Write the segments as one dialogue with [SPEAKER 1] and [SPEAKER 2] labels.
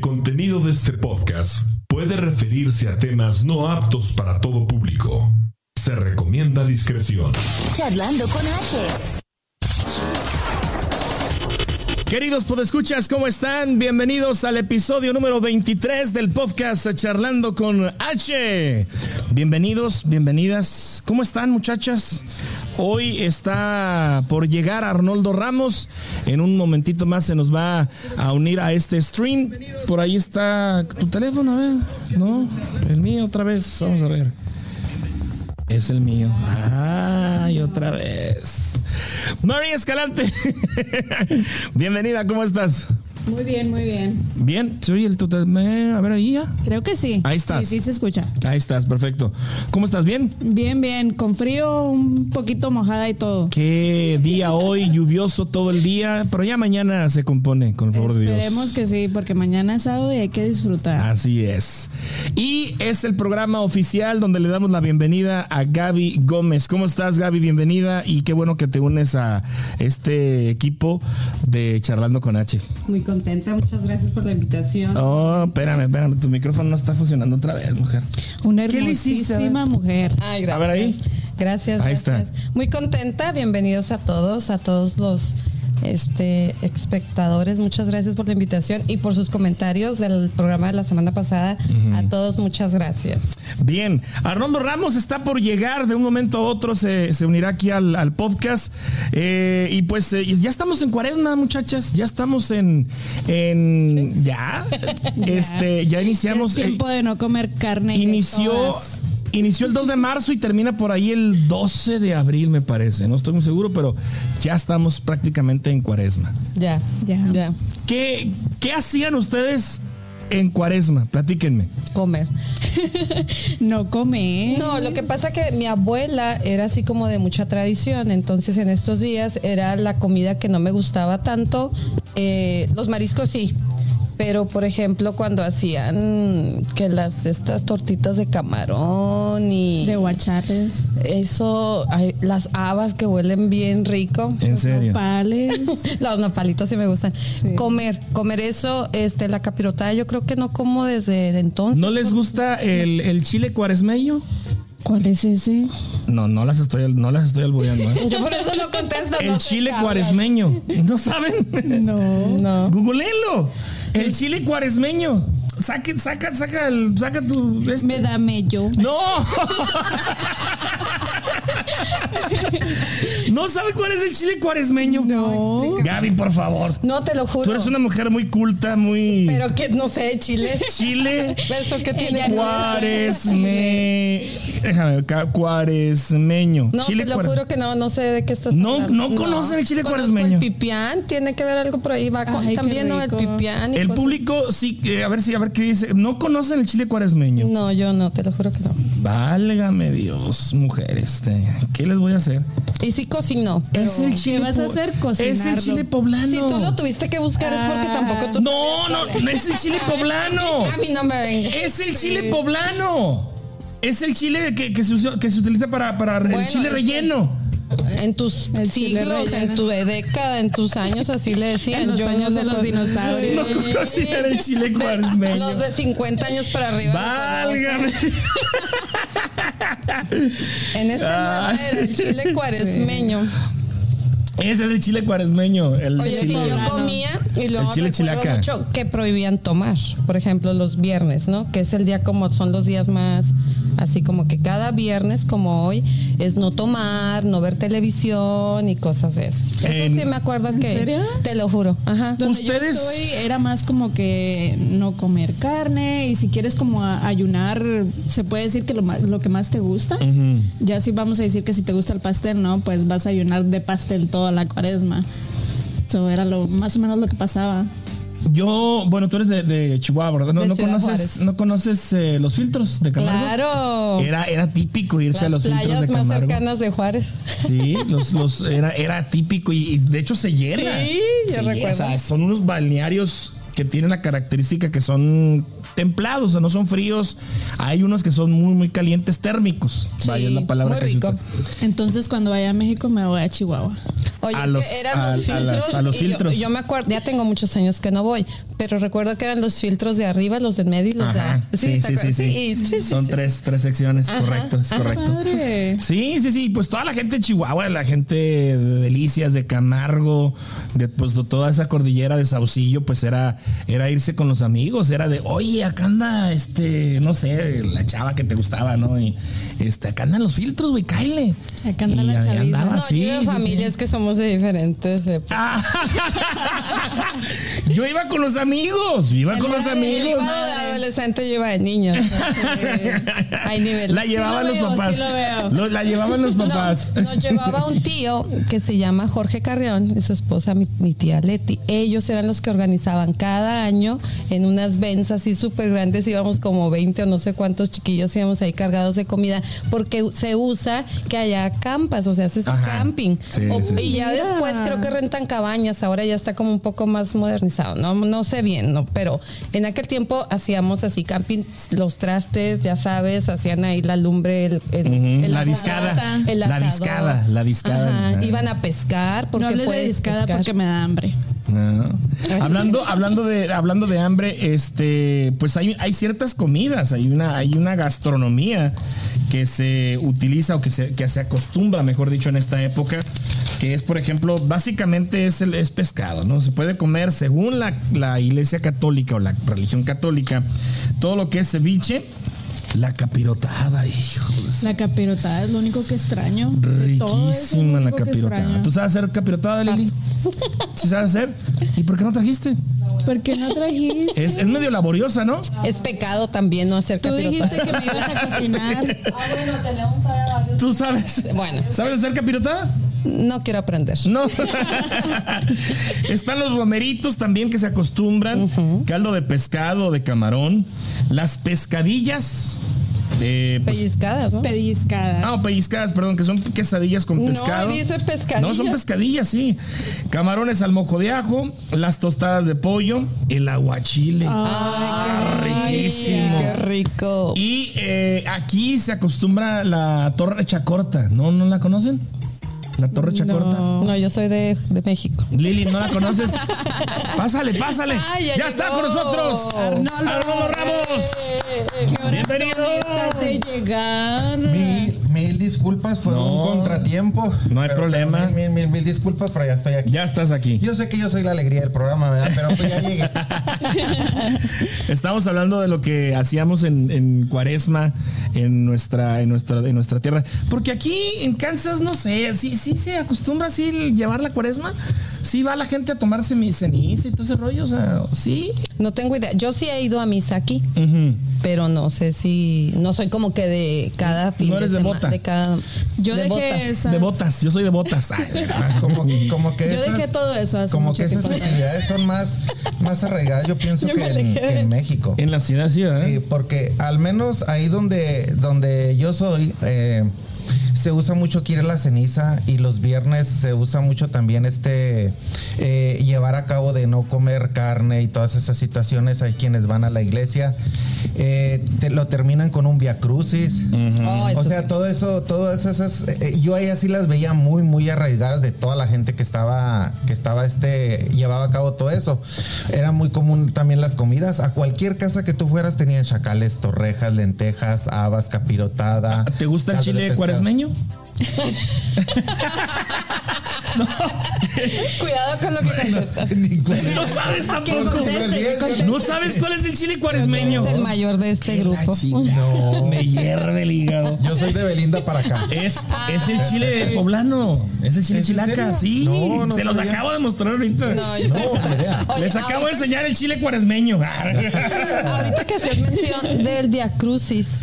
[SPEAKER 1] contenido de este podcast puede referirse a temas no aptos para todo público. Se recomienda discreción.
[SPEAKER 2] Charlando con H.
[SPEAKER 3] Queridos podescuchas, ¿cómo están? Bienvenidos al episodio número 23 del podcast Charlando con H. Bienvenidos, bienvenidas. ¿Cómo están, muchachas? Hoy está por llegar Arnoldo Ramos. En un momentito más se nos va a unir a este stream. Por ahí está tu teléfono, a ver. No, el mío otra vez. Vamos a ver. Es el mío. Ay, otra vez. María Escalante. Bienvenida, ¿cómo estás?
[SPEAKER 4] Muy bien, muy bien.
[SPEAKER 3] Bien, ¿se oye el tu A ver, ahí ya.
[SPEAKER 4] Creo que sí.
[SPEAKER 3] Ahí estás.
[SPEAKER 4] Sí, sí se escucha.
[SPEAKER 3] Ahí estás, perfecto. ¿Cómo estás? ¿Bien?
[SPEAKER 4] Bien, bien. Con frío, un poquito mojada y todo.
[SPEAKER 3] Qué día hoy, lluvioso todo el día, pero ya mañana se compone, con el favor de Dios. Ah.
[SPEAKER 4] Esperemos que sí, porque mañana es sábado y hay que disfrutar.
[SPEAKER 3] Así es. Y es el programa oficial donde le damos la bienvenida a Gaby Gómez. ¿Cómo estás, Gaby? Bienvenida y qué bueno que te unes a este equipo de Charlando con H.
[SPEAKER 5] Muy contenta, muchas gracias por la invitación.
[SPEAKER 3] Oh, espérame, espérame, tu micrófono no está funcionando otra vez, mujer.
[SPEAKER 4] Una
[SPEAKER 3] ¿Qué le hiciste? Ah,
[SPEAKER 4] hermosísima mujer.
[SPEAKER 5] Ay,
[SPEAKER 3] A ver ahí.
[SPEAKER 5] Gracias.
[SPEAKER 3] Ahí
[SPEAKER 5] gracias. Muy contenta, bienvenidos a todos, a todos los este espectadores, muchas gracias por la invitación y por sus comentarios del programa de la semana pasada. A todos muchas gracias.
[SPEAKER 3] Bien, Arnoldo Ramos está por llegar, de un momento a otro se, se unirá aquí al, al podcast. Eh, y pues eh, ya estamos en cuaresma, muchachas, ya estamos en... en ya, este, ya iniciamos...
[SPEAKER 4] Es tiempo
[SPEAKER 3] eh,
[SPEAKER 4] de no comer carne. y
[SPEAKER 3] inició...
[SPEAKER 4] todas.
[SPEAKER 3] Inició el 2 de marzo y termina por ahí el 12 de abril, me parece. No estoy muy seguro, pero ya estamos prácticamente en cuaresma.
[SPEAKER 5] Ya,
[SPEAKER 4] Ya.
[SPEAKER 5] ya.
[SPEAKER 3] ¿Qué, qué hacían ustedes en cuaresma? Platíquenme.
[SPEAKER 5] Comer.
[SPEAKER 4] No come.
[SPEAKER 5] No, lo que pasa que mi abuela era así como de mucha tradición, entonces en estos días era la comida que no me gustaba tanto. Eh, los mariscos sí, pero por ejemplo cuando hacían que las estas tortitas de camarón y
[SPEAKER 4] De guachares.
[SPEAKER 5] eso, ay, las habas que huelen bien rico.
[SPEAKER 3] En serio.
[SPEAKER 4] Pales.
[SPEAKER 5] Los nopalitos sí me gustan.
[SPEAKER 4] Sí.
[SPEAKER 5] Comer, comer eso, este, la capirotada, yo creo que no como desde entonces.
[SPEAKER 3] ¿No les gusta el, el chile cuaresmeño?
[SPEAKER 4] ¿Cuál es ese?
[SPEAKER 3] No, no las estoy, no las estoy albureando. ¿eh?
[SPEAKER 5] Yo por eso no contesto.
[SPEAKER 3] El
[SPEAKER 5] no sé
[SPEAKER 3] chile
[SPEAKER 5] qué hablas.
[SPEAKER 3] cuaresmeño. ¿No saben?
[SPEAKER 4] No.
[SPEAKER 5] No.
[SPEAKER 3] Googleenlo. El chile cuaresmeño. Saca, saca, saca, el, saca tu. este.
[SPEAKER 4] Me da mello.
[SPEAKER 3] ¡No! ¿No sabe cuál es el chile cuaresmeño?
[SPEAKER 5] No.
[SPEAKER 3] Gaby, por favor.
[SPEAKER 5] No, te lo juro.
[SPEAKER 3] Tú eres una mujer muy culta, muy.
[SPEAKER 5] Pero que no sé, chiles.
[SPEAKER 3] Chile.
[SPEAKER 5] Eso que tiene.
[SPEAKER 3] Cuaresme. Déjame ver acá, cuaresmeño.
[SPEAKER 5] No, te lo
[SPEAKER 3] cuares-
[SPEAKER 5] juro que no, no sé de qué estás
[SPEAKER 3] No,
[SPEAKER 5] hablando.
[SPEAKER 3] no conocen el chile
[SPEAKER 5] Conozco
[SPEAKER 3] cuaresmeño.
[SPEAKER 5] El pipián, tiene que ver algo por ahí. Va con-
[SPEAKER 4] Ay, qué
[SPEAKER 5] también, ¿no? El
[SPEAKER 4] rico.
[SPEAKER 5] pipián. y
[SPEAKER 3] El
[SPEAKER 5] cosas-
[SPEAKER 3] público sí, eh, a ver si, a ver qué dice. No conocen el chile cuaresmeño.
[SPEAKER 5] No, yo no, te lo juro que no.
[SPEAKER 3] Válgame Dios, mujeres. este, ¿Qué les voy a hacer?
[SPEAKER 5] Y sí cocinó.
[SPEAKER 3] Es el chile.
[SPEAKER 4] vas a
[SPEAKER 3] po-
[SPEAKER 4] hacer?
[SPEAKER 3] Es el
[SPEAKER 4] Cocinarlo.
[SPEAKER 3] chile poblano.
[SPEAKER 5] Si tú lo tuviste que buscar es porque
[SPEAKER 4] Ah.
[SPEAKER 5] tampoco tú.
[SPEAKER 3] no, no, no es el chile poblano.
[SPEAKER 5] A mí no me venga.
[SPEAKER 3] Es el chile poblano. Es el chile que, que se, usa- que se utiliza para, para re- el
[SPEAKER 5] Bueno,
[SPEAKER 3] chile
[SPEAKER 5] es que-
[SPEAKER 3] relleno.
[SPEAKER 5] En tus
[SPEAKER 4] El chile
[SPEAKER 5] siglos,
[SPEAKER 4] relleno.
[SPEAKER 5] en tu década, en tus años, así le decían.
[SPEAKER 4] En los
[SPEAKER 5] yo
[SPEAKER 4] años
[SPEAKER 5] no
[SPEAKER 4] de
[SPEAKER 5] lo
[SPEAKER 4] los
[SPEAKER 5] con-
[SPEAKER 4] dinosaurios.
[SPEAKER 3] No conocen el chile cuaresmeño.
[SPEAKER 5] Los de 50 años para arriba.
[SPEAKER 3] Válgame.
[SPEAKER 5] En este
[SPEAKER 3] Ah.
[SPEAKER 5] nuevo era el chile cuaresmeño.
[SPEAKER 3] Ese es el chile cuaresmeño. El
[SPEAKER 5] Oye,
[SPEAKER 3] chile.
[SPEAKER 5] sí, yo
[SPEAKER 4] poblano.
[SPEAKER 5] comía y luego
[SPEAKER 3] Ah, El chile
[SPEAKER 5] recuerdo
[SPEAKER 3] chilaca.
[SPEAKER 5] mucho que prohibían tomar, por ejemplo, los viernes, ¿no? Que es el día como son los días más así como que cada viernes como hoy es no tomar, no ver televisión y cosas de esas.
[SPEAKER 3] En-
[SPEAKER 5] Eso sí me acuerdo que
[SPEAKER 4] serio?
[SPEAKER 5] te lo juro, ajá.
[SPEAKER 4] Donde
[SPEAKER 3] Ustedes-
[SPEAKER 4] yo estoy era más como que no comer carne y si quieres como a- ayunar, se puede decir que lo, ma- lo que más te gusta. Ya si vamos a decir que si te gusta el pastel, ¿no? Pues vas a ayunar de pastel toda la cuaresma. Eso era lo más o menos lo que pasaba.
[SPEAKER 3] Yo, bueno, tú eres de, de Chihuahua, ¿verdad? No,
[SPEAKER 5] De
[SPEAKER 3] no
[SPEAKER 5] Ciudad
[SPEAKER 3] conoces,
[SPEAKER 5] Juárez.
[SPEAKER 3] no conoces eh, los filtros de Camargo.
[SPEAKER 5] Claro.
[SPEAKER 3] Era, era típico irse a los
[SPEAKER 5] Las
[SPEAKER 3] filtros de
[SPEAKER 5] playas más
[SPEAKER 3] Camargo.
[SPEAKER 5] cercanas de Juárez.
[SPEAKER 3] Sí, los, los, era, era típico y, y de hecho se llena.
[SPEAKER 5] Sí, yo
[SPEAKER 3] o
[SPEAKER 5] recuerdo.
[SPEAKER 3] sea, son unos balnearios que tienen la característica que son templados, o sea, no son fríos. Hay unos que son muy, muy calientes térmicos.
[SPEAKER 5] Sí,
[SPEAKER 3] Vaya es la palabra
[SPEAKER 5] muy
[SPEAKER 3] que se
[SPEAKER 5] rico.
[SPEAKER 3] usa.
[SPEAKER 4] Entonces cuando vaya a México me voy a Chihuahua.
[SPEAKER 5] Oye,
[SPEAKER 3] A
[SPEAKER 5] es que
[SPEAKER 3] los-
[SPEAKER 5] eran
[SPEAKER 3] a-
[SPEAKER 5] los
[SPEAKER 3] a
[SPEAKER 5] filtros.
[SPEAKER 3] las- a los
[SPEAKER 5] y yo-
[SPEAKER 3] filtros.
[SPEAKER 5] Yo, me acuerdo, ya tengo muchos años que no voy, pero recuerdo que eran los filtros de arriba, los del medio y los de
[SPEAKER 3] Ajá.
[SPEAKER 5] abajo.
[SPEAKER 3] Sí,
[SPEAKER 5] ¿te
[SPEAKER 3] sí, sí,
[SPEAKER 5] acuerdas?
[SPEAKER 3] sí.
[SPEAKER 5] y- sí, sí,
[SPEAKER 3] Son
[SPEAKER 5] sí,
[SPEAKER 3] tres, tres secciones, correcto, es correcto.
[SPEAKER 4] Padre.
[SPEAKER 3] Sí, sí, sí, pues toda la gente de Chihuahua, la gente de Delicias, de Camargo, de pues de toda esa cordillera de Saucillo, pues era, era irse con los amigos, era de, oye, acá anda, este, no sé, la chava que te gustaba, ¿no? Y este, acá andan los filtros, güey, cáele.
[SPEAKER 4] Acá anda
[SPEAKER 3] Y
[SPEAKER 4] la
[SPEAKER 3] ahí
[SPEAKER 4] chaviza.
[SPEAKER 3] andaba,
[SPEAKER 5] No,
[SPEAKER 3] sí,
[SPEAKER 5] yo
[SPEAKER 3] sí,
[SPEAKER 5] de
[SPEAKER 3] sí.
[SPEAKER 5] familia es que somos de diferentes épocas.
[SPEAKER 3] Ah, yo iba con los amigos, yo iba con los amigos.
[SPEAKER 5] Cuando era adolescente yo iba de niños. Hay niveles.
[SPEAKER 3] La llevaban
[SPEAKER 4] lo
[SPEAKER 3] los
[SPEAKER 4] veo,
[SPEAKER 3] papás.
[SPEAKER 4] sí lo veo.
[SPEAKER 3] Lo- la llevaban los
[SPEAKER 5] No,
[SPEAKER 3] papás.
[SPEAKER 5] nos llevaba un tío que se llama Jorge Carrión y su esposa, mi, mi tía Leti. Ellos eran los que organizaban cada año en unas venzas así súper grandes. Íbamos como 20 o no sé cuántos chiquillos íbamos ahí cargados de comida porque se usa que haya campas, o sea, haces
[SPEAKER 3] Ajá.
[SPEAKER 5] camping.
[SPEAKER 3] Sí,
[SPEAKER 5] O-
[SPEAKER 3] sí, sí.
[SPEAKER 5] Y ya
[SPEAKER 4] Mira.
[SPEAKER 5] después creo que rentan cabañas. Ahora ya está como un poco más modernizado. No, no sé bien, no, pero en aquel tiempo hacíamos así camping, los trastes, ya sabes, hacían ahí la lumbre, el, el-
[SPEAKER 3] Ujú,
[SPEAKER 5] el
[SPEAKER 3] la
[SPEAKER 5] asador,
[SPEAKER 3] discada.
[SPEAKER 5] el
[SPEAKER 3] La
[SPEAKER 5] asador.
[SPEAKER 3] discada, la discada.
[SPEAKER 5] Ajá,
[SPEAKER 3] Ah.
[SPEAKER 5] Iban a pescar
[SPEAKER 4] No
[SPEAKER 5] porque
[SPEAKER 4] hables de
[SPEAKER 5] puedes
[SPEAKER 4] discada
[SPEAKER 5] pescar.
[SPEAKER 4] porque me da hambre.
[SPEAKER 3] No. Ah. Hablando, hablando de, hablando de hambre, este, pues hay, hay ciertas comidas, hay una, hay una gastronomía que se utiliza o que se, que se acostumbra, mejor dicho, en esta época, que es, por ejemplo, básicamente es el es pescado, ¿no? Se puede comer según la, la iglesia católica o la religión católica, todo lo que es ceviche, la capirotada, hijo de su-
[SPEAKER 4] La capirotada es lo único que extraño. De todo eso es lo
[SPEAKER 3] Riquísima la
[SPEAKER 4] único que
[SPEAKER 3] capirotada.
[SPEAKER 4] extraño.
[SPEAKER 3] ¿Tú sabes hacer capirotada, Lili? ¿Sí sabes hacer? ¿Y por qué no trajiste?
[SPEAKER 4] ¿Por qué no trajiste?
[SPEAKER 3] Es, es medio laboriosa, ¿no?
[SPEAKER 5] Es pecado también no hacer
[SPEAKER 4] Tú
[SPEAKER 5] capirotada.
[SPEAKER 4] dijiste que me ibas a cocinar.
[SPEAKER 3] ¿Tú sabes?
[SPEAKER 5] Bueno.
[SPEAKER 3] ¿Sabes hacer capirotada?
[SPEAKER 5] No quiero aprender.
[SPEAKER 3] No. Están los romeritos también que se acostumbran. Caldo de pescado, de camarón. Las pescadillas. eh, pues,
[SPEAKER 5] Pellizcadas, ¿no?
[SPEAKER 4] Pediscadas.
[SPEAKER 3] Ah, o pellizcadas, perdón, que son quesadillas con
[SPEAKER 5] No,
[SPEAKER 3] pescado.
[SPEAKER 5] dice pescadillas.
[SPEAKER 3] No, son pescadillas, sí. Camarones al mojo de ajo, las tostadas de pollo, el aguachile. Ah,
[SPEAKER 5] Ay,
[SPEAKER 3] riquísimo.
[SPEAKER 5] Qué rico.
[SPEAKER 3] Y eh, aquí se acostumbra la torre chacorta. ¿No, ¿No la conocen? La torre chacorta.
[SPEAKER 5] No, yo soy de, de México.
[SPEAKER 3] Lili, ¿no la conoces? Pásale, pásale.
[SPEAKER 5] Ay,
[SPEAKER 3] ya
[SPEAKER 5] ya
[SPEAKER 3] está
[SPEAKER 5] llegó.
[SPEAKER 3] con nosotros.
[SPEAKER 4] Arnoldo.
[SPEAKER 3] Arnoldo Ramos.
[SPEAKER 4] ¿Qué horas son
[SPEAKER 3] Bienvenido.
[SPEAKER 4] estas de llegar?
[SPEAKER 2] Mil, mil disculpas, fue
[SPEAKER 3] No.
[SPEAKER 2] un contratiempo.
[SPEAKER 3] No hay
[SPEAKER 2] Pero-
[SPEAKER 3] problema.
[SPEAKER 2] pero Mil, mil, mil, mil disculpas, pero ya estoy aquí.
[SPEAKER 3] Ya estás aquí.
[SPEAKER 2] Yo sé que yo soy la alegría del programa, ¿verdad? Pero pues ya llegué.
[SPEAKER 3] Estamos hablando de lo que hacíamos en, en Cuaresma, en nuestra, en nuestra, en nuestra tierra. Porque aquí en Kansas, no sé, sí, sí se acostumbra así el llevar la Cuaresma. Sí va la gente a tomarse mi ceniza y todo ese rollo, o sea, sí.
[SPEAKER 5] No tengo idea. Yo sí he ido a misa aquí, pero no sé si. No soy como que de cada fin
[SPEAKER 3] eres de
[SPEAKER 5] semana-
[SPEAKER 3] bota.
[SPEAKER 5] De cada,
[SPEAKER 4] Yo
[SPEAKER 5] de
[SPEAKER 4] dejé
[SPEAKER 5] botas.
[SPEAKER 4] esas-
[SPEAKER 3] De botas, yo soy de botas. Ay, ah,
[SPEAKER 2] Como, como que
[SPEAKER 4] Yo
[SPEAKER 2] esas,
[SPEAKER 4] dejé todo eso hace
[SPEAKER 2] Como
[SPEAKER 4] mucho
[SPEAKER 2] que esas
[SPEAKER 4] que pasó.
[SPEAKER 2] actividades son más, más arraigadas, yo pienso que, en, que en México.
[SPEAKER 3] en la ciudad, sí, ¿verdad?
[SPEAKER 2] Sí, porque al menos ahí donde, donde yo soy, eh, se usa mucho que ir a la ceniza y los viernes se usa mucho también este eh, llevar a cabo de no comer carne y todas esas situaciones. Hay quienes van a la iglesia, eh, te- lo terminan con un via crucis.
[SPEAKER 5] Oh, eso
[SPEAKER 2] O sea,
[SPEAKER 5] sí.
[SPEAKER 2] todo eso, todas esas, eh, yo ahí así las veía muy, muy arraigadas de toda la gente que estaba, que estaba este, llevaba a cabo todo eso. Era muy común también las comidas. A cualquier casa que tú fueras tenían chacales, torrejas, lentejas, habas, capirotada.
[SPEAKER 3] Ah, ¿Te gusta el
[SPEAKER 2] caldo de
[SPEAKER 3] chile
[SPEAKER 2] pescado.
[SPEAKER 3] cuaresmeño?
[SPEAKER 5] Cuidado con lo que contestas.
[SPEAKER 3] No sabes
[SPEAKER 4] Que
[SPEAKER 3] tampoco.
[SPEAKER 4] conteste, que conteste.
[SPEAKER 3] No sabes cuál es el chile cuaresmeño.
[SPEAKER 5] Es el mayor de este grupo.
[SPEAKER 2] No,
[SPEAKER 3] Me hierve el hígado.
[SPEAKER 2] yo soy de Belinda para acá.
[SPEAKER 3] Es, es el chile poblano. Es el chile
[SPEAKER 2] ¿Es en
[SPEAKER 3] chilaca.
[SPEAKER 2] serio?
[SPEAKER 3] Sí.
[SPEAKER 2] No, no
[SPEAKER 3] se los
[SPEAKER 2] sabía.
[SPEAKER 3] acabo de mostrar ahorita.
[SPEAKER 5] No, yo-
[SPEAKER 2] No, idea.
[SPEAKER 5] Oye,
[SPEAKER 3] Les acabo de enseñar el chile cuaresmeño.
[SPEAKER 5] Ahorita que hacías mención del Via Crucis,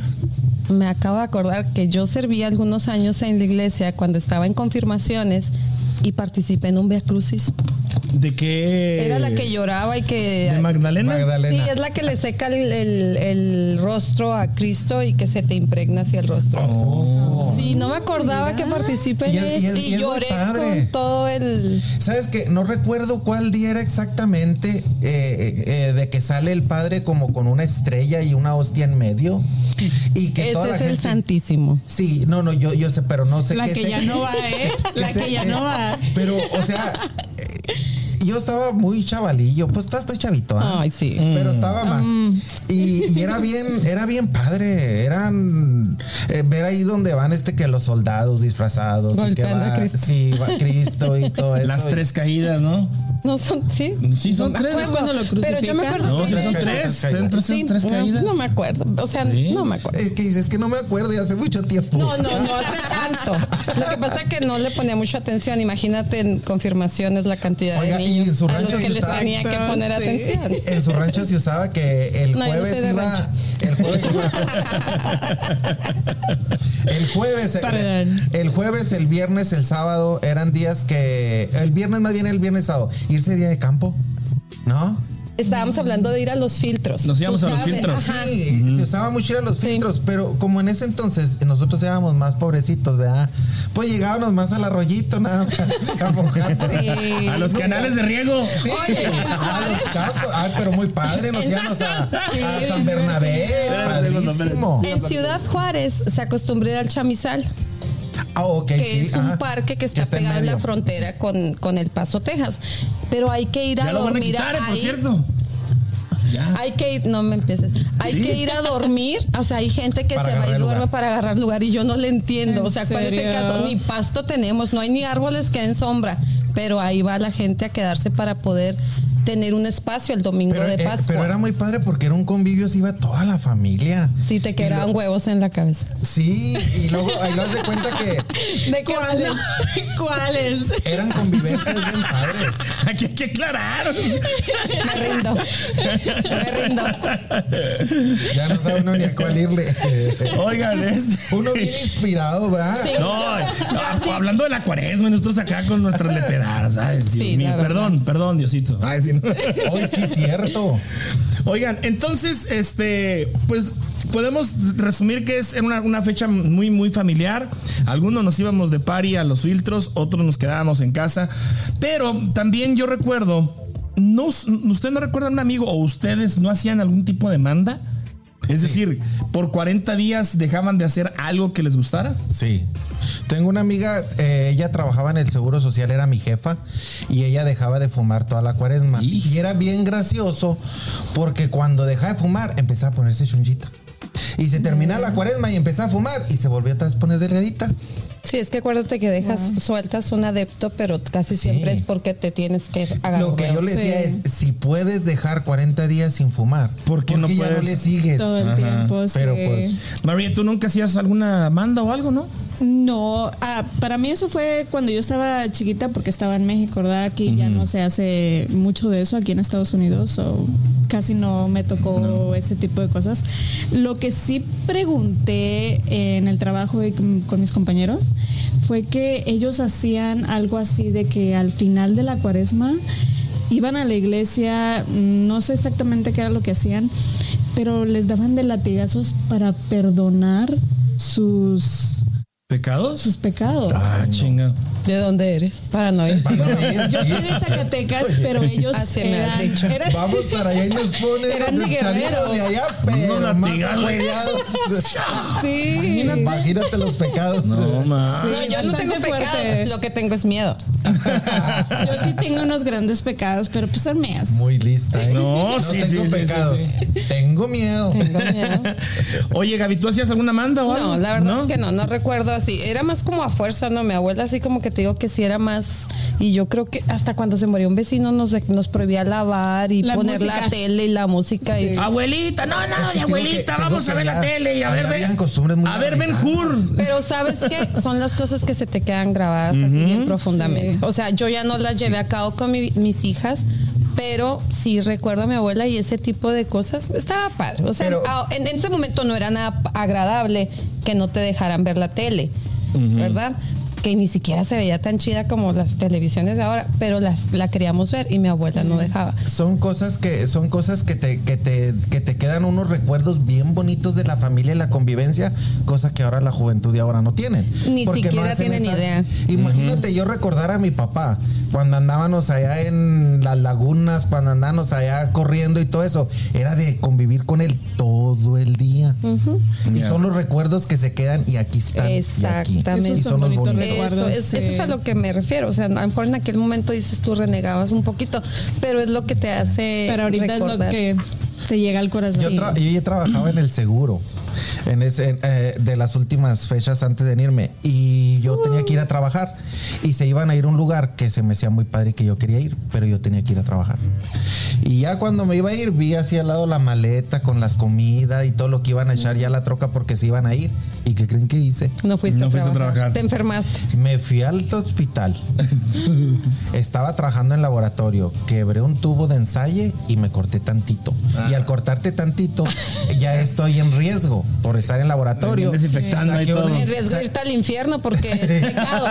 [SPEAKER 5] me acabo de acordar que yo serví algunos años en la iglesia cuando estaba en confirmaciones y participé en un Via Crucis.
[SPEAKER 3] ¿De qué?
[SPEAKER 5] Era la que lloraba y que...
[SPEAKER 3] ¿De Magdalena?
[SPEAKER 2] Eh, Magdalena.
[SPEAKER 5] Sí, es la que le seca el, el- el rostro a Cristo y que se te impregna hacia el rostro. Sí, no me acordaba que participé
[SPEAKER 2] Oh. Y
[SPEAKER 5] en
[SPEAKER 2] es- y
[SPEAKER 5] esto y
[SPEAKER 2] es- y es muy
[SPEAKER 5] lloré
[SPEAKER 2] padre.
[SPEAKER 5] con todo el...
[SPEAKER 2] ¿Sabes qué? No recuerdo cuál día era exactamente eh, eh, de que sale el padre como con una estrella y una hostia en medio. Y que toda
[SPEAKER 5] Ese
[SPEAKER 2] la
[SPEAKER 5] es el
[SPEAKER 2] gente-
[SPEAKER 5] Santísimo.
[SPEAKER 2] Sí, no, no, yo, yo sé, pero no sé
[SPEAKER 4] La
[SPEAKER 2] qué
[SPEAKER 4] que
[SPEAKER 2] sé-
[SPEAKER 4] ya no va, ¿eh?
[SPEAKER 2] qué
[SPEAKER 4] La
[SPEAKER 2] sé-
[SPEAKER 4] que ya no va.
[SPEAKER 2] Pero, o sea, eh, yo estaba muy chavalillo, pues está- estoy chavito, ¿ah?
[SPEAKER 5] Ay, sí.
[SPEAKER 4] Mm.
[SPEAKER 2] Pero estaba más. Y, y era bien, era bien padre. Eran eh, ver ahí donde van este que los soldados disfrazados y que
[SPEAKER 5] Golpeando a
[SPEAKER 2] va-
[SPEAKER 5] Cristo.
[SPEAKER 2] sí, va Cristo y todo eso.
[SPEAKER 3] Las tres caídas, ¿no?
[SPEAKER 5] No son, sí.
[SPEAKER 3] Sí, son
[SPEAKER 5] No me
[SPEAKER 3] tres,
[SPEAKER 5] acuerdo.
[SPEAKER 4] ¿no? Cuando lo
[SPEAKER 5] Pero yo me acuerdo
[SPEAKER 3] No,
[SPEAKER 5] que
[SPEAKER 3] sí, son
[SPEAKER 5] de-
[SPEAKER 3] tres.
[SPEAKER 2] Sí,
[SPEAKER 3] Son tres,
[SPEAKER 5] Sí,
[SPEAKER 3] son tres
[SPEAKER 5] no, pues
[SPEAKER 3] caídas.
[SPEAKER 5] No, me acuerdo. O sea,
[SPEAKER 3] Sí.
[SPEAKER 5] no me acuerdo.
[SPEAKER 2] Es que dices que no me acuerdo y hace mucho tiempo.
[SPEAKER 5] No, no, no hace tanto. Lo que pasa es que no le ponía mucha atención. Imagínate en confirmaciones la cantidad
[SPEAKER 2] Oiga,
[SPEAKER 5] de
[SPEAKER 2] y
[SPEAKER 5] niños
[SPEAKER 2] en su
[SPEAKER 5] a los
[SPEAKER 2] rancho
[SPEAKER 5] que
[SPEAKER 2] se
[SPEAKER 5] les
[SPEAKER 2] usaba-
[SPEAKER 5] tenía que poner
[SPEAKER 4] Exacto, sí.
[SPEAKER 5] atención.
[SPEAKER 2] En su rancho se usaba que el
[SPEAKER 5] No, yo no
[SPEAKER 2] jueves
[SPEAKER 5] soy de rancho.
[SPEAKER 2] iba. El jueves iba. el jueves.
[SPEAKER 4] Perdón.
[SPEAKER 2] El jueves, el viernes, el sábado eran días que. El viernes más bien el viernes sábado. Irse día de campo. ¿No?
[SPEAKER 5] Estábamos hablando de ir a los filtros.
[SPEAKER 3] Nos íbamos
[SPEAKER 5] Tú
[SPEAKER 3] a los
[SPEAKER 5] sabes,
[SPEAKER 3] filtros.
[SPEAKER 5] ajá.
[SPEAKER 2] Sí, se usaba mucho ir a los
[SPEAKER 5] Sí.
[SPEAKER 2] filtros, pero como en ese entonces nosotros éramos más pobrecitos, ¿verdad? Pues llegábamos más al arroyito, nada más. A, mojarse.
[SPEAKER 3] A los canales de riego.
[SPEAKER 2] Sí, a los campos. Ay, pero muy padre, nos íbamos a, a San Bernabé, padrísimo.
[SPEAKER 5] En Ciudad Juárez se acostumbra ir al chamizal,
[SPEAKER 3] Eh,
[SPEAKER 2] Ah, ok,
[SPEAKER 5] que
[SPEAKER 2] sí,
[SPEAKER 5] es un
[SPEAKER 2] ajá.
[SPEAKER 5] parque que está,
[SPEAKER 2] en
[SPEAKER 5] pegado en la
[SPEAKER 2] medio.
[SPEAKER 5] frontera con, con El Paso, Texas. Pero hay que ir a
[SPEAKER 3] Ya lo van a
[SPEAKER 5] dormir
[SPEAKER 3] quitar, eh, por
[SPEAKER 5] ahí.
[SPEAKER 3] cierto. Ya.
[SPEAKER 5] Hay que ir, no me empieces. Hay
[SPEAKER 3] Sí.
[SPEAKER 5] que ir a dormir. O sea, hay gente que
[SPEAKER 2] Para
[SPEAKER 5] se va y
[SPEAKER 2] agarrar
[SPEAKER 5] duerme
[SPEAKER 2] lugar.
[SPEAKER 5] para agarrar lugar y yo no le entiendo.
[SPEAKER 4] ¿En
[SPEAKER 5] O sea, ¿cuál es el
[SPEAKER 4] serio?
[SPEAKER 5] caso? Ni pasto tenemos, no hay ni árboles que en sombra. Pero ahí va la gente a quedarse para poder tener un espacio el domingo
[SPEAKER 2] Pero,
[SPEAKER 5] de
[SPEAKER 2] eh,
[SPEAKER 5] Pascua.
[SPEAKER 2] pero era muy padre porque era un convivio, se iba toda la familia.
[SPEAKER 5] Sí, te quedaban huevos en la cabeza.
[SPEAKER 2] Sí, y luego ahí lo das de cuenta que
[SPEAKER 5] ¿De
[SPEAKER 4] ¿Cuáles? ¿Cuáles?
[SPEAKER 2] eran convivencias bien padres.
[SPEAKER 3] Aquí hay que aclarar.
[SPEAKER 5] Me rindo. Me rindo.
[SPEAKER 2] Ya no sabe uno ni a cuál irle.
[SPEAKER 3] Oigan, este.
[SPEAKER 2] Uno bien inspirado, ¿verdad?
[SPEAKER 5] Sí.
[SPEAKER 3] No, ah, hablando de la cuaresma, nosotros acá con nuestras lepedadas, ¿sabes? Dios
[SPEAKER 5] Sí,
[SPEAKER 3] mío,
[SPEAKER 5] la verdad.
[SPEAKER 3] perdón, perdón, Diosito. Ay, sí, no.
[SPEAKER 2] Hoy sí es cierto.
[SPEAKER 3] Oigan, entonces, este, pues podemos resumir que es en una, una fecha muy, muy familiar. Algunos nos íbamos de pari a los filtros, otros nos quedábamos en casa. Pero también yo recuerdo, no, ¿usted no recuerda a un amigo o ustedes no hacían algún tipo de manda? Es decir, por 40 días dejaban de hacer algo que les gustara.
[SPEAKER 2] Sí. Tengo una amiga, eh, ella trabajaba en el Seguro Social, era mi jefa, y ella dejaba de fumar toda la cuaresma.
[SPEAKER 3] Hijo.
[SPEAKER 2] Y era bien gracioso porque cuando dejaba de fumar empezaba a ponerse chunchita. Y se terminaba la cuaresma y empezaba a fumar y se volvió otra vez a poner delgadita.
[SPEAKER 5] Sí, es que acuérdate que dejas, sueltas un adepto, pero casi
[SPEAKER 2] Sí.
[SPEAKER 5] siempre es porque te tienes que agarrar.
[SPEAKER 2] Lo que yo le decía
[SPEAKER 4] pues. Sí.
[SPEAKER 2] es, si puedes dejar 40 días sin fumar,
[SPEAKER 3] ¿Por qué no
[SPEAKER 2] ya no
[SPEAKER 3] puedes?
[SPEAKER 2] le sigues?
[SPEAKER 4] Todo el tiempo, sí.
[SPEAKER 2] Pero pues...
[SPEAKER 3] María, ¿tú nunca hacías alguna manda o algo, no?
[SPEAKER 4] No, ah, para mí eso fue cuando yo estaba chiquita porque estaba en México, ¿verdad? Aquí ya no se hace mucho de eso, aquí en Estados Unidos, o casi no me tocó ese tipo de cosas. Lo que sí pregunté en el trabajo y con con mis compañeros fue que ellos hacían algo así de que al final de la cuaresma iban a la iglesia, no sé exactamente qué era lo que hacían, pero les daban de latigazos para perdonar sus
[SPEAKER 3] ¿Pecados?
[SPEAKER 4] sus pecados.
[SPEAKER 3] Ah, chinga.
[SPEAKER 5] ¿De dónde eres? Para no ir.
[SPEAKER 4] Yo soy de Zacatecas, pero ellos
[SPEAKER 5] Así me has
[SPEAKER 4] eran,
[SPEAKER 5] dicho.
[SPEAKER 4] eran-
[SPEAKER 2] Vamos para allá y nos ponen
[SPEAKER 4] Eran de
[SPEAKER 2] salimos
[SPEAKER 4] guerreros.
[SPEAKER 2] de allá, pero
[SPEAKER 3] Unos
[SPEAKER 2] más
[SPEAKER 3] latigazos.
[SPEAKER 2] ahuellados.
[SPEAKER 4] sí.
[SPEAKER 2] Imagínate los pecados.
[SPEAKER 3] No, ma.
[SPEAKER 5] No, yo no
[SPEAKER 4] bastante
[SPEAKER 5] tengo
[SPEAKER 4] fuerte.
[SPEAKER 5] pecados. Lo que tengo es miedo.
[SPEAKER 4] Yo sí tengo unos grandes pecados, pero pues son mías.
[SPEAKER 2] Muy lista, ¿eh?
[SPEAKER 3] No, sí, sí,
[SPEAKER 2] tengo
[SPEAKER 3] sí, sí,
[SPEAKER 2] pecados. Tengo miedo.
[SPEAKER 5] Tengo miedo.
[SPEAKER 3] Oye, Gaby, ¿tú hacías alguna manda o algo?
[SPEAKER 5] No, la verdad que no, no recuerdo así. Era más como a fuerza, ¿no? Mi abuela así como que te digo que sí era más. Y yo creo que hasta cuando se murió un vecino nos, nos prohibía lavar y
[SPEAKER 4] La
[SPEAKER 5] poner la
[SPEAKER 4] música.
[SPEAKER 5] tele y la música. y-
[SPEAKER 3] Abuelita, no, no,
[SPEAKER 2] Es que
[SPEAKER 3] de
[SPEAKER 2] tengo que-
[SPEAKER 3] abuelita,
[SPEAKER 2] tengo
[SPEAKER 3] vamos
[SPEAKER 2] que
[SPEAKER 3] a ver la
[SPEAKER 2] hablar.
[SPEAKER 3] tele y a
[SPEAKER 2] Ahí
[SPEAKER 3] ver,
[SPEAKER 2] habían
[SPEAKER 3] ven.
[SPEAKER 2] costumbres muy
[SPEAKER 3] A ver, Ben Hur.
[SPEAKER 5] Pero sabes qué? son las cosas que se te quedan grabadas así bien profundamente. O sea, yo ya no las llevé a cabo con mi- mis hijas, pero sí recuerdo a mi abuela y ese tipo de cosas estaba padre. O sea,
[SPEAKER 2] Pero-
[SPEAKER 5] a- en, en ese momento no era nada p- agradable que no te dejaran ver la tele, ¿verdad? que ni siquiera se veía tan chida como las televisiones de ahora, pero las, la queríamos ver y mi abuela no dejaba.
[SPEAKER 2] Son cosas que son cosas que te, que te que te quedan unos recuerdos bien bonitos de la familia y la convivencia, cosa que ahora la juventud de ahora no tienen.
[SPEAKER 5] Ni siquiera
[SPEAKER 2] hacen
[SPEAKER 5] tienen idea.
[SPEAKER 2] Imagínate yo recordar a mi papá cuando andábamos allá en las lagunas, cuando andábamos allá corriendo y todo eso, era de convivir con él todo el día. Y
[SPEAKER 3] Ya.
[SPEAKER 2] son los recuerdos que se quedan y aquí están. y aquí.
[SPEAKER 5] Exactamente.
[SPEAKER 2] Y
[SPEAKER 5] Esos
[SPEAKER 2] son
[SPEAKER 4] son
[SPEAKER 2] los
[SPEAKER 4] bonitos
[SPEAKER 2] bonitos.
[SPEAKER 5] Eso,
[SPEAKER 4] Recuerdos,
[SPEAKER 5] es,
[SPEAKER 4] sí.
[SPEAKER 5] eso es a lo que me refiero. O sea, a lo mejor en aquel momento dices tú renegabas un poquito, pero es lo que te hace.
[SPEAKER 4] Pero ahorita
[SPEAKER 5] recordar.
[SPEAKER 4] es lo que te llega al corazón.
[SPEAKER 2] Yo, tra- yo ya trabajaba en el seguro en ese, en, eh, de las últimas fechas antes de irme y yo tenía que ir a trabajar y se iban a ir a un lugar que se me hacía muy padre y que yo quería ir, pero yo tenía que ir a trabajar. Y ya cuando me iba a ir vi así al lado la maleta con las comidas y todo lo que iban a echar ya a la troca porque se iban a ir. ¿Y qué creen que hice?
[SPEAKER 5] No fuiste,
[SPEAKER 3] No
[SPEAKER 5] a,
[SPEAKER 3] fuiste a
[SPEAKER 5] trabajar.
[SPEAKER 3] trabajar.
[SPEAKER 5] Te enfermaste.
[SPEAKER 2] Me fui al hospital. Estaba trabajando en laboratorio. Quebré un tubo de ensayo y me corté tantito.
[SPEAKER 3] Ah.
[SPEAKER 2] Y al cortarte tantito, ya estoy en riesgo por estar en laboratorio.
[SPEAKER 3] Bien desinfectando
[SPEAKER 2] Saqué
[SPEAKER 3] y todo.
[SPEAKER 2] una-
[SPEAKER 5] En riesgo de irte al infierno porque es pecado.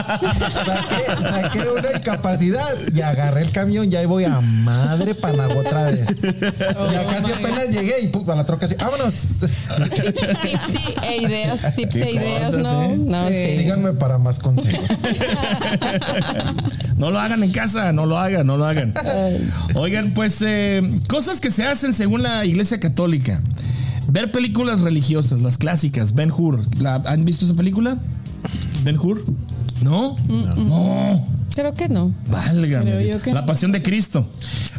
[SPEAKER 2] Saqué, saqué una incapacidad y agarré el camión. Ya ahí voy a madre Panagua otra vez.
[SPEAKER 3] Oh,
[SPEAKER 2] ya casi apenas llegué y pum, a la troca así. ¡Vámonos!
[SPEAKER 5] Tipsy e ideas, tips
[SPEAKER 3] Qué
[SPEAKER 5] e ideas,
[SPEAKER 3] cosas,
[SPEAKER 5] ¿no?
[SPEAKER 3] ¿eh?
[SPEAKER 5] No, sí.
[SPEAKER 2] Síganme para más consejos.
[SPEAKER 3] No lo hagan en casa, no lo hagan, no lo hagan. Oigan, pues eh, cosas que se hacen según la Iglesia Católica. Ver películas religiosas, las clásicas, Ben Hur. ¿La- ¿Han visto esa película? Ben Hur. ¿No?
[SPEAKER 2] Mm.
[SPEAKER 3] No.
[SPEAKER 5] Creo que no.
[SPEAKER 3] Válgame.
[SPEAKER 4] Creo yo
[SPEAKER 3] Dios.
[SPEAKER 4] que
[SPEAKER 3] la
[SPEAKER 4] no.
[SPEAKER 3] pasión de Cristo.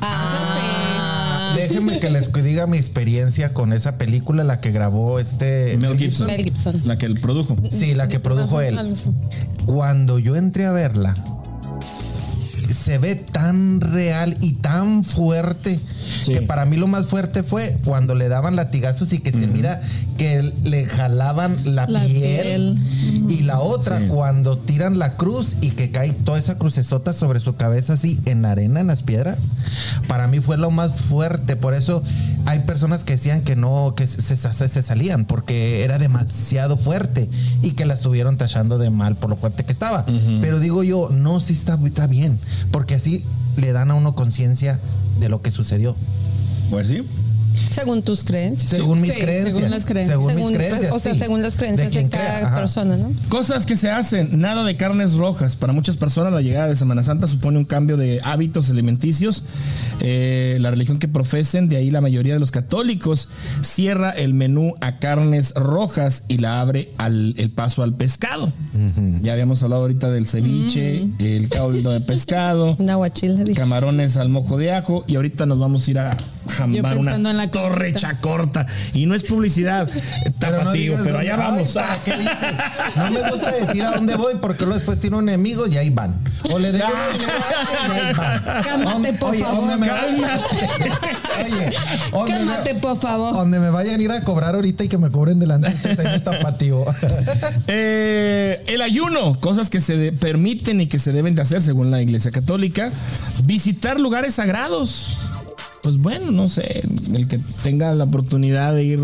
[SPEAKER 5] Ah,
[SPEAKER 2] Déjenme que les diga mi experiencia con esa película, la que grabó este
[SPEAKER 3] Mel Gibson.
[SPEAKER 5] Mel Gibson.
[SPEAKER 3] La que él produjo.
[SPEAKER 2] Sí, la que produjo
[SPEAKER 5] Ajá,
[SPEAKER 2] él.
[SPEAKER 5] algo así.
[SPEAKER 2] Cuando yo entré a verla, se ve tan real y tan fuerte
[SPEAKER 3] Sí.
[SPEAKER 2] que para mí lo más fuerte fue cuando le daban latigazos y que se mira que le jalaban la,
[SPEAKER 4] La
[SPEAKER 2] piel. Y la otra,
[SPEAKER 3] Sí.
[SPEAKER 2] cuando tiran la cruz y que cae toda esa crucesota sobre su cabeza así en la arena, en las piedras, para mí fue lo más fuerte. Por eso hay personas que decían que no, que se, se- se salían porque era demasiado fuerte y que la estuvieron tachando de mal por lo fuerte que estaba. Pero digo yo, no, sí está, está bien, porque así le dan a uno conciencia de lo que sucedió.
[SPEAKER 3] Pues sí.
[SPEAKER 5] Según tus creencias.
[SPEAKER 2] Según mis
[SPEAKER 4] sí,
[SPEAKER 2] creencias.
[SPEAKER 4] según las creencias.
[SPEAKER 2] según mis
[SPEAKER 5] Según, pues,
[SPEAKER 2] creencias,
[SPEAKER 5] o sea,
[SPEAKER 2] sí.
[SPEAKER 5] según las creencias de,
[SPEAKER 2] quien
[SPEAKER 5] cada
[SPEAKER 2] crea, ajá.
[SPEAKER 5] persona, ¿no?
[SPEAKER 3] Cosas que se hacen, nada de carnes rojas. Para muchas personas la llegada de Semana Santa supone un cambio de hábitos alimenticios. Eh, la religión que profesen, de ahí la mayoría de los católicos, cierra el menú a carnes rojas y la abre al, el paso al pescado. Ya habíamos hablado ahorita del ceviche,
[SPEAKER 4] Mm.
[SPEAKER 3] el caldo de pescado.
[SPEAKER 5] Una guachila. dije.
[SPEAKER 3] Camarones al mojo de ajo y ahorita nos vamos a ir a jambar
[SPEAKER 4] Yo
[SPEAKER 3] una
[SPEAKER 4] pensando en la
[SPEAKER 3] torre chacorta y no es publicidad tapatío,
[SPEAKER 2] digas
[SPEAKER 3] pero,
[SPEAKER 2] dónde-
[SPEAKER 3] allá
[SPEAKER 2] Ay,
[SPEAKER 3] vamos.
[SPEAKER 2] ¿para
[SPEAKER 3] Ah.
[SPEAKER 2] qué dices? No me gusta decir a dónde voy porque luego después tiene un enemigo y ahí van. O le debo una dinero a alguien y ahí van.
[SPEAKER 4] Cálmate,
[SPEAKER 2] Om-
[SPEAKER 4] por
[SPEAKER 2] oye,
[SPEAKER 4] favor.
[SPEAKER 2] Donde me
[SPEAKER 3] Cálmate.
[SPEAKER 2] Oye, donde me-
[SPEAKER 4] Cálmate, por favor.
[SPEAKER 2] Donde me vayan a ir a cobrar ahorita y que me cobren delante de este señor tapatío.
[SPEAKER 3] Eh, el ayuno, cosas que se de- permiten y que se deben de hacer según la Iglesia Católica. Visitar lugares sagrados. Pues bueno, no sé, el que tenga la oportunidad de ir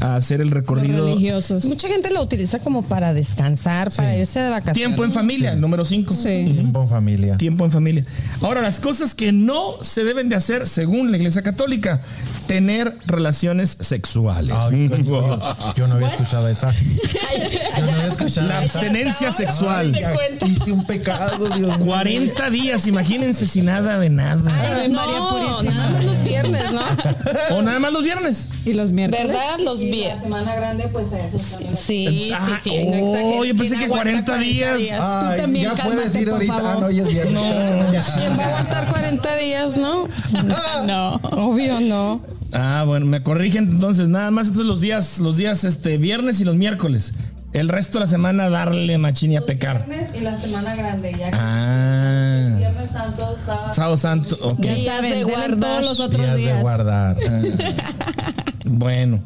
[SPEAKER 3] a hacer el recorrido.
[SPEAKER 4] religiosos.
[SPEAKER 5] Mucha gente lo utiliza como para descansar, para irse de vacaciones.
[SPEAKER 3] Tiempo en familia, número 5.
[SPEAKER 4] Sí.
[SPEAKER 2] Tiempo en familia.
[SPEAKER 3] Tiempo en familia. Ahora, las cosas que no se deben de hacer según la Iglesia Católica. Tener relaciones sexuales.
[SPEAKER 2] Ay, coño, yo, yo no había escuchado esa. Yo no había escuchado
[SPEAKER 3] La
[SPEAKER 2] esa.
[SPEAKER 3] abstenencia
[SPEAKER 2] Ay,
[SPEAKER 3] sexual.
[SPEAKER 2] ya Hice un pecado, Dios mío.
[SPEAKER 3] 40 días, imagínense sin nada de nada.
[SPEAKER 4] Ave María Purísima.
[SPEAKER 5] Nada más los viernes, ¿no?
[SPEAKER 3] O nada más los viernes.
[SPEAKER 4] Y los miércoles.
[SPEAKER 5] ¿Verdad? Los viernes.
[SPEAKER 6] Semana grande, pues a eso está.
[SPEAKER 5] Sí, sí,
[SPEAKER 3] Ah,
[SPEAKER 5] sí.
[SPEAKER 3] oh,
[SPEAKER 5] exageres,
[SPEAKER 3] yo pensé
[SPEAKER 5] ¿quién
[SPEAKER 3] que
[SPEAKER 5] aguanta
[SPEAKER 3] 40 días?
[SPEAKER 2] Ay,
[SPEAKER 4] Tú también
[SPEAKER 2] ya puedes
[SPEAKER 4] cálmate,
[SPEAKER 2] ir
[SPEAKER 4] por
[SPEAKER 2] ahorita. Ah,
[SPEAKER 4] favor.
[SPEAKER 2] no, hoy es viernes.
[SPEAKER 3] No.
[SPEAKER 2] Ya.
[SPEAKER 5] ¿Quién va a aguantar 40 días, no?
[SPEAKER 4] Ah. No.
[SPEAKER 5] Obvio, no.
[SPEAKER 3] Ah, bueno, me corrigen entonces, nada más entonces los días, los días este viernes y los miércoles. El resto de la semana darle machín y a pecar.
[SPEAKER 6] Viernes y la semana grande, ya que
[SPEAKER 3] Ah.
[SPEAKER 6] Viernes Santo, sábado.
[SPEAKER 3] Sábado santo, ok.
[SPEAKER 4] Ya
[SPEAKER 5] Días de
[SPEAKER 4] saben,
[SPEAKER 5] guardar.
[SPEAKER 4] denle todos los otros
[SPEAKER 2] Días de
[SPEAKER 4] días.
[SPEAKER 2] guardar.
[SPEAKER 3] Bueno.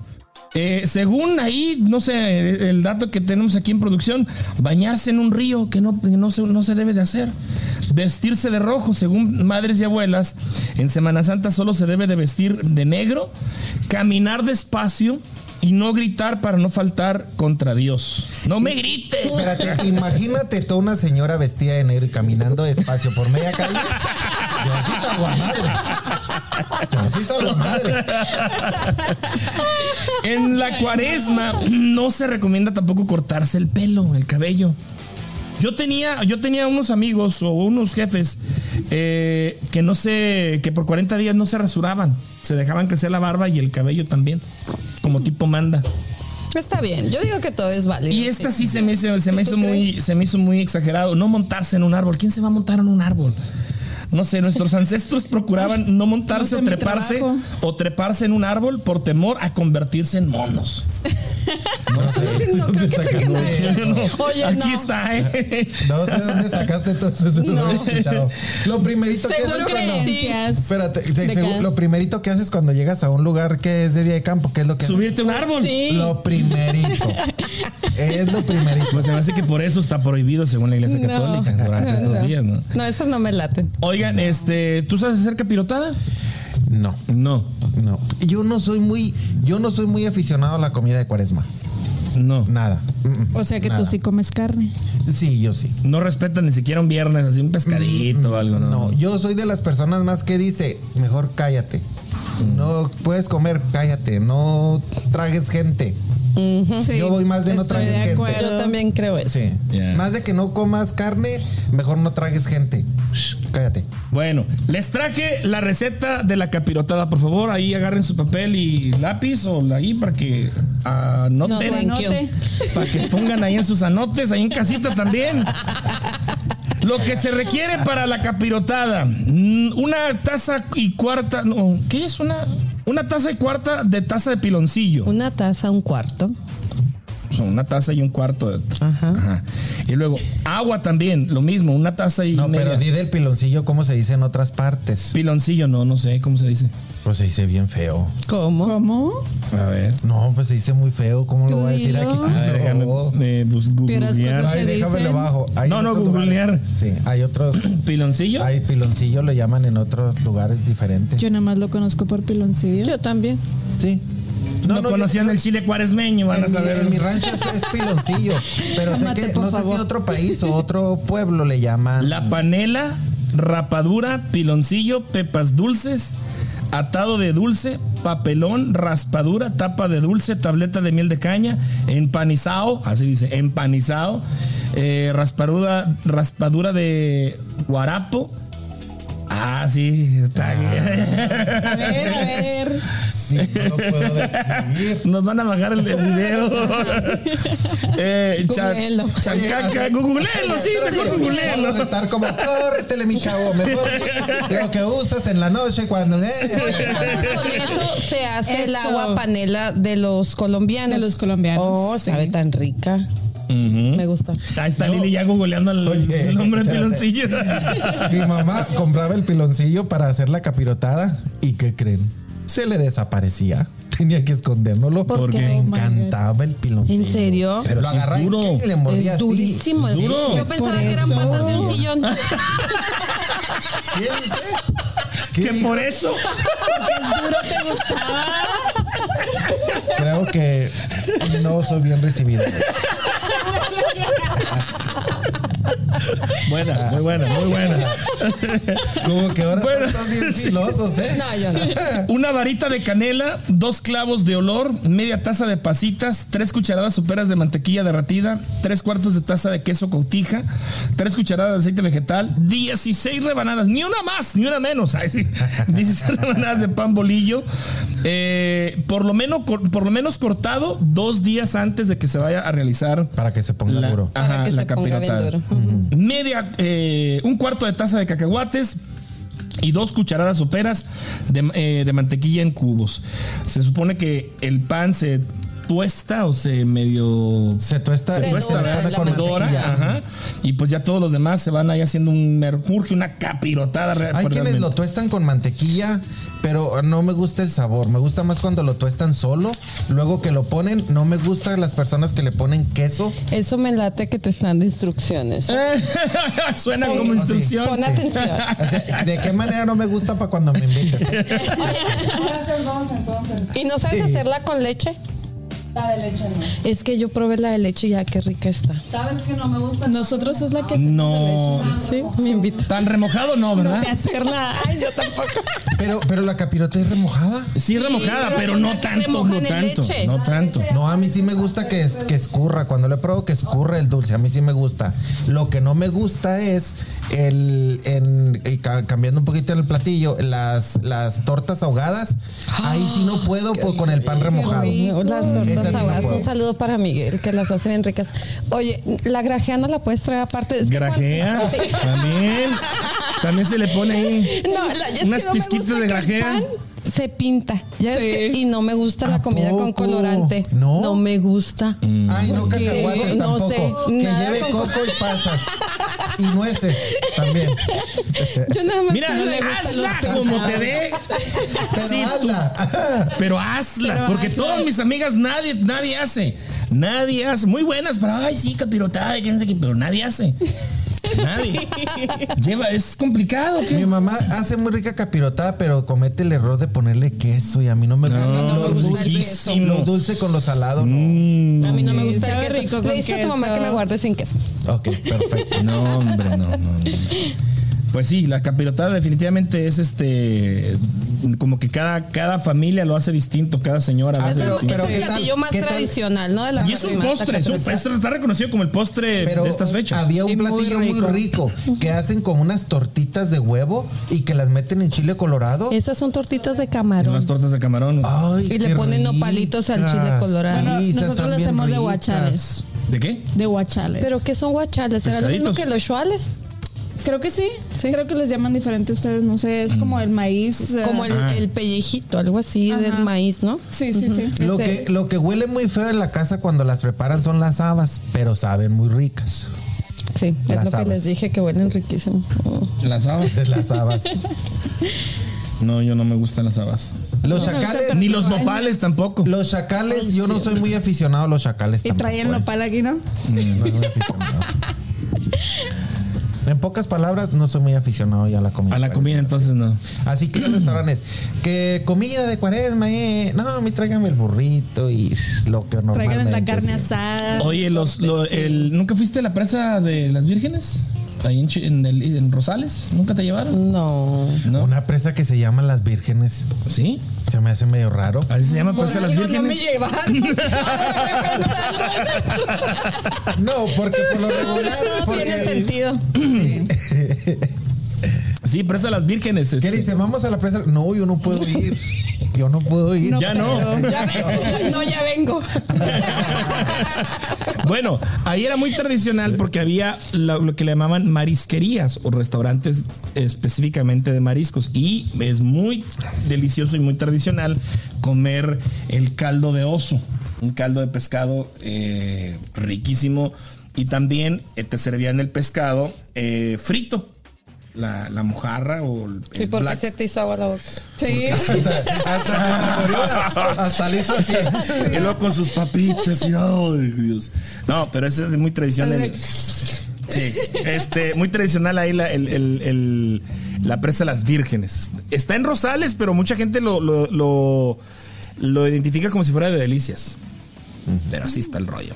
[SPEAKER 3] Eh, según ahí, no sé, el, el dato que tenemos aquí en producción, bañarse en un río que no, que no, se, no se debe de hacer. Vestirse de rojo, según madres y abuelas, en Semana Santa solo se debe de vestir de negro. Caminar despacio, Y no gritar para no faltar contra Dios. No me grites.
[SPEAKER 2] Espérate, imagínate toda una señora vestida de negro y caminando despacio por media calle. Yo así salgo a madre. Yo así salgo a madre.
[SPEAKER 3] En la cuaresma no se recomienda tampoco cortarse el pelo, el cabello. Yo tenía, yo tenía unos amigos o unos jefes eh, que no se, que por 40 días no se rasuraban, se dejaban crecer la barba y el cabello también, como tipo manda.
[SPEAKER 5] Está bien, yo digo que todo es válido.
[SPEAKER 3] Y esta sí se me hizo, se
[SPEAKER 5] ¿Sí
[SPEAKER 3] me
[SPEAKER 5] tú
[SPEAKER 3] hizo muy,
[SPEAKER 5] crees?
[SPEAKER 3] se me hizo muy exagerado. No montarse en un árbol. ¿Quién se va a montar en un árbol? No sé, nuestros ancestros procuraban no montarse
[SPEAKER 4] No
[SPEAKER 3] o
[SPEAKER 4] sé, mi
[SPEAKER 3] treparse
[SPEAKER 4] trabajo.
[SPEAKER 3] o treparse en un árbol por temor a convertirse en monos.
[SPEAKER 2] No sé.
[SPEAKER 5] Ah, No creo que tenga
[SPEAKER 2] No,
[SPEAKER 5] nada que ver.
[SPEAKER 3] No,
[SPEAKER 5] Oye,
[SPEAKER 3] aquí
[SPEAKER 5] no.
[SPEAKER 3] está, ¿eh?
[SPEAKER 2] No sé dónde sacaste todo eso, eso no, lo he
[SPEAKER 5] No.
[SPEAKER 2] escuchado. Lo primerito que haces
[SPEAKER 5] Seguro que
[SPEAKER 2] cuando.
[SPEAKER 5] sí.
[SPEAKER 4] creencias.
[SPEAKER 2] Espérate, te-
[SPEAKER 4] de
[SPEAKER 2] segu-
[SPEAKER 4] cada-
[SPEAKER 2] lo primerito que haces cuando llegas a un lugar que es de día de campo, ¿qué es lo que haces?
[SPEAKER 3] Subirte a un
[SPEAKER 5] Pues
[SPEAKER 3] árbol.
[SPEAKER 2] Lo primerito. es lo primerito.
[SPEAKER 3] Pues se me hace que por eso está prohibido según la iglesia
[SPEAKER 5] No.
[SPEAKER 3] católica durante
[SPEAKER 5] No,
[SPEAKER 3] estos
[SPEAKER 5] no.
[SPEAKER 3] días, ¿no?
[SPEAKER 5] No, esas no me laten.
[SPEAKER 3] Oigan, este, ¿tú sabes hacer capirotada?
[SPEAKER 2] No,
[SPEAKER 3] No,
[SPEAKER 2] no. Yo no soy muy, yo no soy muy aficionado a la comida de cuaresma.
[SPEAKER 3] no.
[SPEAKER 2] Nada. Mm, mm,
[SPEAKER 4] O sea que
[SPEAKER 2] nada.
[SPEAKER 4] tú sí comes carne.
[SPEAKER 2] Sí, yo sí.
[SPEAKER 3] No respetan ni siquiera un viernes, así un pescadito o algo, ¿no?
[SPEAKER 2] No, yo soy de las personas más que dice, mejor cállate.
[SPEAKER 3] Mm.
[SPEAKER 2] No puedes comer, cállate. No tragues gente.
[SPEAKER 4] Sí,
[SPEAKER 2] Yo voy más de no
[SPEAKER 4] estoy
[SPEAKER 2] tragues gente.
[SPEAKER 4] acuerdo.
[SPEAKER 5] Yo también creo eso.
[SPEAKER 2] Sí.
[SPEAKER 3] Ya.
[SPEAKER 2] Más de que no comas carne, mejor no tragues gente. Shh, cállate.
[SPEAKER 3] Bueno, les traje la receta de la capirotada. Por favor, ahí agarren su papel y lápiz o la- ahí para que
[SPEAKER 5] No,
[SPEAKER 3] anoten.
[SPEAKER 5] thank you.
[SPEAKER 4] Anote.
[SPEAKER 3] para que pongan ahí en sus anotes, ahí en casita también. Lo que se requiere para la capirotada, mm, una taza y cuarta, no, ¿qué es una? Una taza y cuarta de taza de piloncillo.
[SPEAKER 5] Una taza, un cuarto.
[SPEAKER 3] O sea, una taza y un cuarto. de-
[SPEAKER 5] Ajá.
[SPEAKER 3] Ajá. Y luego agua también, lo mismo, una taza y
[SPEAKER 2] No, pero
[SPEAKER 3] media.
[SPEAKER 2] di del piloncillo cómo se dice en otras partes.
[SPEAKER 3] piloncillo, no, no sé cómo se dice.
[SPEAKER 2] Pues se dice bien feo.
[SPEAKER 5] ¿Cómo?
[SPEAKER 4] ¿Cómo?
[SPEAKER 3] A ver.
[SPEAKER 2] No, pues se dice muy feo. ¿Cómo lo
[SPEAKER 4] Tú
[SPEAKER 2] voy a decir
[SPEAKER 4] dilo.
[SPEAKER 2] aquí? Ah,
[SPEAKER 3] A ver, déjame
[SPEAKER 2] No.
[SPEAKER 3] eh, pues,
[SPEAKER 4] Pero las
[SPEAKER 3] googlear.
[SPEAKER 4] cosas-
[SPEAKER 2] Ay,
[SPEAKER 4] se
[SPEAKER 2] déjame
[SPEAKER 4] dicen.
[SPEAKER 2] lo bajo. Hay
[SPEAKER 3] No, no,
[SPEAKER 2] otros lugares-
[SPEAKER 3] googlear.
[SPEAKER 2] Sí, hay otros.
[SPEAKER 3] ¿Piloncillo?
[SPEAKER 2] Hay piloncillo, lo llaman en otros lugares diferentes.
[SPEAKER 4] Yo nada más lo conozco por piloncillo.
[SPEAKER 5] Yo también.
[SPEAKER 2] Sí.
[SPEAKER 3] no,
[SPEAKER 2] yo-
[SPEAKER 3] conocían el chile cuaresmeño, van a
[SPEAKER 2] En mi,
[SPEAKER 3] saber.
[SPEAKER 2] en mi rancho es, es piloncillo, pero sé
[SPEAKER 4] Cálmate,
[SPEAKER 2] que
[SPEAKER 4] por
[SPEAKER 2] no sé
[SPEAKER 4] favor.
[SPEAKER 2] si otro país o otro pueblo le llaman
[SPEAKER 3] La panela, rapadura, piloncillo, pepas dulces, atado de dulce, papelón, raspadura, tapa de dulce, tableta de miel de caña, empanizado, así dice, empanizado, eh, raspadura, raspadura de guarapo. Ah, sí, está
[SPEAKER 4] A ver, a ver.
[SPEAKER 2] Sí, no lo puedo decir.
[SPEAKER 3] Nos van a bajar el, el video. eh, cha-
[SPEAKER 5] Googleelo.
[SPEAKER 3] chancaca, googleelo, sí, mejor
[SPEAKER 2] Vamos a
[SPEAKER 3] googleelo.
[SPEAKER 2] estar como, córretele, mi chavo. Mejor lo que usas en la noche cuando. eh,
[SPEAKER 5] Con eso se hace el
[SPEAKER 4] Eso.
[SPEAKER 5] agua panela de los colombianos.
[SPEAKER 4] De los colombianos,
[SPEAKER 5] Oh,
[SPEAKER 4] sí.
[SPEAKER 5] sabe tan rica. Me gusta.
[SPEAKER 3] Ahí está Lili ya googleando el,
[SPEAKER 2] Oye,
[SPEAKER 3] el nombre de
[SPEAKER 2] espérate.
[SPEAKER 3] piloncillo.
[SPEAKER 2] Mi mamá compraba el piloncillo para hacer la capirotada. ¿Y qué creen? Se le desaparecía. Tenía que escondérnoslo
[SPEAKER 3] ¿Por qué?
[SPEAKER 2] me
[SPEAKER 4] Oh my God.
[SPEAKER 2] encantaba el piloncillo.
[SPEAKER 5] ¿En serio?
[SPEAKER 2] Pero
[SPEAKER 3] Pero
[SPEAKER 2] lo
[SPEAKER 3] sí es
[SPEAKER 2] agarraba y
[SPEAKER 3] duro.
[SPEAKER 2] le mordía
[SPEAKER 5] Es
[SPEAKER 2] así.
[SPEAKER 5] durísimo.
[SPEAKER 3] Es
[SPEAKER 5] es-
[SPEAKER 3] duro.
[SPEAKER 5] Yo
[SPEAKER 3] Es
[SPEAKER 5] pensaba
[SPEAKER 4] por
[SPEAKER 5] que eran
[SPEAKER 4] eso.
[SPEAKER 5] patas de un sillón.
[SPEAKER 2] ¿Qué dice? ¿Qué
[SPEAKER 3] Que
[SPEAKER 2] dijo?
[SPEAKER 3] por eso.
[SPEAKER 2] Creo que no soy bien recibido.
[SPEAKER 3] Buena, muy buena, muy buena.
[SPEAKER 2] Como que ahora
[SPEAKER 3] Bueno,
[SPEAKER 2] están bien
[SPEAKER 3] sí.
[SPEAKER 2] filosos, ¿eh?
[SPEAKER 5] No, yo no.
[SPEAKER 3] Una varita de canela, dos clavos de olor, media taza de pasitas, tres cucharadas superas de mantequilla derretida, tres cuartos de taza de queso cotija, tres cucharadas de aceite vegetal, 16 rebanadas, ni una más, ni una menos, ay, sí, 16 rebanadas de pan bolillo, eh, por, lo menos, cor- por lo menos cortado dos días antes de que se vaya a realizar
[SPEAKER 2] Para que se ponga
[SPEAKER 3] la,
[SPEAKER 2] duro.
[SPEAKER 3] ajá,
[SPEAKER 5] Para que
[SPEAKER 3] la
[SPEAKER 5] se ponga bien
[SPEAKER 3] capirotada.
[SPEAKER 5] duro.
[SPEAKER 3] Media, eh, un cuarto de taza de cacahuates. Y dos cucharadas soperas de, eh, de mantequilla en cubos. Se supone que el pan se tuesta o se medio...
[SPEAKER 2] Se tuesta,
[SPEAKER 5] Se
[SPEAKER 2] y
[SPEAKER 5] tuesta,
[SPEAKER 2] le
[SPEAKER 5] ¿verdad?
[SPEAKER 2] pone
[SPEAKER 5] La
[SPEAKER 2] con
[SPEAKER 3] Dora,
[SPEAKER 2] mantequilla.
[SPEAKER 3] ajá. Y pues ya todos los demás se van ahí haciendo un merjurje, una capirotada. real-
[SPEAKER 2] Hay quienes lo
[SPEAKER 3] realmente.
[SPEAKER 2] tuestan con mantequilla, pero no me gusta el sabor. Me gusta más cuando lo tuestan solo. Luego que lo ponen, no me gustan las personas que le ponen queso.
[SPEAKER 5] Eso me late que te están de instrucciones.
[SPEAKER 3] Suena
[SPEAKER 5] Sí.
[SPEAKER 3] como
[SPEAKER 5] Sí.
[SPEAKER 3] instrucción.
[SPEAKER 5] Pon atención.
[SPEAKER 2] O sea, ¿De qué manera no me gusta para cuando me invites?
[SPEAKER 6] Ahora sí, vamos entonces.
[SPEAKER 5] ¿Y no sabes
[SPEAKER 2] Sí.
[SPEAKER 5] hacerla con leche?
[SPEAKER 6] La de leche no.
[SPEAKER 5] Es que yo probé la de leche y ya qué rica está.
[SPEAKER 6] ¿Sabes que no me gusta?
[SPEAKER 4] Nosotros es la que hacemos
[SPEAKER 3] No.
[SPEAKER 4] la leche.
[SPEAKER 5] Sí, me invita.
[SPEAKER 3] ¿Tan remojado no,
[SPEAKER 4] No
[SPEAKER 3] verdad?
[SPEAKER 4] sé hacerla. Ay, yo tampoco.
[SPEAKER 2] Pero, pero la capirota es remojada.
[SPEAKER 3] Sí, remojada,
[SPEAKER 5] pero
[SPEAKER 3] pero
[SPEAKER 5] hay
[SPEAKER 3] no
[SPEAKER 5] una que
[SPEAKER 3] tanto,
[SPEAKER 5] remoja
[SPEAKER 3] no
[SPEAKER 5] en
[SPEAKER 3] tanto,
[SPEAKER 5] leche.
[SPEAKER 3] no tanto.
[SPEAKER 2] No, a mí sí me gusta que, es- que escurra. Cuando le pruebo que escurre el dulce, a mí sí me gusta. Lo que no me gusta es el, en- y ca- cambiando un poquito el platillo, las, las tortas ahogadas. Ahí sí no puedo pues, con el pan remojado.
[SPEAKER 4] rico.
[SPEAKER 5] Las
[SPEAKER 2] Esas sí
[SPEAKER 5] tortas
[SPEAKER 2] no
[SPEAKER 5] ahogadas.
[SPEAKER 2] puedo.
[SPEAKER 5] Un saludo para Miguel, que las hace bien ricas. Oye, la grajea no la puedes traer aparte. Es que
[SPEAKER 3] Grajea,
[SPEAKER 5] cuando- Sí.
[SPEAKER 3] también. También se le pone ahí.
[SPEAKER 5] No, la, es que
[SPEAKER 3] Unas
[SPEAKER 5] no me
[SPEAKER 3] pizquitas
[SPEAKER 5] gusta
[SPEAKER 3] de
[SPEAKER 5] que el
[SPEAKER 3] grajea.
[SPEAKER 5] pan Se pinta. Ya
[SPEAKER 4] Sí.
[SPEAKER 5] es que- y no me gusta la
[SPEAKER 2] ¿A
[SPEAKER 5] comida con
[SPEAKER 2] poco?
[SPEAKER 5] colorante.
[SPEAKER 2] ¿No? Eh,
[SPEAKER 5] me gusta.
[SPEAKER 2] Mm. Ay, no,
[SPEAKER 5] Que-
[SPEAKER 2] cacahuates
[SPEAKER 5] no
[SPEAKER 2] tampoco.
[SPEAKER 5] sé,
[SPEAKER 2] que
[SPEAKER 5] nada
[SPEAKER 2] lleve
[SPEAKER 5] con-
[SPEAKER 2] coco y pasas. Y nueces también.
[SPEAKER 5] Yo nada más
[SPEAKER 3] Mira,
[SPEAKER 5] no le gustan los
[SPEAKER 3] hazla
[SPEAKER 5] pan-
[SPEAKER 3] como te dé.
[SPEAKER 2] Pero
[SPEAKER 3] Sí, tú-
[SPEAKER 2] hazla.
[SPEAKER 3] Pero hazla,
[SPEAKER 4] Pero
[SPEAKER 3] porque
[SPEAKER 4] hazla.
[SPEAKER 3] todas mis amigas nadie, nadie hace. Nadie hace. Muy buenas, pero ay, sí, capirotada, que no sé qué, pero nadie hace. Nadie. Lleva, es complicado, ¿o
[SPEAKER 2] Mi
[SPEAKER 3] ¿qué?
[SPEAKER 2] mamá hace muy rica capirotada, pero comete el error de ponerle queso y a mí no me gusta
[SPEAKER 3] No,
[SPEAKER 2] lo, dulce,
[SPEAKER 3] riquísimo.
[SPEAKER 2] lo dulce con lo salado. No.
[SPEAKER 3] Mm,
[SPEAKER 5] A mí no me gusta
[SPEAKER 4] sabe
[SPEAKER 5] el queso.
[SPEAKER 4] rico
[SPEAKER 5] Le
[SPEAKER 4] con
[SPEAKER 5] dice a tu mamá
[SPEAKER 4] queso.
[SPEAKER 5] que me guarde sin queso.
[SPEAKER 2] Ok, perfecto.
[SPEAKER 3] No, hombre, no, no, no. Pues sí, la capirotada definitivamente es este. Como que cada, cada familia lo hace distinto, cada señora lo
[SPEAKER 2] Ah,
[SPEAKER 3] hace
[SPEAKER 2] Pero-
[SPEAKER 3] distinto.
[SPEAKER 2] pero
[SPEAKER 5] es
[SPEAKER 2] ¿qué
[SPEAKER 5] el
[SPEAKER 2] tal?
[SPEAKER 5] platillo más
[SPEAKER 2] ¿Qué tal?
[SPEAKER 5] tradicional, ¿no? De la
[SPEAKER 3] Y es un
[SPEAKER 5] remata
[SPEAKER 3] postre, es un-
[SPEAKER 5] capresa.
[SPEAKER 3] es- está reconocido como el postre
[SPEAKER 2] Pero
[SPEAKER 3] de estas fechas.
[SPEAKER 2] había
[SPEAKER 4] Y
[SPEAKER 2] un
[SPEAKER 4] muy
[SPEAKER 2] platillo muy rico.
[SPEAKER 4] rico.
[SPEAKER 2] que hacen con unas tortitas de huevo y que las meten en chile colorado.
[SPEAKER 5] Esas son tortitas de
[SPEAKER 3] En
[SPEAKER 5] camarón.
[SPEAKER 3] las tortas de camarón.
[SPEAKER 2] Ay,
[SPEAKER 5] Y le
[SPEAKER 2] qué
[SPEAKER 5] ponen nopalitos al chile
[SPEAKER 2] ricas.
[SPEAKER 5] colorado.
[SPEAKER 4] Bueno,
[SPEAKER 2] Sí, esas están
[SPEAKER 4] nosotros le
[SPEAKER 2] bien
[SPEAKER 4] hacemos de
[SPEAKER 2] ricas.
[SPEAKER 4] guachales.
[SPEAKER 3] ¿De qué?
[SPEAKER 4] De guachales.
[SPEAKER 5] ¿Pero qué son guachales? ¿Será lo mismo
[SPEAKER 3] Pescaditos.
[SPEAKER 5] que los chuales?
[SPEAKER 4] Creo que sí.
[SPEAKER 5] Sí.
[SPEAKER 4] Creo que les llaman diferente a ustedes. No sé, es como el maíz. eh,
[SPEAKER 5] Como el,
[SPEAKER 3] Ah.
[SPEAKER 5] el pellejito, algo así
[SPEAKER 4] Ajá.
[SPEAKER 5] del maíz, ¿no?
[SPEAKER 4] Sí, sí, sí.
[SPEAKER 2] Lo
[SPEAKER 5] Ese-
[SPEAKER 2] que, lo que huele muy feo en la casa cuando las preparan son las habas, pero saben muy ricas.
[SPEAKER 5] Sí, es
[SPEAKER 2] Las
[SPEAKER 5] lo que
[SPEAKER 2] habas.
[SPEAKER 5] les dije que huelen riquísimo. Oh.
[SPEAKER 3] Las habas.
[SPEAKER 2] Es las habas.
[SPEAKER 3] No, yo no me gustan las habas.
[SPEAKER 2] Los
[SPEAKER 4] No me gusta,
[SPEAKER 2] chacales.
[SPEAKER 4] pero-
[SPEAKER 3] Ni los nopales tampoco.
[SPEAKER 2] Los chacales, yo no soy muy aficionado a los chacales.
[SPEAKER 4] Y traen
[SPEAKER 2] tampoco,
[SPEAKER 4] nopal aquí, ¿no?
[SPEAKER 3] Mm,
[SPEAKER 2] eh. No soy muy aficionado. En pocas palabras, no soy muy aficionado ya a la comida.
[SPEAKER 3] A la comida entonces no.
[SPEAKER 2] Así que los restaurantes, que comida de cuaresma, eh. No, a mí tráigame el burrito y lo que normalmente.
[SPEAKER 4] Traigan la carne
[SPEAKER 2] sí.
[SPEAKER 4] asada.
[SPEAKER 3] Oye, los, lo- el, ¿nunca fuiste a la presa de las vírgenes? Ahí en, Chi- en el- en Rosales. ¿Nunca te llevaron?
[SPEAKER 5] No.
[SPEAKER 3] No.
[SPEAKER 2] Una presa que se llama Las Vírgenes.
[SPEAKER 3] ¿Sí?
[SPEAKER 2] Se me hace medio raro.
[SPEAKER 3] Así se llama presa de las
[SPEAKER 5] Digo, no me
[SPEAKER 3] vírgenes.
[SPEAKER 5] llevaron.
[SPEAKER 2] No, porque por lo regular.
[SPEAKER 5] No
[SPEAKER 2] porque-
[SPEAKER 5] tiene sentido.
[SPEAKER 3] Sí, presa de las vírgenes.
[SPEAKER 2] ¿Qué
[SPEAKER 3] este.
[SPEAKER 2] le dice? Vamos a la presa. No, yo no puedo ir. Yo no puedo ir.
[SPEAKER 3] Ya no.
[SPEAKER 5] Ya ven- no, ya vengo.
[SPEAKER 3] Bueno, ahí era muy tradicional porque había lo, lo que le llamaban marisquerías o restaurantes específicamente de mariscos y es muy delicioso y muy tradicional comer el caldo de oso, un caldo de pescado eh, riquísimo y también eh, te servían el pescado eh, frito, la, la mojarra o el,
[SPEAKER 5] ¿Y
[SPEAKER 3] el
[SPEAKER 5] por qué
[SPEAKER 3] black-
[SPEAKER 5] se te hizo agua la boca?
[SPEAKER 4] Sí.
[SPEAKER 2] Hasta, hasta que se murió, hasta le hizo así.
[SPEAKER 3] Y luego con sus papitas y ay, Dios. No, pero eso es muy tradicional. Sí, este, muy tradicional ahí la, el- el- el- la presa de las vírgenes. Está en Rosales, pero mucha gente lo, lo, lo- lo identifica como si fuera de delicias. Pero así está el rollo.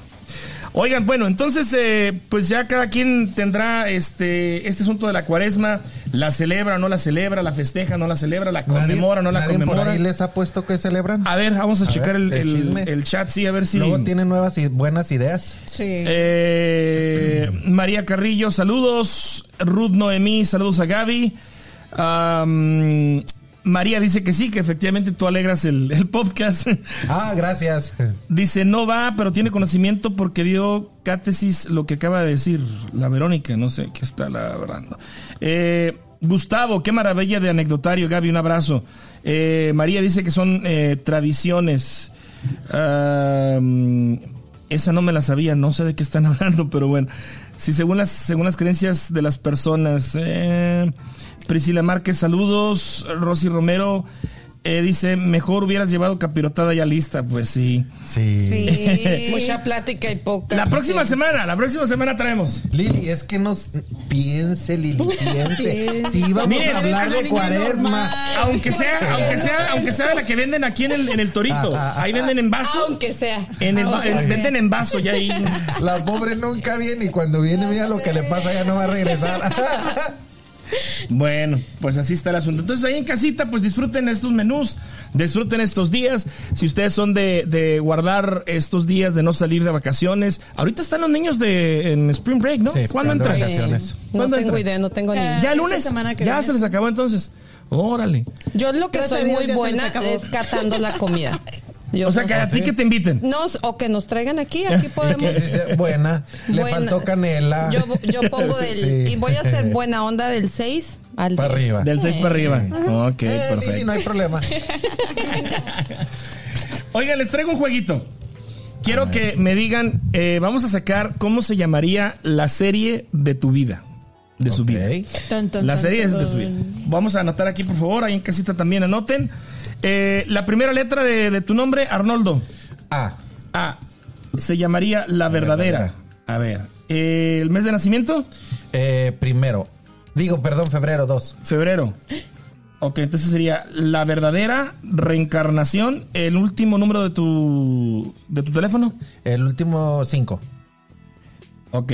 [SPEAKER 3] Oigan, bueno, entonces, eh, pues ya cada quien tendrá este, este asunto de la cuaresma. La celebra, no la celebra, la festeja, no la celebra, la
[SPEAKER 2] Nadie-
[SPEAKER 3] conmemora, no la
[SPEAKER 2] nadie
[SPEAKER 3] conmemora.
[SPEAKER 2] por ahí les ha puesto que celebran.
[SPEAKER 3] A ver, vamos a,
[SPEAKER 2] A
[SPEAKER 3] checar
[SPEAKER 2] ver,
[SPEAKER 3] el,
[SPEAKER 2] el
[SPEAKER 3] el-
[SPEAKER 2] chisme.
[SPEAKER 3] el chat, sí, a ver si.
[SPEAKER 2] Luego tienen nuevas y buenas ideas.
[SPEAKER 4] Sí.
[SPEAKER 3] Eh, María Carrillo, saludos. Ruth Noemí, saludos a Gaby. Am, María dice que sí, que efectivamente tú alegras el, el podcast.
[SPEAKER 2] Ah, gracias.
[SPEAKER 3] Dice, no va, pero tiene conocimiento porque dio cátesis lo que acaba de decir la Verónica, no sé qué está labrando. Eh, Gustavo, qué maravilla de anecdotario, Gaby, un abrazo. Eh, María dice que son eh, tradiciones. Am, esa no me la sabía, no sé de qué están hablando, pero bueno. Si según las, según las creencias de las personas. eh, Priscila Márquez, saludos. Rosy Romero. eh, dice, mejor hubieras llevado capirotada ya lista, pues sí.
[SPEAKER 2] Sí.
[SPEAKER 4] Sí.
[SPEAKER 5] Mucha plática y poca.
[SPEAKER 3] La próxima
[SPEAKER 5] Sí.
[SPEAKER 3] semana, la próxima semana traemos.
[SPEAKER 2] Lili, es que nos piense, Lili, piense. Si íbamos
[SPEAKER 3] Miren,
[SPEAKER 2] a hablar
[SPEAKER 4] eres
[SPEAKER 2] de
[SPEAKER 4] una niña
[SPEAKER 2] cuaresma.
[SPEAKER 4] normal.
[SPEAKER 3] Aunque sea, aunque sea, aunque sea la que venden aquí en el, en el Torito.
[SPEAKER 2] Ah, ah, ah,
[SPEAKER 3] Ahí venden en vaso.
[SPEAKER 5] Aunque sea.
[SPEAKER 3] En el, va-
[SPEAKER 4] aunque
[SPEAKER 3] en-
[SPEAKER 4] sea.
[SPEAKER 3] venden en vaso ya ahí.
[SPEAKER 2] La pobre nunca viene y cuando viene, mira lo que le pasa, ya no va a regresar.
[SPEAKER 3] Bueno, pues así está el asunto. Entonces ahí en casita, pues disfruten estos menús, disfruten estos días. Si ustedes son de, de guardar estos días, de no salir de vacaciones. Ahorita están los niños de en Spring Break, ¿no?
[SPEAKER 7] Sí,
[SPEAKER 3] ¿Cuándo
[SPEAKER 7] plan de
[SPEAKER 3] entran?
[SPEAKER 7] vacaciones.
[SPEAKER 5] No
[SPEAKER 3] ¿Cuándo
[SPEAKER 5] tengo
[SPEAKER 3] entran?
[SPEAKER 5] idea, no tengo ni idea.
[SPEAKER 3] Ya el
[SPEAKER 4] Esta
[SPEAKER 3] lunes.
[SPEAKER 4] semana que
[SPEAKER 3] Ya
[SPEAKER 4] viene.
[SPEAKER 3] se les acabó entonces. Órale.
[SPEAKER 5] Yo lo que
[SPEAKER 4] Gracias a
[SPEAKER 5] soy
[SPEAKER 4] Dios
[SPEAKER 5] muy
[SPEAKER 4] ya se les
[SPEAKER 5] buena
[SPEAKER 4] acabó.
[SPEAKER 5] es catando la comida. Yo
[SPEAKER 3] o sea,
[SPEAKER 5] no
[SPEAKER 3] que a ti que te inviten.
[SPEAKER 5] Nos, o que nos traigan aquí, aquí podemos.
[SPEAKER 2] Sí, sí, Buena, le
[SPEAKER 5] Buena.
[SPEAKER 2] faltó canela.
[SPEAKER 5] Yo, yo pongo del.
[SPEAKER 2] Sí.
[SPEAKER 5] Y voy a hacer buena onda del 6 al
[SPEAKER 2] Para
[SPEAKER 5] 10.
[SPEAKER 2] arriba.
[SPEAKER 3] Del 6 para arriba. Ok,
[SPEAKER 2] Eh, Lili,
[SPEAKER 3] perfecto.
[SPEAKER 2] no hay problema.
[SPEAKER 3] Oigan, les traigo un jueguito. Quiero que me digan, eh, vamos a sacar cómo se llamaría la serie de tu vida. De su vida.
[SPEAKER 4] Tan, tan,
[SPEAKER 3] La
[SPEAKER 4] tan,
[SPEAKER 3] serie es de
[SPEAKER 4] tan.
[SPEAKER 3] su vida. Vamos a anotar aquí, por favor. Ahí en casita también anoten. Eh, la primera letra de, de tu nombre, Arnoldo.
[SPEAKER 2] Ah,
[SPEAKER 3] A. Se llamaría La Verdadera. A ver. eh, ¿El mes de nacimiento?
[SPEAKER 2] eh, primero. Digo, perdón, febrero 2.
[SPEAKER 3] Febrero. Ok, entonces sería La Verdadera Reencarnación. El último número de tu, de tu teléfono.
[SPEAKER 2] El último 5.
[SPEAKER 3] Ok.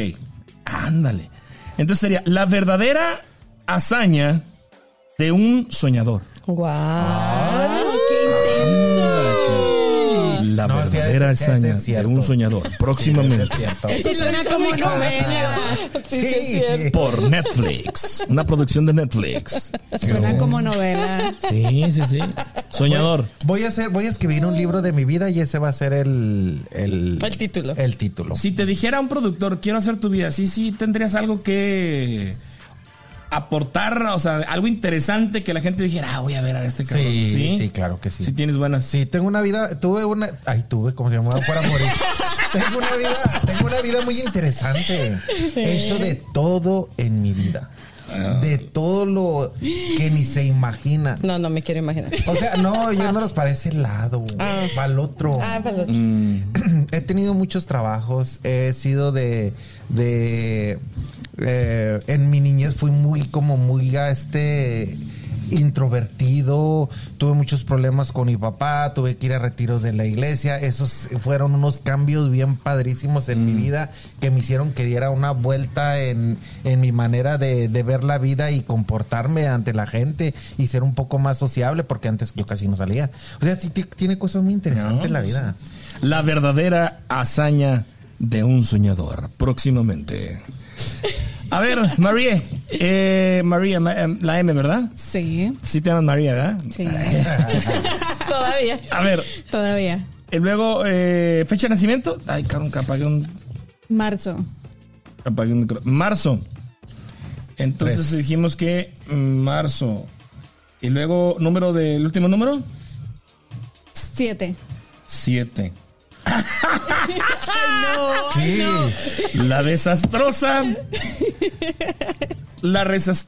[SPEAKER 3] Ándale. Entonces sería La Verdadera Hazaña de un Soñador.
[SPEAKER 5] Guau.
[SPEAKER 4] Ay, qué intenso.
[SPEAKER 3] La
[SPEAKER 2] No, sí,
[SPEAKER 3] verdadera
[SPEAKER 2] sí, sí, sí,
[SPEAKER 3] hazaña
[SPEAKER 2] es cierto.
[SPEAKER 3] de un soñador. Próximamente.
[SPEAKER 4] Eso suena como novela.
[SPEAKER 2] Sí, sí,
[SPEAKER 3] Por Netflix. Una producción de Netflix.
[SPEAKER 4] Suena como novela.
[SPEAKER 3] Sí, sí, sí. Soñador.
[SPEAKER 2] Voy a hacer, voy a escribir un libro de mi vida y ese va a ser el, el,
[SPEAKER 5] El título.
[SPEAKER 2] el título.
[SPEAKER 3] Si te dijera un productor, quiero hacer tu vida, sí, sí, tendrías algo que aportar, o sea, algo interesante que la gente dijera, ah, voy a ver a este cabrón.
[SPEAKER 2] Sí, sí, claro que sí.
[SPEAKER 3] Sí tienes buenas.
[SPEAKER 2] Sí, tengo una vida, tuve una, ay, tuve, ¿cómo se llamaba? Para morir. tengo una vida, tengo una vida muy interesante. He hecho de todo en mi vida. De todo lo que ni se imagina.
[SPEAKER 5] No, no me quiero imaginar.
[SPEAKER 2] O sea, no, yo no los para ese lado,
[SPEAKER 5] Ah.
[SPEAKER 2] para el otro.
[SPEAKER 5] Ah, perdón.
[SPEAKER 2] He tenido muchos trabajos, he sido de, de eh, en mi niñez fui muy como muy a este introvertido, tuve muchos problemas con mi papá, tuve que ir a retiros de la iglesia, esos fueron unos cambios bien padrísimos en mi vida que me hicieron que diera una vuelta en, en mi manera de, de ver la vida y comportarme ante la gente y ser un poco más sociable porque antes yo casi no salía. O sea, sí ti- tiene cosas muy interesantes
[SPEAKER 3] No,
[SPEAKER 2] la
[SPEAKER 3] sí.
[SPEAKER 2] vida.
[SPEAKER 3] La verdadera hazaña de un soñador. Próximamente. A ver, María. Eh, María, ma- em, la M, ¿verdad?
[SPEAKER 4] Sí,
[SPEAKER 3] Sí te llamas María, ¿verdad?
[SPEAKER 4] sí.
[SPEAKER 5] Todavía.
[SPEAKER 3] A ver,
[SPEAKER 4] Todavía.
[SPEAKER 3] y luego, eh, fecha de nacimiento. Ay, cabrón, que apagué un,
[SPEAKER 4] Marzo.
[SPEAKER 3] apagué un micro. Marzo. Entonces
[SPEAKER 2] Tres.
[SPEAKER 3] dijimos que mm, marzo. Y luego, número del último número.
[SPEAKER 4] Siete.
[SPEAKER 3] Siete.
[SPEAKER 2] Sí.
[SPEAKER 3] La desastrosa. La resas-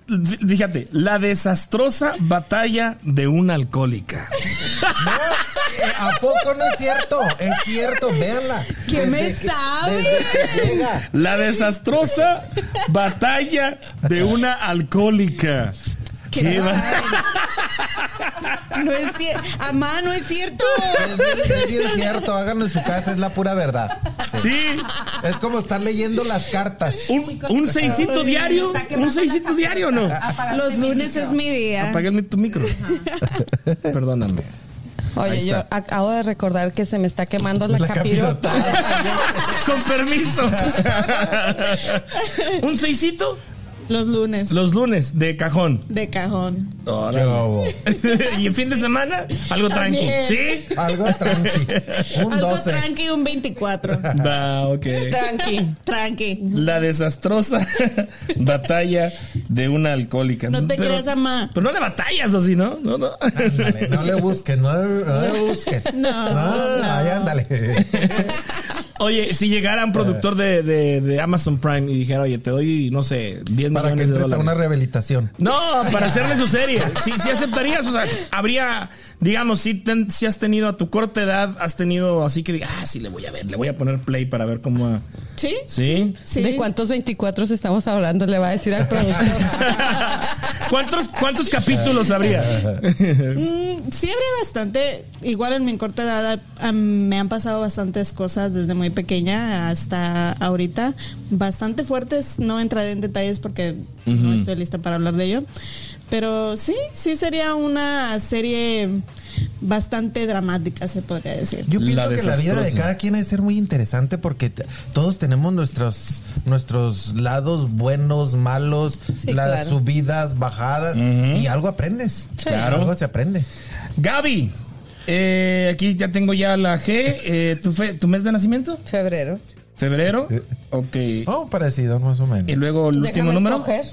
[SPEAKER 3] fíjate, la desastrosa batalla de una alcohólica.
[SPEAKER 2] Eh, ¿A poco no es cierto? Es cierto, véanla.
[SPEAKER 4] ¿Qué
[SPEAKER 2] Desde
[SPEAKER 4] me
[SPEAKER 2] que-
[SPEAKER 4] sabe?
[SPEAKER 2] desde que llega.
[SPEAKER 3] La desastrosa batalla de una alcohólica. Qué va-
[SPEAKER 4] No es cierto. Amá, no es cierto.
[SPEAKER 2] Es, es bien cierto, háganlo en su casa, es la pura verdad. Sí.
[SPEAKER 3] Sí,
[SPEAKER 2] Es como estar leyendo las cartas.
[SPEAKER 3] un, un seisito diario. Un seisito diario, o ¿no?
[SPEAKER 4] Los lunes es mi día.
[SPEAKER 3] Apagué mi- tu micro. Perdóname.
[SPEAKER 5] Oye, yo acabo de recordar que se me está quemando la, capirota.
[SPEAKER 3] Con permiso. un seisito
[SPEAKER 4] Los lunes.
[SPEAKER 3] los lunes de cajón.
[SPEAKER 4] De cajón.
[SPEAKER 2] Qué bobo.
[SPEAKER 3] y en fin de semana, algo tranqui.
[SPEAKER 4] También.
[SPEAKER 3] ¿Sí?
[SPEAKER 2] Algo tranqui. Un
[SPEAKER 4] Algo
[SPEAKER 2] 12.
[SPEAKER 4] tranqui, un 24.
[SPEAKER 3] Va, ok.
[SPEAKER 5] Tranqui.
[SPEAKER 4] Tranqui.
[SPEAKER 3] La desastrosa batalla de una alcohólica.
[SPEAKER 4] No te creas, ama.
[SPEAKER 3] Pero no le batallas, o sí, ¿no? No, no.
[SPEAKER 2] Ándale, No le busques, no, no le busques.
[SPEAKER 4] No,
[SPEAKER 2] No,
[SPEAKER 4] no.
[SPEAKER 2] ahí ándale.
[SPEAKER 3] Oye, si llegara un productor de, de- de Amazon Prime y dijera, oye, te doy, no sé, 10
[SPEAKER 2] Para que
[SPEAKER 3] millones de
[SPEAKER 2] entres a
[SPEAKER 3] dólares.
[SPEAKER 2] una rehabilitación.
[SPEAKER 3] No, para hacerle su serie. Sí, sí aceptarías, o sea, habría, digamos, si, ten- si has tenido a tu corta edad, has tenido así que diga, ah, sí, le voy a ver, le voy a poner play para ver cómo... va".
[SPEAKER 4] ¿Sí?
[SPEAKER 3] ¿Sí?
[SPEAKER 4] Sí.
[SPEAKER 5] ¿De cuántos 24 estamos hablando? Le va a decir al productor.
[SPEAKER 3] ¿Cuántos, ¿Cuántos capítulos habría?
[SPEAKER 4] Mm, sí, habría bastante. Igual en mi corta edad ah, me han pasado bastantes cosas desde muy pequeña hasta ahorita. Bastante fuertes. No entraré en detalles porque no estoy lista para hablar de ello. Pero sí, sí sería una serie bastante dramática, se podría decir.
[SPEAKER 2] Yo
[SPEAKER 3] La
[SPEAKER 2] pienso que la vida de
[SPEAKER 3] desastrosa.
[SPEAKER 2] cada quien ha de ser muy interesante porque t- todos tenemos nuestros, nuestros lados buenos, malos,
[SPEAKER 5] Sí,
[SPEAKER 2] las
[SPEAKER 5] claro.
[SPEAKER 2] subidas, bajadas y algo aprendes.
[SPEAKER 3] Claro.
[SPEAKER 2] Algo se aprende.
[SPEAKER 3] Gaby, eh, aquí ya tengo ya la G, eh, ¿tu, fe- ¿tu mes de nacimiento?
[SPEAKER 5] Febrero.
[SPEAKER 3] ¿Febrero? Ok.
[SPEAKER 2] Oh, parecido, más o menos.
[SPEAKER 3] Y luego el último
[SPEAKER 5] Déjame
[SPEAKER 3] número.
[SPEAKER 5] escoger.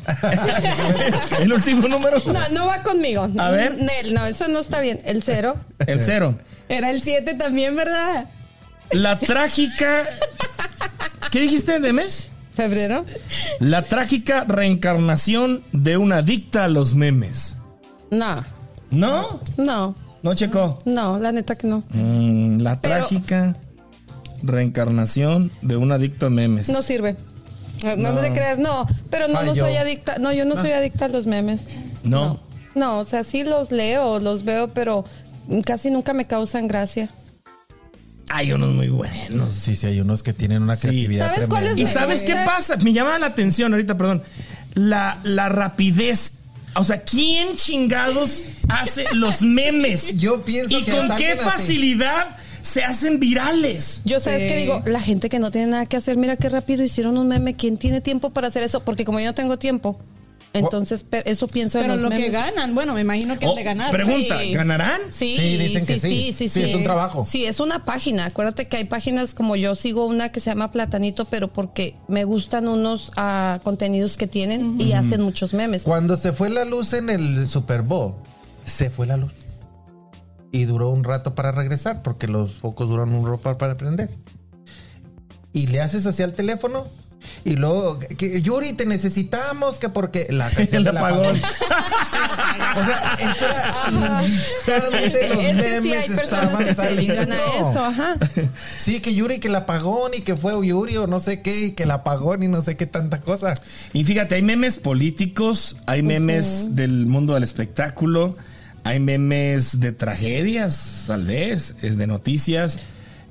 [SPEAKER 3] El último número.
[SPEAKER 5] No, no va conmigo.
[SPEAKER 3] A ver.
[SPEAKER 5] Nel, no, eso no está bien. El cero.
[SPEAKER 3] El cero.
[SPEAKER 4] Era el 7 también, ¿verdad?
[SPEAKER 3] La trágica. ¿Qué dijiste de mes?
[SPEAKER 5] Febrero.
[SPEAKER 3] La trágica reencarnación de una adicta a los memes.
[SPEAKER 5] No,
[SPEAKER 3] ¿No?
[SPEAKER 5] no,
[SPEAKER 3] ¿No, Checo?
[SPEAKER 5] no, la neta que no.
[SPEAKER 3] Mm, la
[SPEAKER 5] Pero-
[SPEAKER 3] trágica reencarnación de una adicta a memes.
[SPEAKER 5] No sirve. No, no te creas, no, pero no,
[SPEAKER 2] Ay,
[SPEAKER 5] no
[SPEAKER 2] yo.
[SPEAKER 5] soy adicta. No, yo no
[SPEAKER 3] Ah.
[SPEAKER 5] soy adicta a los memes.
[SPEAKER 3] No.
[SPEAKER 5] No, o sea, sí los leo, los veo, pero casi nunca me causan gracia.
[SPEAKER 3] Hay unos muy buenos.
[SPEAKER 2] Sí, sí, hay unos que tienen una creatividad
[SPEAKER 5] ¿Sabes cuál
[SPEAKER 2] tremenda.
[SPEAKER 5] es
[SPEAKER 3] ¿Y sabes qué pasa? Me llama la atención ahorita, perdón. La, la rapidez. O sea, ¿quién chingados hace los memes?
[SPEAKER 2] Yo pienso
[SPEAKER 3] ¿Y
[SPEAKER 2] que
[SPEAKER 3] con
[SPEAKER 2] es
[SPEAKER 3] qué
[SPEAKER 2] alguien así.
[SPEAKER 3] facilidad se hacen virales?
[SPEAKER 5] Yo sabes que digo, la gente que no tiene nada que hacer, mira qué rápido hicieron un meme. ¿Quién tiene tiempo para hacer eso? Porque como yo no tengo tiempo,
[SPEAKER 2] Oh.
[SPEAKER 5] entonces pe- eso pienso en
[SPEAKER 4] Pero
[SPEAKER 5] los
[SPEAKER 4] lo que
[SPEAKER 5] memes.
[SPEAKER 4] ganan, bueno, me imagino que
[SPEAKER 3] Oh,
[SPEAKER 4] han de ganar.
[SPEAKER 3] Pregunta,
[SPEAKER 5] Sí.
[SPEAKER 3] ¿ganarán?
[SPEAKER 5] Sí,
[SPEAKER 2] Sí, dicen que sí.
[SPEAKER 5] sí, sí,
[SPEAKER 2] Sí, es un trabajo.
[SPEAKER 5] Sí, es una página. Acuérdate que hay páginas como yo sigo una que se llama Platanito, pero porque me gustan unos ah, contenidos que tienen y hacen muchos memes.
[SPEAKER 2] Cuando se fue la luz en el Super Bowl, se fue la luz. Y duró un rato para regresar, porque los focos duran un rato para prender. Y le haces así al teléfono. Y luego, que, Yuri, te necesitamos, que porque la canción
[SPEAKER 3] El
[SPEAKER 2] del
[SPEAKER 3] apagón.
[SPEAKER 2] O sea, eso era literalmente los
[SPEAKER 5] Es que sí hay
[SPEAKER 2] memes
[SPEAKER 5] personas
[SPEAKER 2] estaban
[SPEAKER 5] que se dedican
[SPEAKER 2] saliendo.
[SPEAKER 5] a eso, ajá.
[SPEAKER 2] Sí, que Yuri, que el apagón y que fue Yuri o no sé qué, y que el apagón y no sé qué tanta cosa.
[SPEAKER 3] Y fíjate, hay memes políticos, hay memes del mundo del espectáculo, hay memes de tragedias, tal vez, es de noticias,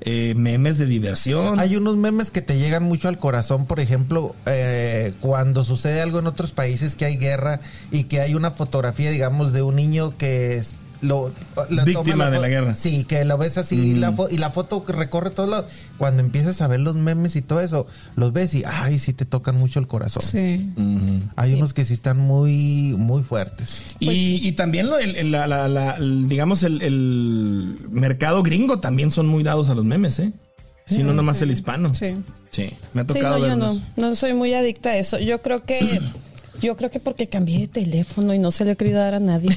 [SPEAKER 3] eh, memes de diversión.
[SPEAKER 2] Hay unos memes que te llegan mucho al corazón, por ejemplo, eh, cuando sucede algo en otros países que hay guerra y que hay una fotografía, digamos, de un niño que es lo, le
[SPEAKER 3] Víctima
[SPEAKER 2] toma
[SPEAKER 3] de
[SPEAKER 2] fo-
[SPEAKER 3] la guerra. Mm.
[SPEAKER 2] Sí, que lo ves así y, la fo- y la foto que recorre todos lados. Cuando empiezas a ver los memes y todo eso, los ves y, ay, sí te tocan mucho el corazón.
[SPEAKER 4] Sí.
[SPEAKER 2] Hay unos que sí están muy, muy fuertes.
[SPEAKER 5] pues
[SPEAKER 3] Y, y también, lo, el, el- la- la- la- el- digamos, el, el mercado gringo también son muy dados a los memes, ¿eh? Si no, nomás el hispano.
[SPEAKER 4] Sí.
[SPEAKER 3] Sí, me ha
[SPEAKER 5] Sí,
[SPEAKER 3] tocado
[SPEAKER 5] no, yo
[SPEAKER 3] verlos.
[SPEAKER 5] no, no soy muy adicta a eso. Yo creo que, yo creo que porque cambié de teléfono y no se le he querido dar a nadie.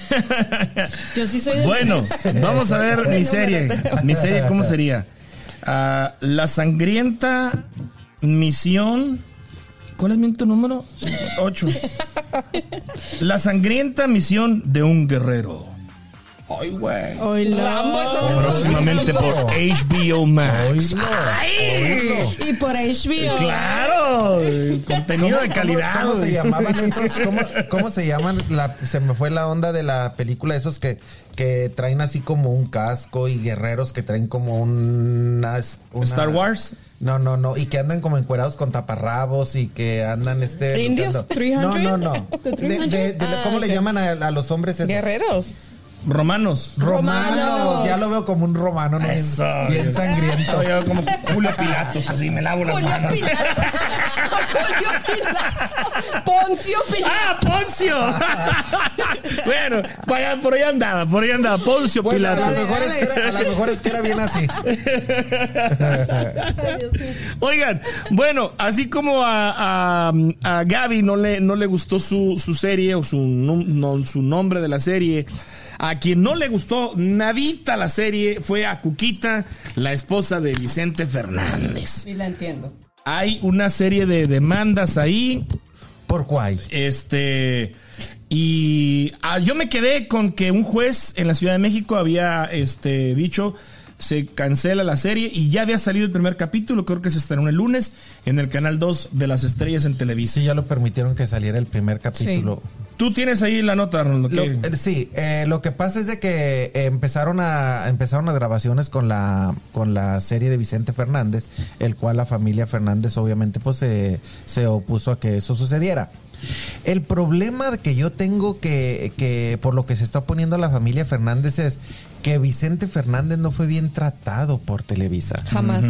[SPEAKER 4] Yo sí soy de
[SPEAKER 3] Bueno, vamos a ver mi serie. Mi serie, ¿cómo sería? Ah, la sangrienta misión. ¿Cuál es mi tu número? Ocho. La sangrienta misión de un guerrero. Ay, güey.
[SPEAKER 4] Oilo.
[SPEAKER 3] Próximamente por HBO Max.
[SPEAKER 2] Oílo,
[SPEAKER 3] ¡Ay!
[SPEAKER 4] Y por HBO.
[SPEAKER 3] Mm. Claro, contenido de
[SPEAKER 2] ¿Cómo-
[SPEAKER 3] calidad.
[SPEAKER 2] ¿Cómo, se
[SPEAKER 3] güey.
[SPEAKER 2] llamaban esos? ¿Cómo, cómo se llaman? La, se me fue la onda de la película, esos que, que traen así como un casco y guerreros que traen como una, una-
[SPEAKER 3] Star Wars.
[SPEAKER 2] No, no, no. Y que andan como encuerados con taparrabos y que andan este.
[SPEAKER 5] ¿Indios?
[SPEAKER 2] No,
[SPEAKER 4] 300?
[SPEAKER 2] no, no.
[SPEAKER 4] ¿De
[SPEAKER 2] De- de- de-
[SPEAKER 5] Ah,
[SPEAKER 2] ¿Cómo
[SPEAKER 5] ok.
[SPEAKER 2] le llaman a, a los hombres esos?
[SPEAKER 5] Guerreros.
[SPEAKER 3] Romanos.
[SPEAKER 2] Romanos.
[SPEAKER 5] Romanos.
[SPEAKER 2] Ya lo veo como un romano, ¿no? Bien-
[SPEAKER 3] Eso.
[SPEAKER 2] Bien, sangriento.
[SPEAKER 3] Yo como Julio Pilatos, así me lavo las
[SPEAKER 5] Julio
[SPEAKER 3] manos.
[SPEAKER 5] Pilato. Julio Pilato. Poncio Pilato.
[SPEAKER 3] ¡Ah, Poncio! bueno, por allá, por allá andaba, por allá andaba, Poncio
[SPEAKER 2] Bueno, a lo,
[SPEAKER 3] Pilato.
[SPEAKER 2] mejor es que era, a lo mejor es que era bien así.
[SPEAKER 3] Oigan, bueno, así como a, a, a Gaby no le, no le gustó su, su serie o su, nom- no- su nombre de la serie, A quien no le gustó nadita la serie fue a Cuquita, la esposa de Vicente Fernández.
[SPEAKER 5] Sí, la entiendo.
[SPEAKER 3] Hay una serie de demandas ahí.
[SPEAKER 2] ¿Por cuál?
[SPEAKER 3] Este. Y ah, yo me quedé con que un juez en la Ciudad de México había este, dicho se cancela la serie y ya había salido el primer capítulo, creo que se estrenó el lunes en el canal 2 de las estrellas en Televisa.
[SPEAKER 2] Sí, ya lo permitieron que saliera el primer capítulo.
[SPEAKER 3] Tú tienes ahí la nota, Arnoldo.
[SPEAKER 2] Lo-
[SPEAKER 3] ¿qué?
[SPEAKER 2] eh, sí, eh, lo que pasa es de que eh, empezaron a empezaron las grabaciones con la con la serie de Vicente Fernández, el cual la familia Fernández obviamente pues se, se opuso a que eso sucediera. El problema que yo tengo que, que por lo que se está poniendo la familia Fernández es que Vicente Fernández no fue bien tratado por Televisa.
[SPEAKER 5] Jamás.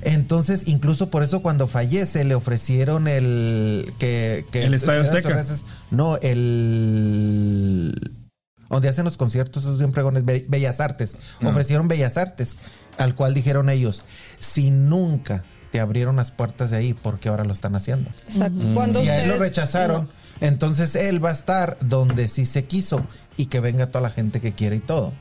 [SPEAKER 2] Entonces, incluso por eso cuando fallece le ofrecieron el que, que-
[SPEAKER 3] El Estadio
[SPEAKER 2] eran
[SPEAKER 3] Azteca.
[SPEAKER 2] sorpresas. No, el donde hacen los conciertos, esos bien pregones, Be- Bellas Artes.
[SPEAKER 3] Ah.
[SPEAKER 2] Ofrecieron Bellas Artes, al cual dijeron ellos, si nunca te abrieron las puertas de ahí, porque ahora lo están haciendo.
[SPEAKER 5] Exacto. Cuando
[SPEAKER 2] Y a él lo
[SPEAKER 5] ustedes-
[SPEAKER 2] rechazaron, entonces él va a estar donde sí se quiso y que venga toda la gente que quiere y todo.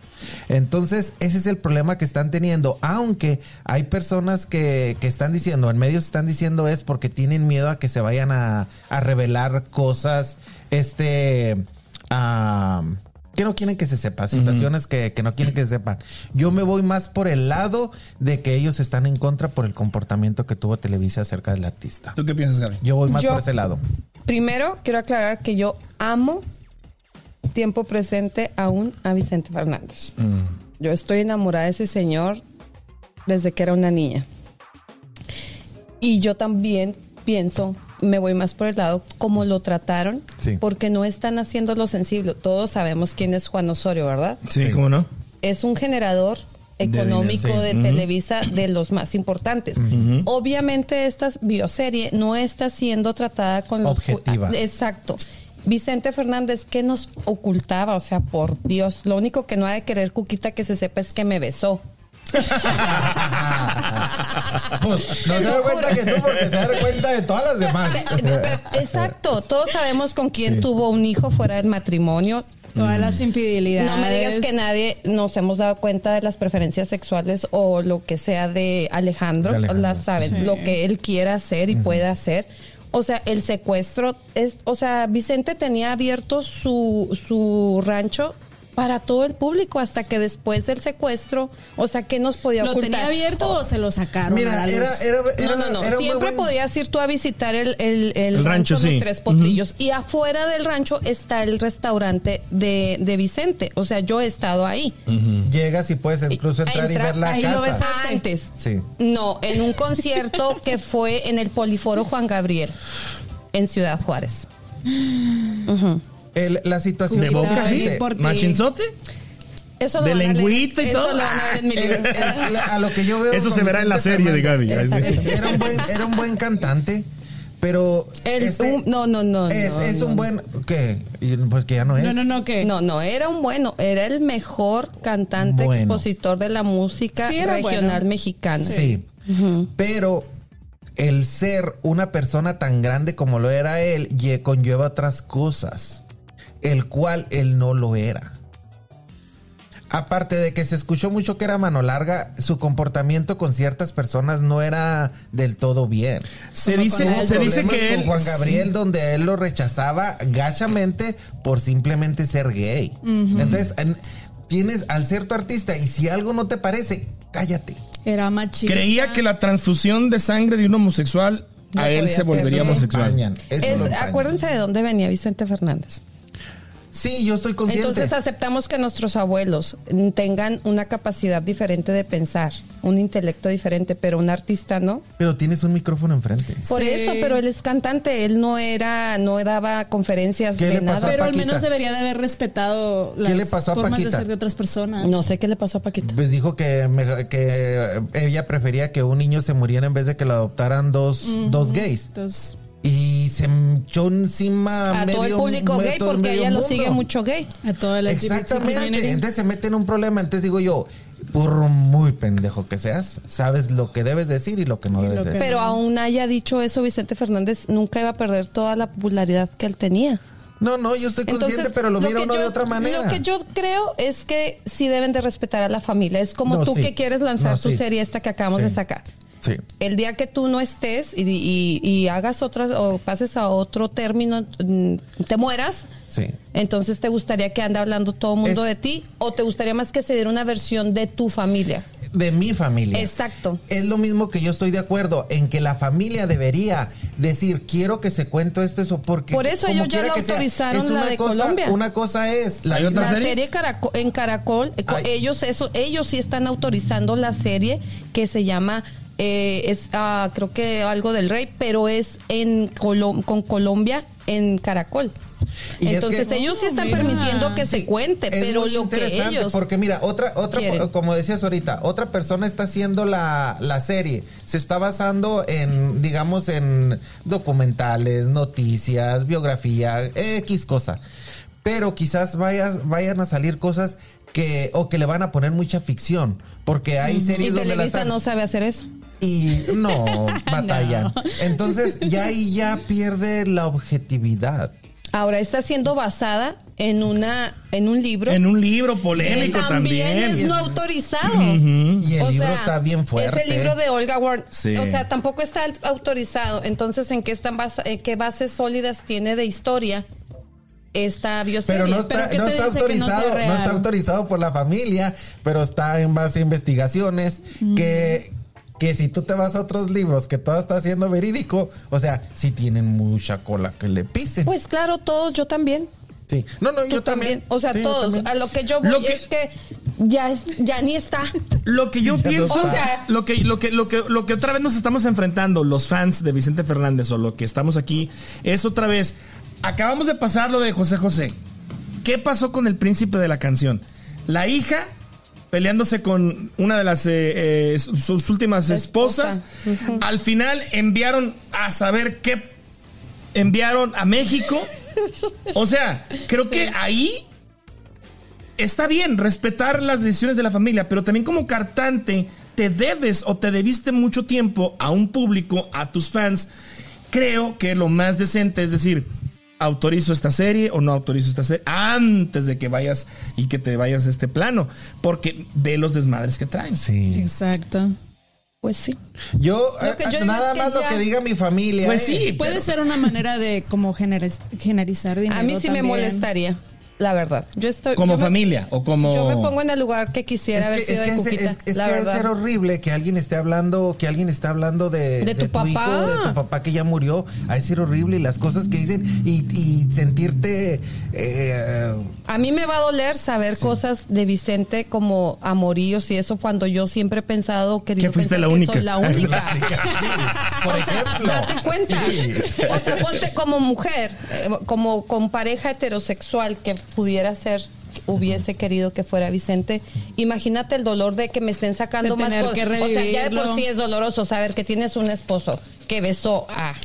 [SPEAKER 2] Entonces, ese es el problema que están teniendo. Aunque hay personas que, que están diciendo, en medios están diciendo es porque tienen miedo a que se vayan a, a revelar cosas, este, ah, que no quieren que se sepa, situaciones que, que no quieren que se sepan. Yo me voy más por el lado de que ellos están en contra por el comportamiento que tuvo Televisa acerca del artista.
[SPEAKER 3] ¿Tú qué piensas, Gaby?
[SPEAKER 2] Yo voy más
[SPEAKER 5] Yo-
[SPEAKER 2] por ese lado.
[SPEAKER 5] Primero, quiero aclarar que yo amo tiempo presente aún a Vicente Fernández. Yo estoy enamorada de ese señor desde que era una niña. Y yo también pienso, me voy más por el lado, cómo lo trataron,
[SPEAKER 2] Sí.
[SPEAKER 5] porque no están haciendo lo sensible. Todos sabemos quién es Juan Osorio, ¿verdad?
[SPEAKER 3] Sí, ¿cómo no?
[SPEAKER 5] es un generador
[SPEAKER 3] dinero,
[SPEAKER 5] económico
[SPEAKER 3] sí.
[SPEAKER 5] de
[SPEAKER 3] Ujú.
[SPEAKER 5] Televisa de los más importantes. Obviamente esta bioserie no está siendo tratada con los ju-
[SPEAKER 2] Objetiva.
[SPEAKER 5] Exacto. Vicente Fernández, ¿qué nos ocultaba? O sea, por Dios, lo único que no ha de querer Cuquita que se sepa es que me besó.
[SPEAKER 2] Pues no
[SPEAKER 5] Te
[SPEAKER 2] se
[SPEAKER 5] lo
[SPEAKER 2] da cuenta
[SPEAKER 5] juro.
[SPEAKER 2] que tú, porque se da cuenta de todas las demás.
[SPEAKER 5] Exacto, todos sabemos con quién tuvo un hijo fuera del matrimonio.
[SPEAKER 4] Todas
[SPEAKER 3] Mm.
[SPEAKER 4] las infidelidades.
[SPEAKER 5] No me digas que nadie nos hemos dado cuenta de las preferencias sexuales o lo que sea de Alejandro,
[SPEAKER 2] De Alejandro.
[SPEAKER 5] las saben,
[SPEAKER 4] Sí.
[SPEAKER 5] lo que él quiera hacer y pueda hacer. O sea, el secuestro es, o sea, Vicente tenía abierto su, su rancho para todo el público hasta que después del secuestro, o sea, ¿qué nos podía
[SPEAKER 4] ¿Lo
[SPEAKER 5] ocultar?
[SPEAKER 4] tenía abierto o se lo sacaron? a
[SPEAKER 2] Mira,
[SPEAKER 4] la
[SPEAKER 2] era,
[SPEAKER 4] luz?
[SPEAKER 2] era,
[SPEAKER 5] No,
[SPEAKER 2] era,
[SPEAKER 5] no, no.
[SPEAKER 2] era un muy
[SPEAKER 5] Siempre
[SPEAKER 2] buen-
[SPEAKER 5] podías ir tú a visitar el, el, el
[SPEAKER 3] El rancho,
[SPEAKER 5] de los
[SPEAKER 3] sí.
[SPEAKER 5] tres potrillos. Y afuera del rancho está el restaurante de, de Vicente. O sea, yo he estado ahí.
[SPEAKER 2] Llegas y puedes incluso entrar
[SPEAKER 5] Entra-
[SPEAKER 2] y ver la
[SPEAKER 4] ahí lo ves
[SPEAKER 2] casa.
[SPEAKER 4] a- ¿Besaste?
[SPEAKER 5] Antes.
[SPEAKER 2] Sí.
[SPEAKER 5] No, en un concierto que fue en el Poliforo Juan Gabriel, en Ciudad Juárez.
[SPEAKER 2] El- la situación.
[SPEAKER 3] ¿De boca, sí?
[SPEAKER 4] Por ti.
[SPEAKER 3] ¿Machinzote?
[SPEAKER 5] Eso lo
[SPEAKER 3] De
[SPEAKER 5] van a leer-
[SPEAKER 3] lengüita y
[SPEAKER 5] eso
[SPEAKER 3] todo.
[SPEAKER 5] lo van a leer en mi
[SPEAKER 2] El-
[SPEAKER 5] libro.
[SPEAKER 2] el- a lo que yo veo.
[SPEAKER 3] Eso
[SPEAKER 2] con
[SPEAKER 3] se verá en la
[SPEAKER 2] Vicente
[SPEAKER 3] serie de
[SPEAKER 2] Fernández,
[SPEAKER 3] Gaby.
[SPEAKER 5] Ahí sí.
[SPEAKER 2] es- Era un buen, era un buen cantante, pero. este
[SPEAKER 5] El- un- no, no, no,
[SPEAKER 2] Es,
[SPEAKER 5] no,
[SPEAKER 2] es
[SPEAKER 5] no.
[SPEAKER 2] un buen. ¿Qué? Y, Pues que ya no es.
[SPEAKER 4] No, no, no, que.
[SPEAKER 5] No, no, era un bueno, era el mejor cantante
[SPEAKER 2] Bueno.
[SPEAKER 5] expositor de la música
[SPEAKER 4] Sí, era
[SPEAKER 5] regional
[SPEAKER 4] bueno.
[SPEAKER 5] mexicana.
[SPEAKER 2] Sí. Pero el ser una persona tan grande como lo era él lle- conlleva otras cosas, el cual él no lo era. Aparte de que se escuchó mucho que era mano larga, su comportamiento con ciertas personas no era del todo bien.
[SPEAKER 3] Se
[SPEAKER 4] Como
[SPEAKER 3] dice,
[SPEAKER 4] con-
[SPEAKER 3] se dice
[SPEAKER 2] Problemas
[SPEAKER 3] que
[SPEAKER 2] con
[SPEAKER 3] él.
[SPEAKER 2] Juan Gabriel,
[SPEAKER 3] sí.
[SPEAKER 2] donde él lo rechazaba gachamente por simplemente ser gay. Entonces, en- tienes al ser tu artista y si algo no te parece, cállate.
[SPEAKER 4] Era machista.
[SPEAKER 3] Creía que la transfusión de sangre de un homosexual
[SPEAKER 5] No
[SPEAKER 3] a él
[SPEAKER 5] podía
[SPEAKER 3] se volvería
[SPEAKER 5] ser, sí.
[SPEAKER 3] homosexual.
[SPEAKER 2] Empañan, eso
[SPEAKER 5] Es-
[SPEAKER 2] lo empañan.
[SPEAKER 5] acuérdense de dónde venía Vicente Fernández.
[SPEAKER 2] Sí, yo estoy consciente.
[SPEAKER 5] Entonces aceptamos que nuestros abuelos mm, tengan una capacidad diferente de pensar, un intelecto diferente, pero un artista no.
[SPEAKER 2] pero tienes un micrófono enfrente.
[SPEAKER 5] Por
[SPEAKER 4] Sí.
[SPEAKER 5] eso, pero él es cantante, él no era, no daba conferencias
[SPEAKER 2] ¿Qué
[SPEAKER 5] de
[SPEAKER 2] le pasó?
[SPEAKER 5] nada.
[SPEAKER 4] Pero al
[SPEAKER 2] Paquita.
[SPEAKER 4] menos debería de haber respetado las
[SPEAKER 2] ¿Qué le pasó a
[SPEAKER 4] formas de
[SPEAKER 2] Paquita?
[SPEAKER 4] ser de otras personas.
[SPEAKER 5] No sé qué le pasó a Paquito.
[SPEAKER 2] Pues dijo que, me- que ella prefería que un niño se muriera en vez de que lo adoptaran dos, dos gays.
[SPEAKER 4] Entonces,
[SPEAKER 2] Y se echó encima
[SPEAKER 5] A todo el
[SPEAKER 2] medio-
[SPEAKER 5] público
[SPEAKER 2] medio-
[SPEAKER 5] gay,
[SPEAKER 2] todo el
[SPEAKER 5] porque
[SPEAKER 2] medio
[SPEAKER 5] ella lo
[SPEAKER 2] mundo.
[SPEAKER 5] sigue mucho gay.
[SPEAKER 4] a toda la LGBT
[SPEAKER 2] Exactamente.
[SPEAKER 4] community.
[SPEAKER 2] Entonces se mete en un problema. Entonces digo yo, por muy pendejo que seas, sabes lo que debes decir y lo que no
[SPEAKER 4] lo
[SPEAKER 2] debes
[SPEAKER 4] que
[SPEAKER 2] decir.
[SPEAKER 5] Pero aún haya dicho eso, Vicente Fernández nunca iba a perder toda la popularidad que él tenía.
[SPEAKER 2] No, no, yo estoy consciente, pero lo, mira
[SPEAKER 5] que
[SPEAKER 2] uno
[SPEAKER 5] yo-
[SPEAKER 2] de otra manera.
[SPEAKER 5] Lo que yo creo es que sí deben de respetar a la familia. Es como
[SPEAKER 2] No,
[SPEAKER 5] tú
[SPEAKER 2] sí.
[SPEAKER 5] que quieres lanzar
[SPEAKER 2] No,
[SPEAKER 5] tu
[SPEAKER 2] sí.
[SPEAKER 5] serie esta que acabamos
[SPEAKER 2] Sí.
[SPEAKER 5] de sacar.
[SPEAKER 2] Sí.
[SPEAKER 5] El día que tú no estés y, y- y hagas otras o pases a otro término, mm, te mueras,
[SPEAKER 2] Sí.
[SPEAKER 5] entonces te gustaría que ande hablando todo el mundo
[SPEAKER 2] Es-
[SPEAKER 5] de ti o te gustaría más que se diera una versión de tu familia.
[SPEAKER 2] de mi familia.
[SPEAKER 5] Exacto.
[SPEAKER 2] Es lo mismo que yo estoy de acuerdo en que la familia debería decir, quiero que se cuente esto, eso, porque.
[SPEAKER 5] Por eso
[SPEAKER 2] como
[SPEAKER 5] ellos ya
[SPEAKER 2] quiera
[SPEAKER 5] la
[SPEAKER 2] que sea,
[SPEAKER 5] autorizaron,
[SPEAKER 2] es
[SPEAKER 5] la
[SPEAKER 2] una
[SPEAKER 5] de
[SPEAKER 2] cosa-
[SPEAKER 5] Colombia.
[SPEAKER 2] Una cosa es
[SPEAKER 3] Hay
[SPEAKER 2] la
[SPEAKER 3] otra
[SPEAKER 5] La
[SPEAKER 3] serie?
[SPEAKER 5] serie, Caraco- en Caracol, eh, co-
[SPEAKER 2] Ay.
[SPEAKER 5] ellos eso, ellos sí están autorizando la serie que se llama eh, es ah, creo que algo del rey, pero es en Colom- con Colombia en Caracol.
[SPEAKER 2] Y es
[SPEAKER 5] Entonces
[SPEAKER 2] que-
[SPEAKER 5] ellos sí están
[SPEAKER 4] Mira.
[SPEAKER 5] permitiendo que se cuente,
[SPEAKER 2] Ah, Es
[SPEAKER 5] pero
[SPEAKER 2] muy
[SPEAKER 5] lo que
[SPEAKER 2] interesante,
[SPEAKER 5] ellos
[SPEAKER 2] porque mira otra otra
[SPEAKER 5] quieren.
[SPEAKER 2] como decías ahorita otra persona está haciendo la, la serie se está basando en digamos en documentales noticias biografía x cosa pero quizás vayas vayan a salir cosas que o que le van a poner mucha ficción porque hay series
[SPEAKER 5] y
[SPEAKER 2] donde la
[SPEAKER 5] Televisa
[SPEAKER 2] están
[SPEAKER 5] no sabe hacer eso.
[SPEAKER 2] y no batallan entonces ya ahí ya pierde la objetividad
[SPEAKER 5] Ahora está siendo basada en una en un libro.
[SPEAKER 3] En un libro
[SPEAKER 5] que
[SPEAKER 3] polémico
[SPEAKER 5] es
[SPEAKER 3] también.
[SPEAKER 5] no autorizado.
[SPEAKER 2] y el libro está bien fuerte
[SPEAKER 5] Es el libro de Olga Ward.
[SPEAKER 3] Sí.
[SPEAKER 5] O sea, tampoco está al- autorizado. Entonces, ¿en qué, están basa- eh, qué bases sólidas tiene de historia esta bioserie?
[SPEAKER 2] Pero no
[SPEAKER 4] ¿Pero
[SPEAKER 2] está,
[SPEAKER 4] qué
[SPEAKER 2] no
[SPEAKER 4] te
[SPEAKER 2] está
[SPEAKER 4] dice que no sea
[SPEAKER 2] autorizado, no,
[SPEAKER 4] real?
[SPEAKER 2] está autorizado por la familia, pero está en base a investigaciones
[SPEAKER 5] Mm.
[SPEAKER 2] que, que si tú te vas a otros libros que todo está siendo verídico, o sea, si tienen mucha cola que le pisen.
[SPEAKER 5] Pues claro, todos, yo también.
[SPEAKER 2] sí. No, no,
[SPEAKER 5] Tú
[SPEAKER 2] yo
[SPEAKER 5] también.
[SPEAKER 2] también.
[SPEAKER 5] O sea,
[SPEAKER 2] Sí, yo
[SPEAKER 5] todos.
[SPEAKER 2] también.
[SPEAKER 5] A lo que yo voy
[SPEAKER 3] Lo que-
[SPEAKER 5] es que ya, es, ya ni está.
[SPEAKER 3] Lo que yo
[SPEAKER 2] Ya no
[SPEAKER 3] pienso,
[SPEAKER 2] está.
[SPEAKER 3] o sea, lo que, lo que, lo que, lo que otra vez nos estamos enfrentando, los fans de Vicente Fernández o lo que estamos aquí, es otra vez. Acabamos de pasar lo de José José. ¿Qué pasó con el príncipe de la canción? La hija peleándose con una de las eh, eh, sus- sus últimas
[SPEAKER 5] La
[SPEAKER 3] esposas.
[SPEAKER 5] esposa.
[SPEAKER 3] Al final enviaron a saber qué enviaron a México. O sea, creo que ahí está bien respetar las decisiones de la familia, pero también como cartante te debes o te debiste mucho tiempo a un público, a tus fans. Creo que lo más decente es decir, autorizo esta serie o no autorizo esta serie antes de que vayas y que te vayas a este plano, porque ve los desmadres que traen.
[SPEAKER 2] Sí.
[SPEAKER 4] Exacto.
[SPEAKER 5] Pues sí.
[SPEAKER 2] Yo,
[SPEAKER 5] Lo que yo
[SPEAKER 2] eh,
[SPEAKER 5] digo
[SPEAKER 2] nada
[SPEAKER 5] es que
[SPEAKER 2] más lo
[SPEAKER 5] ya-
[SPEAKER 2] que diga mi familia.
[SPEAKER 3] Pues
[SPEAKER 2] eh.
[SPEAKER 3] sí,
[SPEAKER 4] Puede
[SPEAKER 3] pero-
[SPEAKER 4] ser una manera de como generis- generalizar dinero.
[SPEAKER 5] A mí sí me
[SPEAKER 4] también.
[SPEAKER 5] molestaría. La verdad. Yo estoy.
[SPEAKER 3] como
[SPEAKER 5] yo me-
[SPEAKER 3] familia o como
[SPEAKER 5] Yo me pongo en el lugar que
[SPEAKER 2] Es
[SPEAKER 5] quisiera
[SPEAKER 2] que,
[SPEAKER 5] haber
[SPEAKER 2] es
[SPEAKER 5] sido
[SPEAKER 2] que
[SPEAKER 5] de
[SPEAKER 2] es-
[SPEAKER 5] Cuquita.
[SPEAKER 2] es- es
[SPEAKER 5] la
[SPEAKER 2] que debe
[SPEAKER 5] verdad.
[SPEAKER 2] ser horrible que alguien esté hablando, que alguien esté hablando de,
[SPEAKER 5] De tu papá.
[SPEAKER 2] hijo, de tu papá que ya murió. Ha de ser horrible y las cosas que dicen y, y sentirte eh,
[SPEAKER 5] A mí me va a doler saber cosas de Vicente como amoríos y eso cuando yo siempre he pensado que
[SPEAKER 3] Que fuiste la única.
[SPEAKER 5] soy la única.
[SPEAKER 2] por
[SPEAKER 5] o sea,
[SPEAKER 2] ejemplo.
[SPEAKER 5] date cuenta.
[SPEAKER 2] Sí.
[SPEAKER 5] O sea, ponte como mujer, eh, como con pareja heterosexual que pudiera ser hubiese querido que fuera Vicente. Imagínate el dolor de que me estén sacando
[SPEAKER 4] De
[SPEAKER 5] más
[SPEAKER 4] tener
[SPEAKER 5] cosas.
[SPEAKER 4] que
[SPEAKER 5] o sea, ya de por
[SPEAKER 4] revivirlo.
[SPEAKER 5] sí es doloroso saber que tienes un esposo que besó a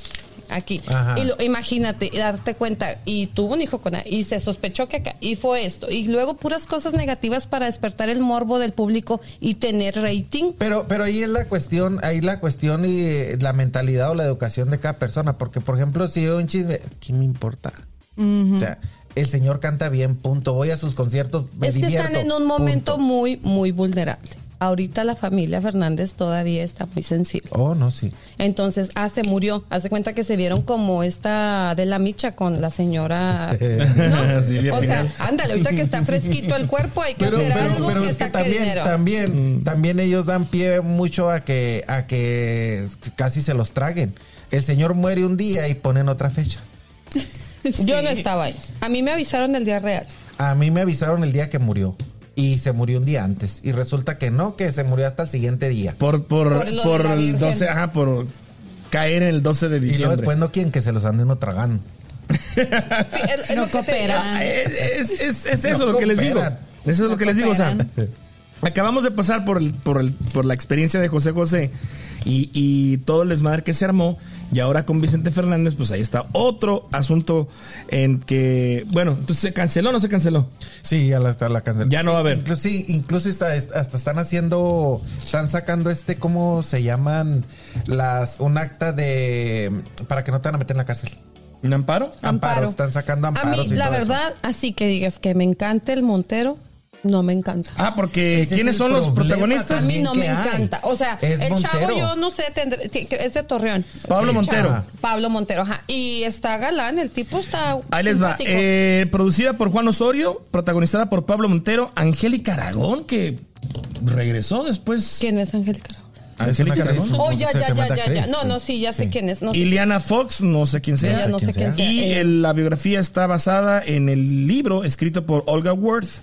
[SPEAKER 5] aquí.
[SPEAKER 2] Ajá.
[SPEAKER 5] Y lo- imagínate, y darte cuenta, y tuvo un hijo con a- y se sospechó que acá, y fue esto. Y luego puras cosas negativas para despertar el morbo del público y tener rating.
[SPEAKER 2] Pero, pero ahí es la cuestión, ahí la cuestión y eh, la mentalidad o la educación de cada persona. Porque, por ejemplo, si yo un chisme, ¿qué me importa? O sea, el señor canta bien, punto. Voy a sus conciertos, me
[SPEAKER 5] es que están
[SPEAKER 2] divierto,
[SPEAKER 5] en un momento
[SPEAKER 2] punto.
[SPEAKER 5] muy, muy vulnerable. Ahorita la familia Fernández todavía está muy sensible.
[SPEAKER 2] Oh, no, sí.
[SPEAKER 5] Entonces, ah, se murió. Hace cuenta que se vieron como esta de la micha con la señora.
[SPEAKER 2] Eh,
[SPEAKER 5] ¿no?
[SPEAKER 3] Silvia
[SPEAKER 5] o
[SPEAKER 3] Pinal.
[SPEAKER 5] sea, ándale, ahorita que está fresquito el cuerpo, hay que
[SPEAKER 2] pero,
[SPEAKER 5] hacer
[SPEAKER 2] pero-
[SPEAKER 5] algo
[SPEAKER 2] pero
[SPEAKER 5] que
[SPEAKER 2] es que
[SPEAKER 5] saque
[SPEAKER 2] también,
[SPEAKER 5] dinero.
[SPEAKER 2] también, también ellos dan pie mucho a que, a que casi se los traguen. El señor muere un día y ponen otra fecha.
[SPEAKER 5] Yo no estaba ahí. A mí me avisaron el día real.
[SPEAKER 2] A mí me avisaron el día que murió y se murió un día antes y resulta que no, que se murió hasta el siguiente día.
[SPEAKER 3] por por
[SPEAKER 5] Por lo de
[SPEAKER 3] por
[SPEAKER 5] la
[SPEAKER 3] el
[SPEAKER 5] Virgen.
[SPEAKER 3] 12, ajá, por caer en el 12 de
[SPEAKER 2] Y luego
[SPEAKER 3] diciembre.
[SPEAKER 2] después no quieren que se los anden no tragando.
[SPEAKER 5] Sí, es- es
[SPEAKER 4] No
[SPEAKER 5] lo que te
[SPEAKER 4] coopera.
[SPEAKER 3] Ah, Es, es- es- es eso
[SPEAKER 2] No
[SPEAKER 3] lo que les digo.
[SPEAKER 2] cooperan.
[SPEAKER 3] Eso es lo
[SPEAKER 4] No
[SPEAKER 3] que les digo. O sea,
[SPEAKER 4] cooperan.
[SPEAKER 3] acabamos de pasar por, el- por, el- por la experiencia de José José y, y todo el desmadre que se armó. Y ahora con Vicente Fernández, pues ahí está otro asunto en que, bueno, entonces se canceló o no se canceló.
[SPEAKER 2] Sí, ya la está la cancelaron.
[SPEAKER 3] Ya no va a haber.
[SPEAKER 2] Incluso, sí, incluso está- hasta están haciendo, están sacando este, ¿cómo se llaman? Las, un acta de, para que no te van a meter en la cárcel.
[SPEAKER 3] ¿Un amparo?
[SPEAKER 2] Amparo, están
[SPEAKER 5] A
[SPEAKER 2] sacando amparos
[SPEAKER 5] mí,
[SPEAKER 2] y
[SPEAKER 5] la
[SPEAKER 2] todo eso.
[SPEAKER 5] verdad, así que digas que me encanta el Montero, no me encanta.
[SPEAKER 3] Ah, porque
[SPEAKER 2] Ese es
[SPEAKER 3] ¿quiénes
[SPEAKER 2] el
[SPEAKER 3] son los
[SPEAKER 2] problema
[SPEAKER 5] A
[SPEAKER 3] protagonistas?
[SPEAKER 5] mí
[SPEAKER 2] también
[SPEAKER 5] no
[SPEAKER 2] que
[SPEAKER 5] me
[SPEAKER 2] hay.
[SPEAKER 5] encanta. O sea,
[SPEAKER 2] Es
[SPEAKER 5] el
[SPEAKER 2] Montero.
[SPEAKER 5] chavo yo no sé, tendré- ti- es de Torreón.
[SPEAKER 3] Pablo
[SPEAKER 5] El
[SPEAKER 3] Montero.
[SPEAKER 2] Ah.
[SPEAKER 5] chavo. Pablo Montero, ajá. Y está galán, el tipo está
[SPEAKER 3] Ahí les va.
[SPEAKER 5] simpático.
[SPEAKER 3] Eh, producida por Juan Osorio, protagonizada por Pablo Montero, Angélica Aragón, que regresó después.
[SPEAKER 5] ¿Quién es Angélica?
[SPEAKER 3] Angélica
[SPEAKER 2] Es una
[SPEAKER 3] Aragón.
[SPEAKER 2] actriz,
[SPEAKER 5] Oh, ya,
[SPEAKER 2] se
[SPEAKER 5] ya, ya,
[SPEAKER 2] llama
[SPEAKER 5] ya, ya.
[SPEAKER 2] actriz,
[SPEAKER 5] No,
[SPEAKER 2] sí.
[SPEAKER 5] no, sí, ya sé quién es. No sé.
[SPEAKER 3] Ileana Fox, no sé quién sea.
[SPEAKER 5] Ya no sé quién sea.
[SPEAKER 3] Y
[SPEAKER 5] Eh,
[SPEAKER 3] el- la biografía está basada en el libro escrito por Olga Worth.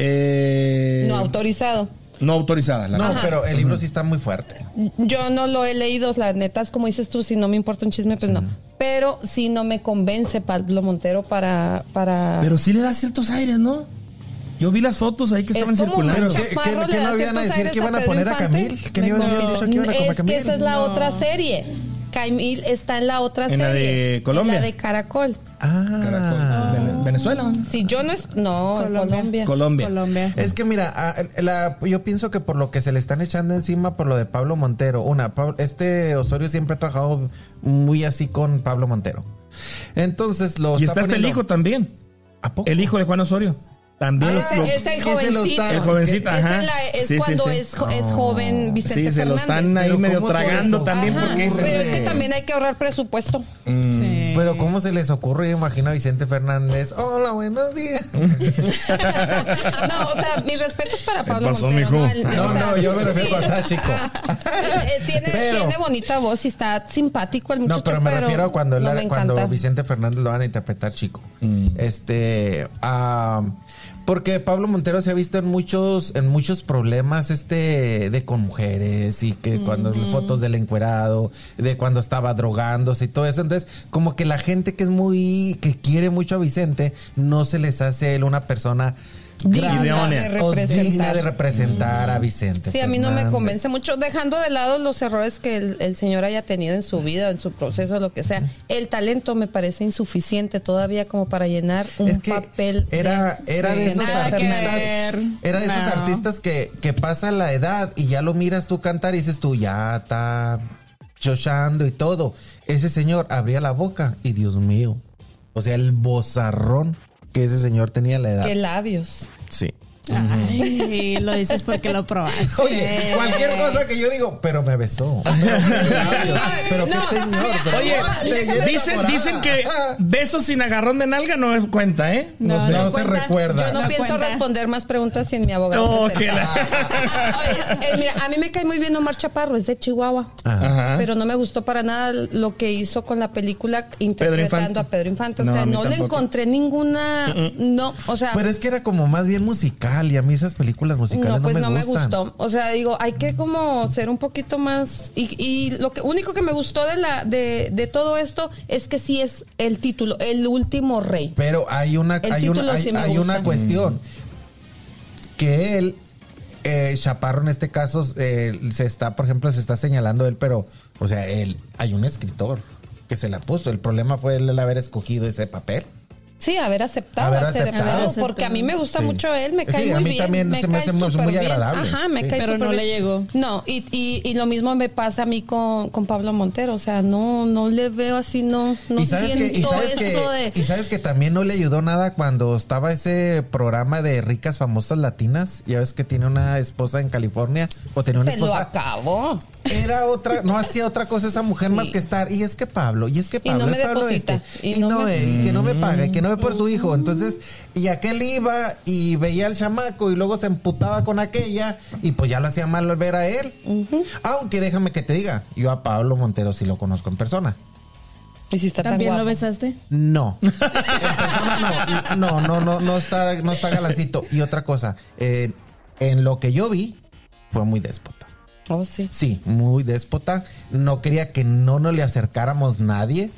[SPEAKER 3] eh,
[SPEAKER 5] No autorizado.
[SPEAKER 3] no autorizada. La
[SPEAKER 2] No,
[SPEAKER 3] verdad.
[SPEAKER 2] pero el libro sí está muy fuerte.
[SPEAKER 5] Yo no lo he leído, la neta es como dices tú, si no me importa un chisme, pues no. Pero si no me convence Pablo Montero para... para...
[SPEAKER 3] Pero sí le da ciertos aires, ¿no? Yo vi las fotos ahí que
[SPEAKER 5] Es
[SPEAKER 3] estaban
[SPEAKER 5] como
[SPEAKER 3] circulando.
[SPEAKER 5] un
[SPEAKER 2] Pero ¿qué-
[SPEAKER 5] chaparro,
[SPEAKER 2] qué-
[SPEAKER 5] le
[SPEAKER 2] qué
[SPEAKER 5] da
[SPEAKER 2] no iban a
[SPEAKER 5] ciertos
[SPEAKER 2] decir
[SPEAKER 5] aires
[SPEAKER 2] que iban a poner a
[SPEAKER 5] Pedro
[SPEAKER 2] Camil?
[SPEAKER 5] Infante.
[SPEAKER 2] ¿Que no iban a
[SPEAKER 5] Me
[SPEAKER 2] haber dicho que iban
[SPEAKER 5] confunde.
[SPEAKER 2] a poner a
[SPEAKER 5] Es
[SPEAKER 2] Camil?
[SPEAKER 5] que esa es la otra serie. Camil está en la otra
[SPEAKER 3] En la
[SPEAKER 5] serie.
[SPEAKER 3] de Colombia.
[SPEAKER 5] En la de Caracol.
[SPEAKER 3] Caracol.
[SPEAKER 2] Ah.
[SPEAKER 3] Vene- Venezuela.
[SPEAKER 5] Si yo no es... No,
[SPEAKER 4] Colombia.
[SPEAKER 5] Colombia.
[SPEAKER 3] Colombia.
[SPEAKER 4] Colombia.
[SPEAKER 2] Es que mira, a- la- yo pienso que por lo que se le están echando encima por lo de Pablo Montero, una, Pab- este Osorio siempre ha trabajado muy así con Pablo Montero. Entonces lo
[SPEAKER 3] Y está hasta el
[SPEAKER 2] poniendo-
[SPEAKER 3] hijo también.
[SPEAKER 2] ¿A poco?
[SPEAKER 3] El hijo de Juan Osorio. También
[SPEAKER 5] Ah,
[SPEAKER 3] lo-
[SPEAKER 5] ese- ese
[SPEAKER 2] que
[SPEAKER 5] es
[SPEAKER 2] se lo
[SPEAKER 5] el jovencito.
[SPEAKER 2] está-
[SPEAKER 3] el jovencito,
[SPEAKER 5] Esa
[SPEAKER 3] ajá.
[SPEAKER 5] es la- es
[SPEAKER 3] Sí, sí,
[SPEAKER 5] cuando
[SPEAKER 3] sí.
[SPEAKER 5] Es, jo- es joven
[SPEAKER 3] Sí,
[SPEAKER 5] Vicente
[SPEAKER 3] se lo están
[SPEAKER 5] Fernández.
[SPEAKER 3] ahí
[SPEAKER 2] Pero
[SPEAKER 3] medio
[SPEAKER 2] ¿cómo fue
[SPEAKER 3] tragando
[SPEAKER 2] eso?
[SPEAKER 3] también
[SPEAKER 5] Ajá,
[SPEAKER 3] porque dicen
[SPEAKER 5] Pero es que
[SPEAKER 3] que-
[SPEAKER 5] también hay que ahorrar presupuesto.
[SPEAKER 4] Sí.
[SPEAKER 2] Pero ¿cómo se les ocurre? Imagino a Vicente Fernández. Hola, buenos días.
[SPEAKER 5] no, o sea, mis respetos para Pablo
[SPEAKER 3] pasó,
[SPEAKER 5] Montero.
[SPEAKER 3] mijo?
[SPEAKER 5] Al-
[SPEAKER 2] No,
[SPEAKER 5] o sea,
[SPEAKER 2] no, yo me refiero
[SPEAKER 5] sí.
[SPEAKER 2] a está chico.
[SPEAKER 5] Ah, eh, tiene,
[SPEAKER 2] Pero-
[SPEAKER 5] tiene bonita voz y está simpático el muchacho.
[SPEAKER 2] No, pero me refiero a cuando, él
[SPEAKER 5] no
[SPEAKER 2] era-
[SPEAKER 5] me
[SPEAKER 2] cuando
[SPEAKER 5] encanta.
[SPEAKER 2] Vicente Fernández lo van a interpretar chico. Este, ah, porque Pablo Montero se ha visto en muchos, en muchos problemas, este, de con mujeres y que cuando fotos del encuerado, de cuando estaba drogándose y todo eso. Entonces, como que la gente que es muy, que quiere mucho a Vicente, no se les hace él una persona
[SPEAKER 5] Digna
[SPEAKER 2] grande
[SPEAKER 5] de
[SPEAKER 2] o digna
[SPEAKER 5] representar.
[SPEAKER 2] de representar a Vicente.
[SPEAKER 5] Sí, a mí no me
[SPEAKER 2] Fernández.
[SPEAKER 5] convence mucho, dejando de lado los errores que el, el señor haya tenido en su vida, en su proceso, lo que sea. El talento me parece insuficiente todavía como para llenar un
[SPEAKER 2] es que
[SPEAKER 5] papel. de-
[SPEAKER 2] era era de esos
[SPEAKER 5] nada que
[SPEAKER 2] artistas
[SPEAKER 5] ver.
[SPEAKER 4] ver.
[SPEAKER 2] era de esos
[SPEAKER 4] No.
[SPEAKER 2] artistas que, que pasa la edad y ya lo miras tú cantar y dices tú ya está chochando y todo ese señor abría la boca y Dios mío o sea el bozarrón que ese señor tenía a la edad
[SPEAKER 5] Qué labios.
[SPEAKER 2] sí
[SPEAKER 4] Ay, lo dices porque lo probaste.
[SPEAKER 2] Oye, cualquier cosa que yo digo, pero me besó. Pero qué
[SPEAKER 5] No,
[SPEAKER 2] señor.
[SPEAKER 5] mira,
[SPEAKER 2] pero
[SPEAKER 5] oye,
[SPEAKER 2] te
[SPEAKER 5] déjame-
[SPEAKER 2] llena
[SPEAKER 3] Dicen,
[SPEAKER 2] enamorada.
[SPEAKER 3] dicen que besos sin agarrón de nalga no cuenta, ¿eh?
[SPEAKER 2] No,
[SPEAKER 4] No,
[SPEAKER 2] sé,
[SPEAKER 4] no
[SPEAKER 2] no se
[SPEAKER 4] cuenta.
[SPEAKER 2] recuerda.
[SPEAKER 5] Yo no,
[SPEAKER 4] No
[SPEAKER 5] pienso
[SPEAKER 4] cuenta.
[SPEAKER 5] responder más preguntas sin mi abogado.
[SPEAKER 3] No,
[SPEAKER 5] presente.
[SPEAKER 3] que la-
[SPEAKER 5] Oye, eh, mira, a mí me cae muy bien Omar Chaparro, es de Chihuahua.
[SPEAKER 3] Ajá.
[SPEAKER 5] Pero no me gustó para nada lo que hizo con la película
[SPEAKER 3] Infante.
[SPEAKER 5] interpretando a Pedro Infante. O
[SPEAKER 3] No, a
[SPEAKER 5] sea,
[SPEAKER 3] mí
[SPEAKER 5] no, le
[SPEAKER 3] tampoco. Mm,
[SPEAKER 5] encontré ninguna. No, o sea.
[SPEAKER 2] Pero es que era como más bien musical y a mí esas películas musicales
[SPEAKER 5] No,
[SPEAKER 2] no,
[SPEAKER 5] pues
[SPEAKER 2] me,
[SPEAKER 5] no me
[SPEAKER 2] gustan.
[SPEAKER 5] gustó. O sea, digo, hay que como ser un poquito más. Y, y lo que único que me gustó de la de, de todo esto es que sí es el título, el último rey.
[SPEAKER 2] Pero hay una,
[SPEAKER 5] El
[SPEAKER 2] hay una,
[SPEAKER 5] título
[SPEAKER 2] hay,
[SPEAKER 5] sí me
[SPEAKER 2] hay una
[SPEAKER 5] gusta.
[SPEAKER 2] cuestión que él, eh, Chaparro en este caso, eh, se está, por ejemplo, se está señalando él, pero, o sea, él, hay un escritor que se la puso. El problema fue él el haber escogido ese papel.
[SPEAKER 5] Sí, haber aceptado,
[SPEAKER 2] Haber
[SPEAKER 5] aceptado,
[SPEAKER 2] aceptado.
[SPEAKER 5] porque a mí me gusta
[SPEAKER 2] Sí.
[SPEAKER 5] mucho él, me cae
[SPEAKER 2] Sí, a
[SPEAKER 5] muy
[SPEAKER 2] mí
[SPEAKER 5] bien,
[SPEAKER 2] también se me
[SPEAKER 5] cae
[SPEAKER 2] hace muy-
[SPEAKER 5] súper
[SPEAKER 2] muy
[SPEAKER 5] bien.
[SPEAKER 2] agradable.
[SPEAKER 5] Ajá, me
[SPEAKER 2] Sí.
[SPEAKER 5] cae
[SPEAKER 4] Pero
[SPEAKER 5] súper
[SPEAKER 4] no le
[SPEAKER 5] bien.
[SPEAKER 4] llegó.
[SPEAKER 5] No, y, y, y lo mismo me pasa a mí con, con Pablo Montero, o sea, no no le veo así, no no
[SPEAKER 2] y sabes que, y
[SPEAKER 5] siento
[SPEAKER 2] sabes
[SPEAKER 5] eso
[SPEAKER 2] que,
[SPEAKER 5] de
[SPEAKER 2] y sabes que también no le ayudó nada cuando estaba ese programa de ricas famosas latinas. Ya ves que tiene una esposa en California o tenía una
[SPEAKER 5] se lo
[SPEAKER 2] esposa.
[SPEAKER 5] acabó.
[SPEAKER 2] Era otra, no hacía otra cosa esa mujer más que estar. Y es que Pablo, y es que
[SPEAKER 5] Y
[SPEAKER 2] Pablo,
[SPEAKER 5] no me
[SPEAKER 2] y Pablo
[SPEAKER 5] deposita,
[SPEAKER 2] este, y,
[SPEAKER 5] y no
[SPEAKER 2] no,
[SPEAKER 5] me- Mm.
[SPEAKER 2] eh, y que no me paga, y que no me por su hijo. Entonces, y aquel iba y veía al chamaco y luego se emputaba con aquella y pues ya lo hacía mal ver a él. Aunque déjame que te diga, yo a Pablo Montero sí lo conozco en persona.
[SPEAKER 5] Y si está tan
[SPEAKER 4] ¿También
[SPEAKER 5] guapo.
[SPEAKER 4] lo besaste?
[SPEAKER 2] No. En persona no. No, no, no, no está, no está galancito. Y otra cosa, eh, en lo que yo vi, fue muy déspota.
[SPEAKER 5] Oh, sí.
[SPEAKER 2] Sí, muy déspota. No quería que no nos le acercáramos nadie.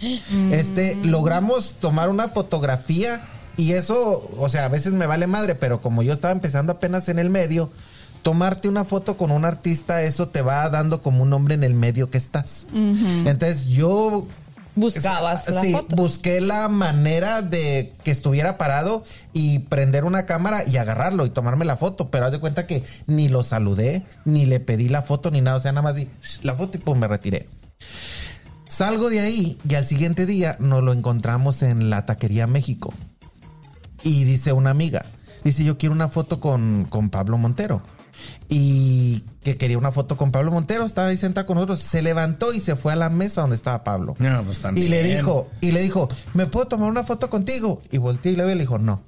[SPEAKER 2] Este, logramos tomar una fotografía y eso, o sea, a veces me vale madre, pero como yo estaba empezando apenas en el medio, tomarte una foto con un artista, eso te va dando como un nombre en el medio que estás. Entonces yo...
[SPEAKER 5] Buscabas la
[SPEAKER 2] sí,
[SPEAKER 5] foto.
[SPEAKER 2] busqué la manera de que estuviera parado y prender una cámara y agarrarlo y tomarme la foto. Pero haz de cuenta que ni lo saludé, ni le pedí la foto, ni nada. O sea, nada más di la foto y pues me retiré. Salgo de ahí y al siguiente día nos lo encontramos en la Taquería México. Y dice una amiga, dice yo quiero una foto con, con Pablo Montero. Y que quería una foto con Pablo Montero, estaba ahí sentado con nosotros, se levantó y se fue a la mesa donde estaba Pablo.
[SPEAKER 3] No, pues, también.
[SPEAKER 2] Y le dijo, y le dijo, ¿me puedo tomar una foto contigo? Y volteé y le vi y le dijo, no.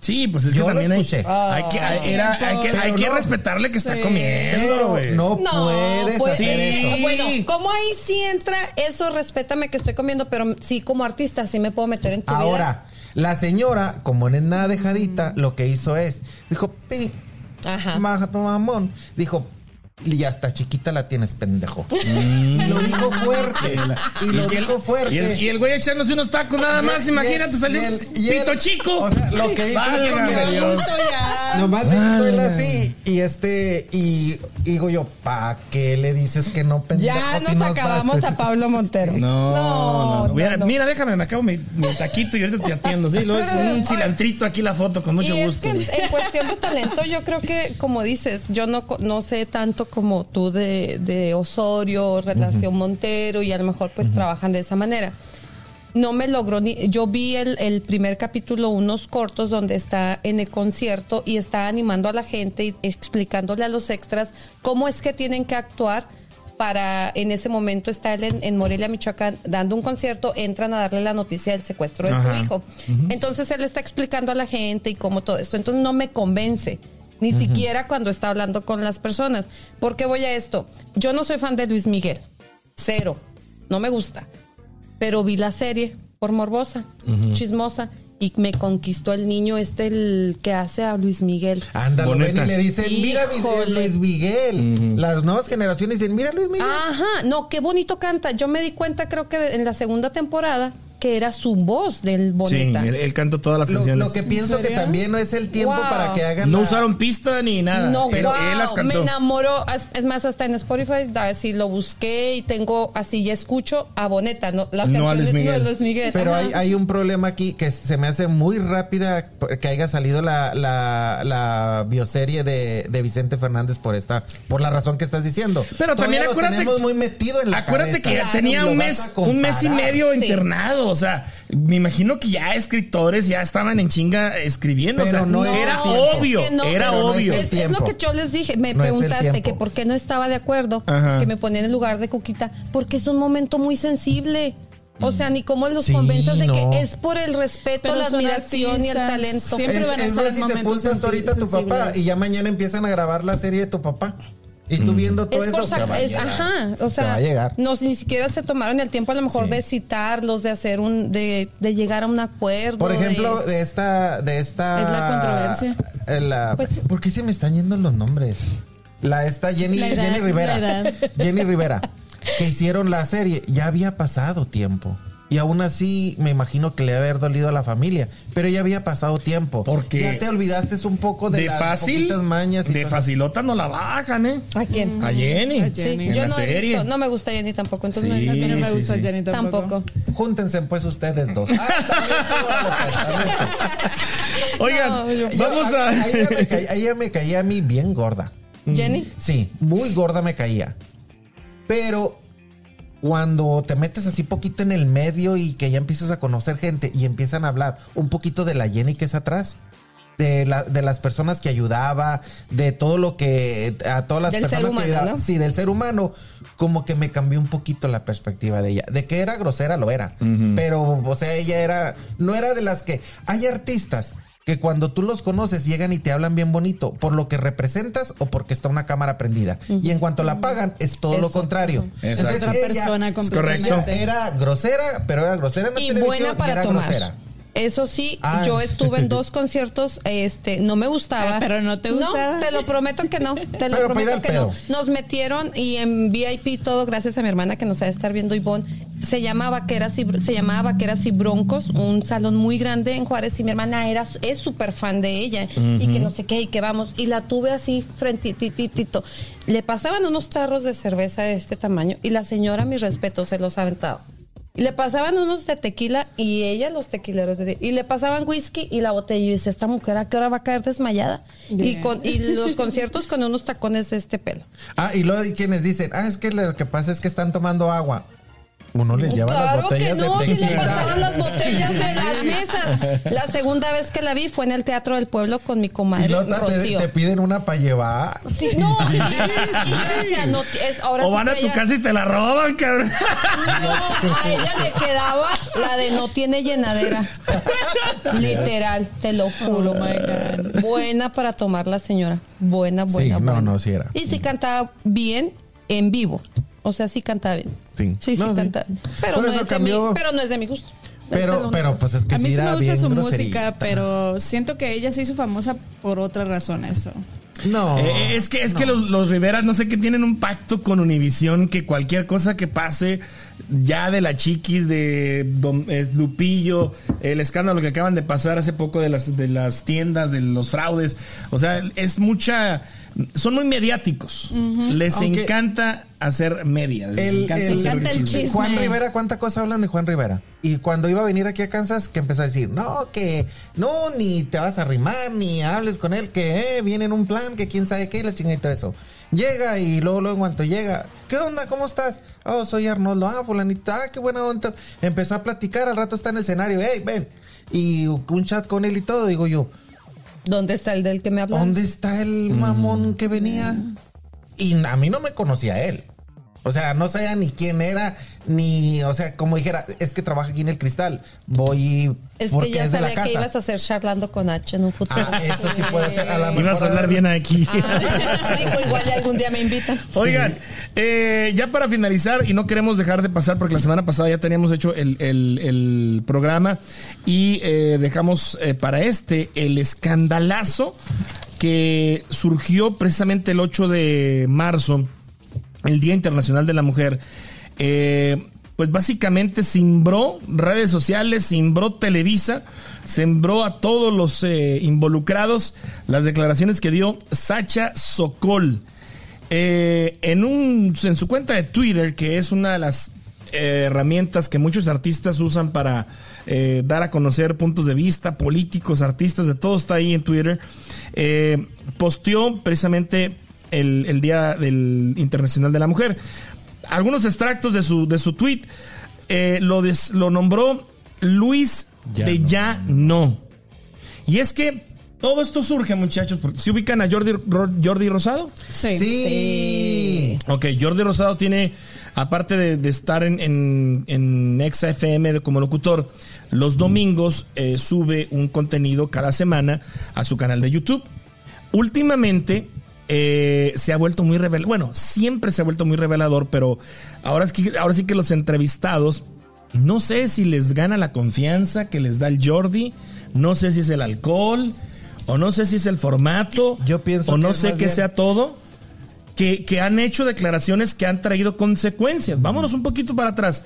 [SPEAKER 3] Sí, pues es
[SPEAKER 2] Yo
[SPEAKER 3] que
[SPEAKER 2] lo
[SPEAKER 3] también hay,
[SPEAKER 2] escuché.
[SPEAKER 3] hay que, hay- era- hay que,
[SPEAKER 2] Pero
[SPEAKER 3] hay que
[SPEAKER 2] no.
[SPEAKER 3] respetarle que está
[SPEAKER 4] Sí.
[SPEAKER 3] comiendo,
[SPEAKER 2] Pero
[SPEAKER 3] güey.
[SPEAKER 2] no,
[SPEAKER 5] No,
[SPEAKER 2] puedes
[SPEAKER 5] pues,
[SPEAKER 2] hacer
[SPEAKER 5] sí.
[SPEAKER 2] eso.
[SPEAKER 5] Bueno, como ahí sí entra eso, respétame que estoy comiendo, pero sí como artista sí me puedo meter en tu vida.
[SPEAKER 2] Ahora, la señora, como no es nada dejadita, lo que hizo es, dijo, pi,
[SPEAKER 5] Mm. Ajá.
[SPEAKER 2] maja tu mamón. Dijo, y hasta chiquita la tienes, pendejo. Y lo dijo fuerte. Y lo
[SPEAKER 3] el-
[SPEAKER 2] dijo fuerte.
[SPEAKER 3] Y el, y el güey echándose unos tacos nada
[SPEAKER 2] Y-
[SPEAKER 3] más,
[SPEAKER 2] y-
[SPEAKER 3] imagínate
[SPEAKER 2] y
[SPEAKER 3] salir
[SPEAKER 2] el- y el-
[SPEAKER 3] pito chico.
[SPEAKER 2] O sea, lo que hizo es
[SPEAKER 3] Válgame
[SPEAKER 2] como-
[SPEAKER 3] Dios.
[SPEAKER 2] Nomás le hizo él así y este y, y digo yo, ¿pa qué le dices que no pendejo?
[SPEAKER 5] Ya
[SPEAKER 2] si
[SPEAKER 5] nos
[SPEAKER 2] no
[SPEAKER 5] acabamos
[SPEAKER 2] sabes?
[SPEAKER 5] a Pablo Montero.
[SPEAKER 3] No, no, no.
[SPEAKER 5] no,
[SPEAKER 3] Mira,
[SPEAKER 5] no.
[SPEAKER 3] mira, déjame, me acabo mi, mi taquito y ahorita te atiendo. Sí, luego con un cilantrito aquí la foto con mucho
[SPEAKER 5] y es
[SPEAKER 3] gusto.
[SPEAKER 5] que
[SPEAKER 3] güey.
[SPEAKER 5] en, en cuestión de talento, yo creo que, como dices, yo no, co- no sé tanto como tú de, de Osorio, Relación Montero, y a lo mejor pues trabajan de esa manera. No me logró ni. Yo vi el, el primer capítulo, unos cortos, donde está en el concierto y está animando a la gente y explicándole a los extras cómo es que tienen que actuar para. En ese momento está él en, en Morelia, Michoacán, dando un concierto, entran a darle la noticia del secuestro de
[SPEAKER 3] Ajá.
[SPEAKER 5] su hijo. Entonces él está explicando a la gente y cómo todo esto. Entonces no me convence, ni siquiera cuando está hablando con las personas. ¿Por qué voy a esto? Yo no soy fan de Luis Miguel. Cero. No me gusta. Pero vi la serie por morbosa, chismosa. Y me conquistó el niño este, el que hace a Luis Miguel.
[SPEAKER 3] Ah,
[SPEAKER 2] Ándalo,
[SPEAKER 3] Boneta.
[SPEAKER 2] ven y le dicen, mira Luis- eh,
[SPEAKER 5] Híjole.
[SPEAKER 2] Luis Miguel. Las nuevas generaciones dicen, mira Luis Miguel.
[SPEAKER 5] Ajá, no, qué bonito canta. Yo me di cuenta, creo que de- en la segunda temporada, que era su voz del
[SPEAKER 3] Sí,
[SPEAKER 5] Boneta.
[SPEAKER 3] él, él canta todas las
[SPEAKER 2] Lo,
[SPEAKER 3] canciones.
[SPEAKER 2] lo que pienso que
[SPEAKER 4] serio?
[SPEAKER 2] también no es el tiempo
[SPEAKER 5] Wow.
[SPEAKER 2] para que hagan.
[SPEAKER 3] no
[SPEAKER 2] la-
[SPEAKER 3] usaron pista ni nada,
[SPEAKER 5] No,
[SPEAKER 3] pero
[SPEAKER 5] wow,
[SPEAKER 3] él las
[SPEAKER 5] me
[SPEAKER 3] cantó.
[SPEAKER 5] enamoró. As- Es más, hasta en Spotify, da- así lo busqué y tengo, así ya escucho a Boneta, no, las
[SPEAKER 3] No a Luis
[SPEAKER 5] canciones no
[SPEAKER 3] Miguel.
[SPEAKER 5] a Luis Miguel.
[SPEAKER 2] Pero
[SPEAKER 5] ajá.
[SPEAKER 2] hay, hay un problema aquí que se me hace muy rápida que haya salido la, la, la bioserie de, de Vicente Fernández por esta, por la razón que estás diciendo.
[SPEAKER 3] Pero también
[SPEAKER 2] Todavía lo
[SPEAKER 3] acuérdate-
[SPEAKER 2] tenemos muy metido en la
[SPEAKER 3] Acuérdate
[SPEAKER 2] cabeza.
[SPEAKER 3] que
[SPEAKER 5] Claro,
[SPEAKER 3] tenía
[SPEAKER 2] Lo
[SPEAKER 3] un
[SPEAKER 2] vas
[SPEAKER 3] mes,
[SPEAKER 2] a comparar.
[SPEAKER 3] un mes y medio
[SPEAKER 5] Sí.
[SPEAKER 3] internado. O sea, me imagino que ya escritores ya estaban en chinga escribiendo. o
[SPEAKER 2] Pero
[SPEAKER 3] sea,
[SPEAKER 2] no es
[SPEAKER 3] era
[SPEAKER 2] el tiempo.
[SPEAKER 3] obvio,
[SPEAKER 5] que no.
[SPEAKER 3] era
[SPEAKER 2] Pero no es
[SPEAKER 3] obvio.
[SPEAKER 2] el
[SPEAKER 5] Es, es
[SPEAKER 2] tiempo.
[SPEAKER 5] lo que yo les dije, me
[SPEAKER 2] No es el
[SPEAKER 5] preguntaste
[SPEAKER 2] tiempo.
[SPEAKER 5] que por qué no estaba de acuerdo,
[SPEAKER 3] Ajá.
[SPEAKER 5] que me ponía en el lugar de Cuquita, porque es un momento muy sensible. O sea, ni cómo los
[SPEAKER 2] Sí,
[SPEAKER 5] convenzas de
[SPEAKER 2] no.
[SPEAKER 5] que es por el respeto,
[SPEAKER 4] Pero
[SPEAKER 5] la
[SPEAKER 4] son
[SPEAKER 5] admiración y el
[SPEAKER 4] artistas,
[SPEAKER 5] talento.
[SPEAKER 4] siempre
[SPEAKER 2] es,
[SPEAKER 4] van a
[SPEAKER 2] es
[SPEAKER 4] estar
[SPEAKER 2] ver si se
[SPEAKER 4] momentos
[SPEAKER 2] junta hasta ahorita tu
[SPEAKER 4] sensibles.
[SPEAKER 2] papá y ya mañana empiezan a grabar la serie de tu papá. Y tú viendo todo
[SPEAKER 5] es por
[SPEAKER 2] eso. te
[SPEAKER 5] sac-
[SPEAKER 2] va a
[SPEAKER 5] es-
[SPEAKER 2] llegar.
[SPEAKER 5] ajá, o sea,
[SPEAKER 2] Mm. Te va a llegar.
[SPEAKER 5] nos ni siquiera se tomaron el tiempo a lo mejor de citarlos, de hacer un, de, de llegar a un acuerdo.
[SPEAKER 2] Por
[SPEAKER 5] de-
[SPEAKER 2] ejemplo, de esta, de esta.
[SPEAKER 4] Es la controversia.
[SPEAKER 2] eh, la-
[SPEAKER 5] Pues-
[SPEAKER 2] ¿Por qué se me están yendo los nombres? La esta Jenny,
[SPEAKER 4] La edad,
[SPEAKER 2] Jenny Rivera.
[SPEAKER 4] la edad.
[SPEAKER 2] Jenny Rivera. Que hicieron la serie. Ya había pasado tiempo. Y aún así, me imagino que le ha haber dolido a la familia. Pero ya había pasado tiempo.
[SPEAKER 3] Porque-
[SPEAKER 2] ya te olvidaste un poco de,
[SPEAKER 3] De
[SPEAKER 2] las
[SPEAKER 3] fácil,
[SPEAKER 2] poquitas mañas y
[SPEAKER 3] de
[SPEAKER 2] cosas.
[SPEAKER 3] facilota no la bajan, ¿eh?
[SPEAKER 5] ¿A quién?
[SPEAKER 3] A Jenny.
[SPEAKER 4] Mm. A
[SPEAKER 5] Sí,
[SPEAKER 4] Jenny.
[SPEAKER 3] En
[SPEAKER 5] yo
[SPEAKER 3] la
[SPEAKER 5] no he
[SPEAKER 3] serie.
[SPEAKER 5] visto, no me gusta Jenny tampoco, entonces
[SPEAKER 3] Sí,
[SPEAKER 5] no
[SPEAKER 4] A
[SPEAKER 5] he
[SPEAKER 4] mí no me
[SPEAKER 3] sí,
[SPEAKER 4] gusta
[SPEAKER 3] sí.
[SPEAKER 4] Jenny tampoco.
[SPEAKER 5] tampoco.
[SPEAKER 2] Júntense pues ustedes dos. Ah, está bien,
[SPEAKER 3] Oigan,
[SPEAKER 5] No, yo-
[SPEAKER 2] Yo-
[SPEAKER 3] vamos a.
[SPEAKER 2] Ahí ya me caí- ahí ya me caía a mí bien gorda.
[SPEAKER 5] Jenny.
[SPEAKER 2] Sí, muy gorda me caía. Pero cuando te metes así poquito en el medio y que ya empiezas a conocer gente y empiezan a hablar un poquito de la Jenny que es atrás. De, la- de las personas que ayudaba, de todo lo que. A todas las
[SPEAKER 5] Del ser
[SPEAKER 2] personas
[SPEAKER 5] humano,
[SPEAKER 2] que ayudaba.
[SPEAKER 5] ¿no?
[SPEAKER 2] Sí, del ser humano. Como que me cambió un poquito la perspectiva de ella. De que era grosera, lo era. Pero, o sea, ella era. No era de las que. Hay artistas que cuando tú los conoces llegan y te hablan bien bonito. Por lo que representas o porque está una cámara prendida. Y en cuanto la apagan, es todo lo
[SPEAKER 5] Eso.
[SPEAKER 2] contrario.
[SPEAKER 3] Exacto.
[SPEAKER 2] Entonces,
[SPEAKER 4] Otra
[SPEAKER 2] ella-
[SPEAKER 4] persona completamente.
[SPEAKER 2] ella Era grosera, pero era grosera en la
[SPEAKER 5] y
[SPEAKER 2] televisión
[SPEAKER 5] buena
[SPEAKER 2] y
[SPEAKER 5] para
[SPEAKER 2] era
[SPEAKER 5] tomar.
[SPEAKER 2] grosera.
[SPEAKER 5] Eso sí,
[SPEAKER 2] Ah.
[SPEAKER 5] yo estuve en dos conciertos, este, no me
[SPEAKER 4] Ah,
[SPEAKER 5] gustaba.
[SPEAKER 4] pero no te gustaba.
[SPEAKER 5] No, te lo prometo que no, te lo
[SPEAKER 2] Pero para ir
[SPEAKER 5] prometo
[SPEAKER 2] al
[SPEAKER 5] que
[SPEAKER 2] pedo.
[SPEAKER 5] no. Nos metieron y en VIP todo, gracias a mi hermana que nos ha de estar viendo Ivonne, se llama Vaqueras y Bro- se llamaba Vaqueras y Broncos, un salón muy grande en Juárez y mi hermana era es súper fan de ella y que no sé qué y que vamos y la tuve así frente titito. Le pasaban unos tarros de cerveza de este tamaño y la señora, mi respeto, se los ha aventado. Y le pasaban unos de tequila y ella los tequileros de y le pasaban whisky y la botella y dice esta mujer a qué hora va a caer desmayada y
[SPEAKER 4] Bien.
[SPEAKER 5] con y los conciertos con unos tacones de este pelo
[SPEAKER 2] Ah, y luego hay quienes dicen, ah, es que lo que pasa es que están tomando agua. Uno le lleva las
[SPEAKER 5] Claro que
[SPEAKER 2] botellas
[SPEAKER 5] no,
[SPEAKER 2] de
[SPEAKER 5] si le
[SPEAKER 2] tequila.
[SPEAKER 5] pasaban las botellas de las mesas. La segunda vez que la vi fue en el Teatro del Pueblo con mi
[SPEAKER 2] Y
[SPEAKER 5] comadre
[SPEAKER 2] luego te,
[SPEAKER 5] Rocío.
[SPEAKER 2] te piden una para llevar.
[SPEAKER 5] Sí, no, y yo decía, no, es- ahora
[SPEAKER 3] O
[SPEAKER 5] sí
[SPEAKER 3] van a
[SPEAKER 5] que
[SPEAKER 3] tu
[SPEAKER 5] ella-
[SPEAKER 3] casa y te la roban, cabrón.
[SPEAKER 5] No, a ella le quedaba la de no tiene llenadera. Literal, te lo juro. buena para tomar la señora. Buena, buena,
[SPEAKER 2] Sí, no,
[SPEAKER 5] buena.
[SPEAKER 2] no, sí era.
[SPEAKER 5] Y sí cantaba bien en vivo. O sea, sí cantaba bien.
[SPEAKER 2] Sí.
[SPEAKER 5] Sí, sí
[SPEAKER 2] No, sí.
[SPEAKER 5] cantaba. Pero,
[SPEAKER 2] Por
[SPEAKER 5] no
[SPEAKER 2] eso
[SPEAKER 5] es de mi,
[SPEAKER 2] cambió.
[SPEAKER 5] pero no es de mi gusto. Esa es la
[SPEAKER 2] Pero,
[SPEAKER 5] única.
[SPEAKER 2] pero pues es que
[SPEAKER 4] A mí sí
[SPEAKER 2] era
[SPEAKER 4] me gusta
[SPEAKER 2] bien
[SPEAKER 4] su
[SPEAKER 2] groserita.
[SPEAKER 4] música, pero siento que ella se hizo famosa por otra razón eso.
[SPEAKER 2] Oh, No.
[SPEAKER 3] Eh, es que, es que los, los Riveras, no sé qué, tienen un pacto con Univisión que cualquier cosa que pase, ya de la chiquis, de Don- eh, Lupillo, el escándalo que acaban de pasar hace poco de las, de las tiendas, de los fraudes, o sea, es mucha... Son muy mediáticos. Les
[SPEAKER 2] Aunque-
[SPEAKER 3] encanta hacer media. Les
[SPEAKER 2] El-
[SPEAKER 3] encanta
[SPEAKER 2] el-
[SPEAKER 3] hacer
[SPEAKER 4] encanta el chisme.
[SPEAKER 2] Juan Rivera, ¿cuánta cosa hablan de Juan Rivera? Y cuando iba a venir aquí a Kansas, que empezó a decir, no, que no, ni te vas a rimar, ni hables con él, que eh, viene en un plan, que quién sabe qué, y la chingadita de eso. Llega y luego, luego, en cuanto llega, ¿qué onda? ¿Cómo estás? Oh, soy Arnoldo, ah, fulanito, ah, qué buena onda. Empezó a platicar, al rato está en el escenario, hey, ven. Y un chat con él y todo, digo yo,
[SPEAKER 5] ¿Dónde está el del que me habla?
[SPEAKER 2] ¿Dónde está el
[SPEAKER 5] Mm.
[SPEAKER 2] mamón que venía? Y a mí no me conocía él. O sea, no sabía ni quién era, ni, o sea, como dijera, es que trabaja aquí en el cristal. Voy
[SPEAKER 5] Es
[SPEAKER 2] porque
[SPEAKER 5] que ya
[SPEAKER 2] es de la
[SPEAKER 5] sabía que
[SPEAKER 2] casa.
[SPEAKER 5] ibas a hacer charlando con H en un futuro.
[SPEAKER 2] Ah, eso sí puede ser. A la mejor
[SPEAKER 3] Ibas a hablar bien aquí.
[SPEAKER 5] Ah, dijo, igual algún día me invitan.
[SPEAKER 3] Oigan, eh, ya para finalizar, y no queremos dejar de pasar porque la semana pasada ya teníamos hecho el, el- el programa y eh, dejamos eh, para este el escandalazo que surgió precisamente el 8 de marzo, el Día Internacional de la Mujer. Eh, pues básicamente simbró redes sociales, simbró Televisa, sembró a todos los eh, involucrados las declaraciones que dio Sacha Sokol. Eh, en, un, en su cuenta de Twitter, que es una de las eh, herramientas que muchos artistas usan para eh, dar a conocer puntos de vista, políticos, artistas, de todo está ahí en Twitter, eh, posteó precisamente el, el Día del Internacional de la Mujer. Algunos extractos de su, de su tweet eh, lo, des- lo nombró Luis de Ya No. Y es que todo esto surge, muchachos, porque se ubican a Jordi, Ro- Jordi Rosado.
[SPEAKER 4] Sí.
[SPEAKER 2] Sí.
[SPEAKER 3] Ok, Jordi Rosado tiene, aparte de, de estar en, en, en Exa FM de- como locutor,
[SPEAKER 2] Mm.
[SPEAKER 3] los domingos eh, sube un contenido cada semana a su canal de YouTube. Últimamente eh, se ha vuelto muy revelador, bueno, siempre se ha vuelto muy revelador, pero ahora, es que, ahora sí que los entrevistados, no sé si les gana la confianza que les da el Jordi, no sé si es el alcohol, o no sé si es el formato,
[SPEAKER 2] Yo pienso
[SPEAKER 3] o no
[SPEAKER 2] que es
[SPEAKER 3] sé
[SPEAKER 2] más
[SPEAKER 3] qué
[SPEAKER 2] bien-
[SPEAKER 3] sea todo que, que han hecho declaraciones que han traído consecuencias. Vámonos un poquito para atrás.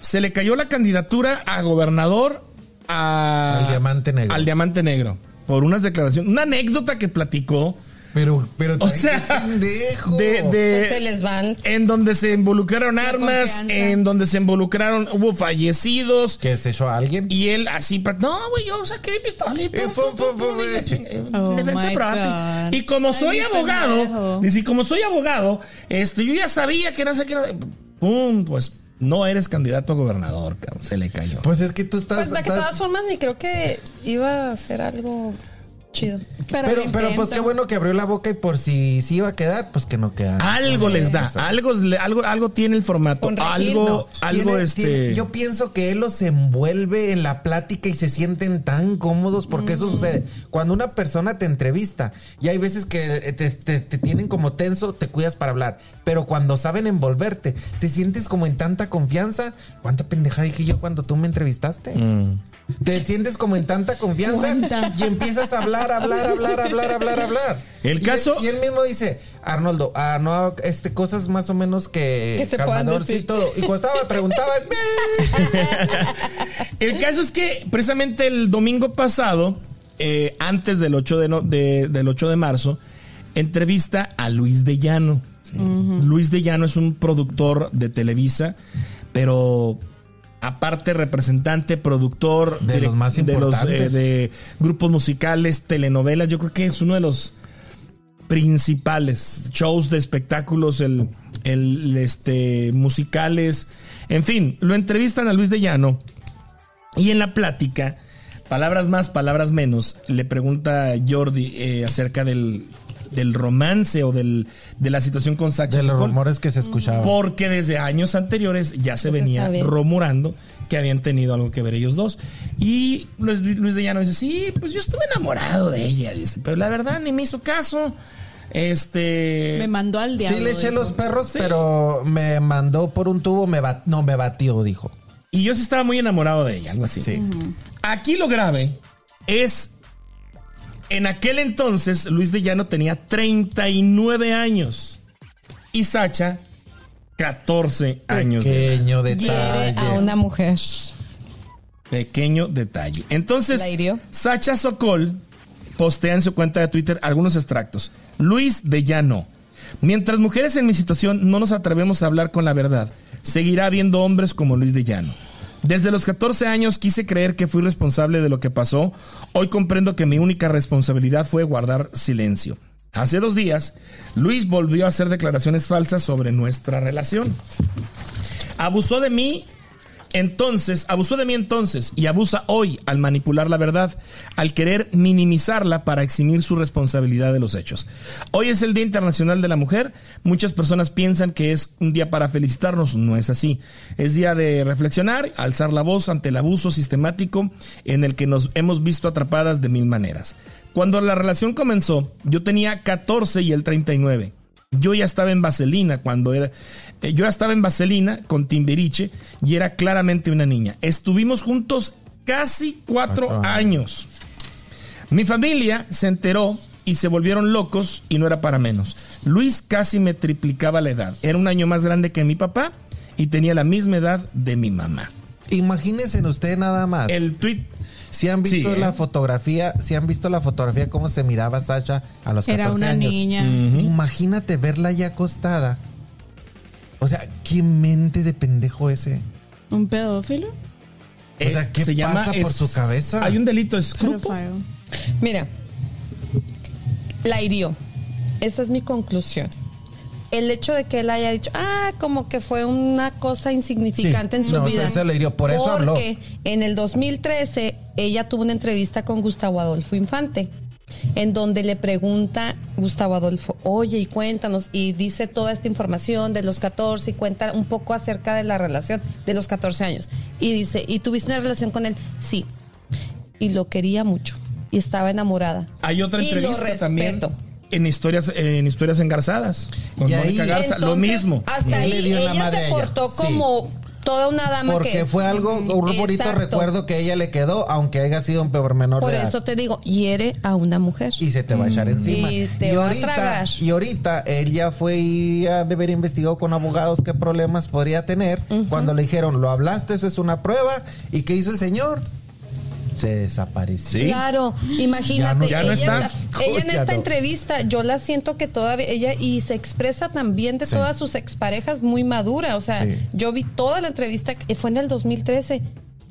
[SPEAKER 3] Se le cayó la candidatura a gobernador a-
[SPEAKER 2] Al Diamante Negro.
[SPEAKER 3] Al Diamante Negro. Por unas declaraciones. Una anécdota que platicó.
[SPEAKER 2] Pero, pero,
[SPEAKER 3] O
[SPEAKER 2] ay, qué
[SPEAKER 3] sea,
[SPEAKER 2] pendejo.
[SPEAKER 3] de- de-
[SPEAKER 5] Pues se les van.
[SPEAKER 3] en donde se involucraron armas,
[SPEAKER 4] confianza.
[SPEAKER 3] en donde se involucraron, hubo fallecidos.
[SPEAKER 2] ¿Que se echó a alguien?
[SPEAKER 3] Y él así, pra- no, güey, yo saqué mi pistola y pum,
[SPEAKER 2] Eh, fum,
[SPEAKER 3] pum, pum,
[SPEAKER 2] fum, fum,
[SPEAKER 3] y la
[SPEAKER 2] güey.
[SPEAKER 3] ching-
[SPEAKER 4] Oh
[SPEAKER 3] defensa
[SPEAKER 4] my
[SPEAKER 3] propia.
[SPEAKER 4] God.
[SPEAKER 3] Y como
[SPEAKER 4] Ay,
[SPEAKER 3] soy
[SPEAKER 4] mi
[SPEAKER 3] abogado,
[SPEAKER 4] pendejo.
[SPEAKER 3] dice, y como soy abogado, este, yo ya sabía que no sé qué, no sé- pum, pues no eres candidato a gobernador, cabrón, se le cayó.
[SPEAKER 2] Pues es que tú estás.
[SPEAKER 5] Pues de que
[SPEAKER 2] estás-
[SPEAKER 5] todas formas ni creo que iba a ser algo chido.
[SPEAKER 4] Pero,
[SPEAKER 2] pero,
[SPEAKER 4] lo
[SPEAKER 2] pero pues
[SPEAKER 4] intenta.
[SPEAKER 2] qué bueno que abrió la boca y por si sí iba a quedar, pues que no queda.
[SPEAKER 3] Algo les da, algo, le- algo, algo tiene el formato,
[SPEAKER 5] Con regil,
[SPEAKER 3] algo,
[SPEAKER 2] No,
[SPEAKER 3] algo
[SPEAKER 2] tiene-
[SPEAKER 3] este.
[SPEAKER 2] tiene- yo pienso que él los envuelve en la plática y se sienten tan cómodos porque eso sucede. Cuando una persona te entrevista y hay veces que eh, te, te- te tienen como tenso, te cuidas para hablar. Pero cuando saben envolverte, te sientes como en tanta confianza. ¿Cuánta pendejada dije yo cuando tú me entrevistaste?
[SPEAKER 3] Mm.
[SPEAKER 2] Te sientes como en tanta confianza
[SPEAKER 4] ¿Cuánta?
[SPEAKER 2] y empiezas a hablar, hablar, hablar, hablar, hablar, hablar.
[SPEAKER 3] El
[SPEAKER 2] Y él-
[SPEAKER 3] caso-
[SPEAKER 2] Y él, mismo dice, Arnoldo, ah, no, este, cosas más o menos que...
[SPEAKER 5] Que se puedan
[SPEAKER 2] calmadorcito,
[SPEAKER 5] decir.
[SPEAKER 2] todo. Y cuando estaba, preguntaba.
[SPEAKER 3] El caso es que precisamente el domingo pasado, eh, antes del 8 de, no- de- del 8 de marzo, entrevista a Luis de Llano. Luis de Llano es un productor de Televisa, pero aparte representante, productor
[SPEAKER 2] De los más
[SPEAKER 3] de, los, eh,
[SPEAKER 2] importantes.
[SPEAKER 3] de grupos musicales, telenovelas, yo creo que es uno de los principales, shows de espectáculos, el, el, este, musicales, en fin, lo entrevistan a Luis de Llano y en la plática, palabras más, palabras menos, le pregunta Jordi eh, acerca del, del romance o del, de la situación con Sacha
[SPEAKER 2] De los
[SPEAKER 3] Sokol.
[SPEAKER 2] rumores que se escuchaban.
[SPEAKER 3] Porque desde años anteriores ya se
[SPEAKER 5] Eso
[SPEAKER 3] venía
[SPEAKER 5] está bien.
[SPEAKER 3] rumorando que habían tenido algo que ver ellos dos. Y Luis, Luis de Llano dice, sí, pues yo estuve enamorado de ella, dice, pero la verdad ni me hizo caso. Este...
[SPEAKER 4] Me mandó al diablo.
[SPEAKER 2] Sí le eché
[SPEAKER 4] dijo.
[SPEAKER 2] los perros, pero me mandó por un tubo, me bat- no, me batió, dijo.
[SPEAKER 3] Y yo sí estaba muy enamorado de ella, algo así. Aquí lo grave es. En aquel entonces, Luis de Llano tenía 39 años. Y Sacha, 14 años. de edad.
[SPEAKER 2] Pequeño
[SPEAKER 5] Hiere
[SPEAKER 2] detalle.
[SPEAKER 5] a una mujer.
[SPEAKER 3] Pequeño detalle. Entonces,
[SPEAKER 5] La hirió.
[SPEAKER 3] Sacha Sokol postea en su cuenta de Twitter algunos extractos. Luis de Llano. Mientras mujeres en mi situación no nos atrevemos a hablar con la verdad, seguirá habiendo hombres como Luis de Llano. Desde los 14 años quise creer que fui responsable de lo que pasó. Hoy comprendo que mi única responsabilidad fue guardar silencio. Hace dos días, Luis volvió a hacer declaraciones falsas sobre nuestra relación. Abusó de mí entonces, abusó de mí entonces y abusa hoy al manipular la verdad, al querer minimizarla para eximir su responsabilidad de los hechos. Hoy es el Día Internacional de la Mujer. Muchas personas piensan que es un día para felicitarnos. No es así. Es día de reflexionar, alzar la voz ante el abuso sistemático en el que nos hemos visto atrapadas de mil maneras. Cuando la relación comenzó, yo tenía 14 y él 39. Yo ya estaba en Vaselina cuando era. eh, Yo ya estaba en Vaselina con Timberiche y era claramente una niña. Estuvimos juntos casi cuatro
[SPEAKER 2] Cuatro
[SPEAKER 3] años. Mi familia se enteró y se volvieron locos y no era para menos. Luis casi me triplicaba la edad. Era un año más grande que mi papá y tenía la misma edad de mi mamá.
[SPEAKER 2] Imagínense ustedes nada más.
[SPEAKER 3] El tweet.
[SPEAKER 2] Si han visto
[SPEAKER 3] Sí, ¿eh?
[SPEAKER 2] la fotografía, si han visto la fotografía cómo se miraba Sasha a los 14
[SPEAKER 4] Era una
[SPEAKER 2] años.
[SPEAKER 4] niña.
[SPEAKER 2] Imagínate verla ya acostada. O sea, qué mente de pendejo ese.
[SPEAKER 4] ¿Un pedófilo?
[SPEAKER 2] O
[SPEAKER 3] eh,
[SPEAKER 2] sea, ¿qué pasa por su cabeza?
[SPEAKER 3] Hay un delito escrupo.
[SPEAKER 4] Pedophile.
[SPEAKER 5] Mira, la hirió. Esa es mi conclusión. El hecho de que él haya dicho, ah, como que fue una cosa insignificante
[SPEAKER 2] Sí,
[SPEAKER 5] en su
[SPEAKER 2] no, o sea,
[SPEAKER 5] vida.
[SPEAKER 2] se la hirió, por eso habló.
[SPEAKER 5] Porque en el 2013 ella tuvo una entrevista con Gustavo Adolfo Infante, en donde le pregunta Gustavo Adolfo, oye, y cuéntanos, y dice toda esta información de los 14 y cuenta un poco acerca de la relación de los 14 años. Y dice, ¿y tuviste una relación con él? Sí, y lo quería mucho. Y estaba enamorada.
[SPEAKER 3] Hay otra
[SPEAKER 5] Y lo
[SPEAKER 3] entrevista también
[SPEAKER 5] respeto.
[SPEAKER 3] en historias en historias engarzadas con
[SPEAKER 2] Y ahí- ah,
[SPEAKER 3] Mónica Garza, lo
[SPEAKER 5] Entonces,
[SPEAKER 3] mismo.
[SPEAKER 5] Hasta
[SPEAKER 2] Él
[SPEAKER 5] ahí
[SPEAKER 2] le dio en la
[SPEAKER 5] ella
[SPEAKER 2] madre a
[SPEAKER 5] se
[SPEAKER 2] ella.
[SPEAKER 5] portó
[SPEAKER 2] Sí.
[SPEAKER 5] como toda una dama que
[SPEAKER 2] Porque
[SPEAKER 5] es.
[SPEAKER 2] fue algo, un bonito
[SPEAKER 5] Exacto.
[SPEAKER 2] recuerdo que a ella le quedó, aunque haya sido un peor menor
[SPEAKER 5] Por
[SPEAKER 2] de edad.
[SPEAKER 5] eso te digo, hiere a una mujer.
[SPEAKER 2] Y se te va a
[SPEAKER 3] Mm.
[SPEAKER 2] echar encima.
[SPEAKER 5] Y te va a tragar.
[SPEAKER 2] y ahorita él ya fue y a deber investigado con abogados qué problemas podría tener. Cuando le dijeron, lo hablaste, eso es una prueba. ¿Y qué hizo el señor? Se desapareció.
[SPEAKER 3] Sí.
[SPEAKER 5] Claro,
[SPEAKER 2] Ya no-
[SPEAKER 5] imagínate.
[SPEAKER 3] ya no
[SPEAKER 5] ella,
[SPEAKER 3] está.
[SPEAKER 5] ella en
[SPEAKER 2] Ya
[SPEAKER 5] esta
[SPEAKER 2] no.
[SPEAKER 5] entrevista, yo la siento que todavía ella y se expresa también de
[SPEAKER 2] Sí.
[SPEAKER 5] todas sus exparejas muy madura. O sea,
[SPEAKER 2] Sí.
[SPEAKER 5] yo vi toda la entrevista que fue en el 2013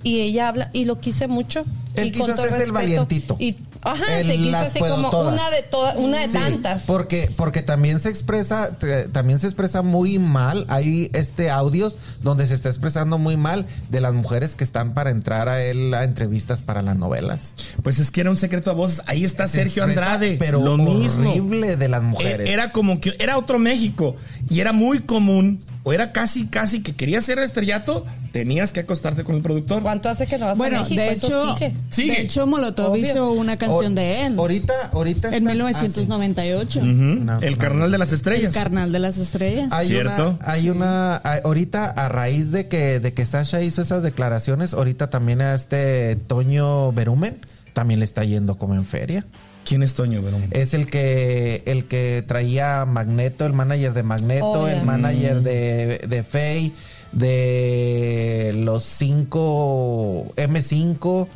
[SPEAKER 5] y ella habla y lo quise mucho.
[SPEAKER 2] Él
[SPEAKER 5] y
[SPEAKER 2] quiso
[SPEAKER 5] con todo
[SPEAKER 2] hacerse el valientito.
[SPEAKER 5] Y, ajá,
[SPEAKER 2] Él
[SPEAKER 5] se quiso
[SPEAKER 2] las
[SPEAKER 5] hacer
[SPEAKER 2] puedo
[SPEAKER 5] como
[SPEAKER 2] todas.
[SPEAKER 5] una de todas, una de
[SPEAKER 2] Sí,
[SPEAKER 5] tantas.
[SPEAKER 2] Porque, porque también se expresa, te- también se expresa muy mal. Hay este audios donde se está expresando muy mal de las mujeres que están para entrar a él a entrevistas para las novelas.
[SPEAKER 3] Pues es que era un secreto a voces. Ahí está
[SPEAKER 2] Se
[SPEAKER 3] Sergio
[SPEAKER 2] expresa,
[SPEAKER 3] Andrade.
[SPEAKER 2] pero
[SPEAKER 3] lo mismo.
[SPEAKER 2] horrible de las
[SPEAKER 3] E-
[SPEAKER 2] mujeres.
[SPEAKER 3] Era como que era otro México y era muy común o era casi casi que querías ser estrellato, tenías que acostarte con el productor.
[SPEAKER 5] ¿Cuánto hace que no vas a
[SPEAKER 4] Bueno,
[SPEAKER 5] México?
[SPEAKER 4] de
[SPEAKER 5] Eso
[SPEAKER 4] hecho,
[SPEAKER 5] sigue.
[SPEAKER 3] Sigue.
[SPEAKER 4] de hecho Molotov
[SPEAKER 5] Obvio.
[SPEAKER 4] hizo una canción
[SPEAKER 2] Or-
[SPEAKER 4] de él
[SPEAKER 2] Ahorita, ahorita.
[SPEAKER 4] en
[SPEAKER 2] está- ah,
[SPEAKER 4] 1998.
[SPEAKER 3] Ujú.
[SPEAKER 2] No,
[SPEAKER 3] el
[SPEAKER 2] no.
[SPEAKER 3] carnal de las
[SPEAKER 4] El
[SPEAKER 3] estrellas.
[SPEAKER 4] carnal de las estrellas.
[SPEAKER 2] Hay
[SPEAKER 3] ¿Cierto?
[SPEAKER 2] Una, hay una a- ahorita a raíz de que de que Sasha hizo esas declaraciones, ahorita también a este Toño Berumen también le está yendo como en feria.
[SPEAKER 3] ¿Quién es Toño Verón?
[SPEAKER 5] Eh,
[SPEAKER 2] Es el que el que traía a Magneto, el manager de Magneto,
[SPEAKER 5] Oh, ya.
[SPEAKER 2] el manager de de Faye, de los 5 M5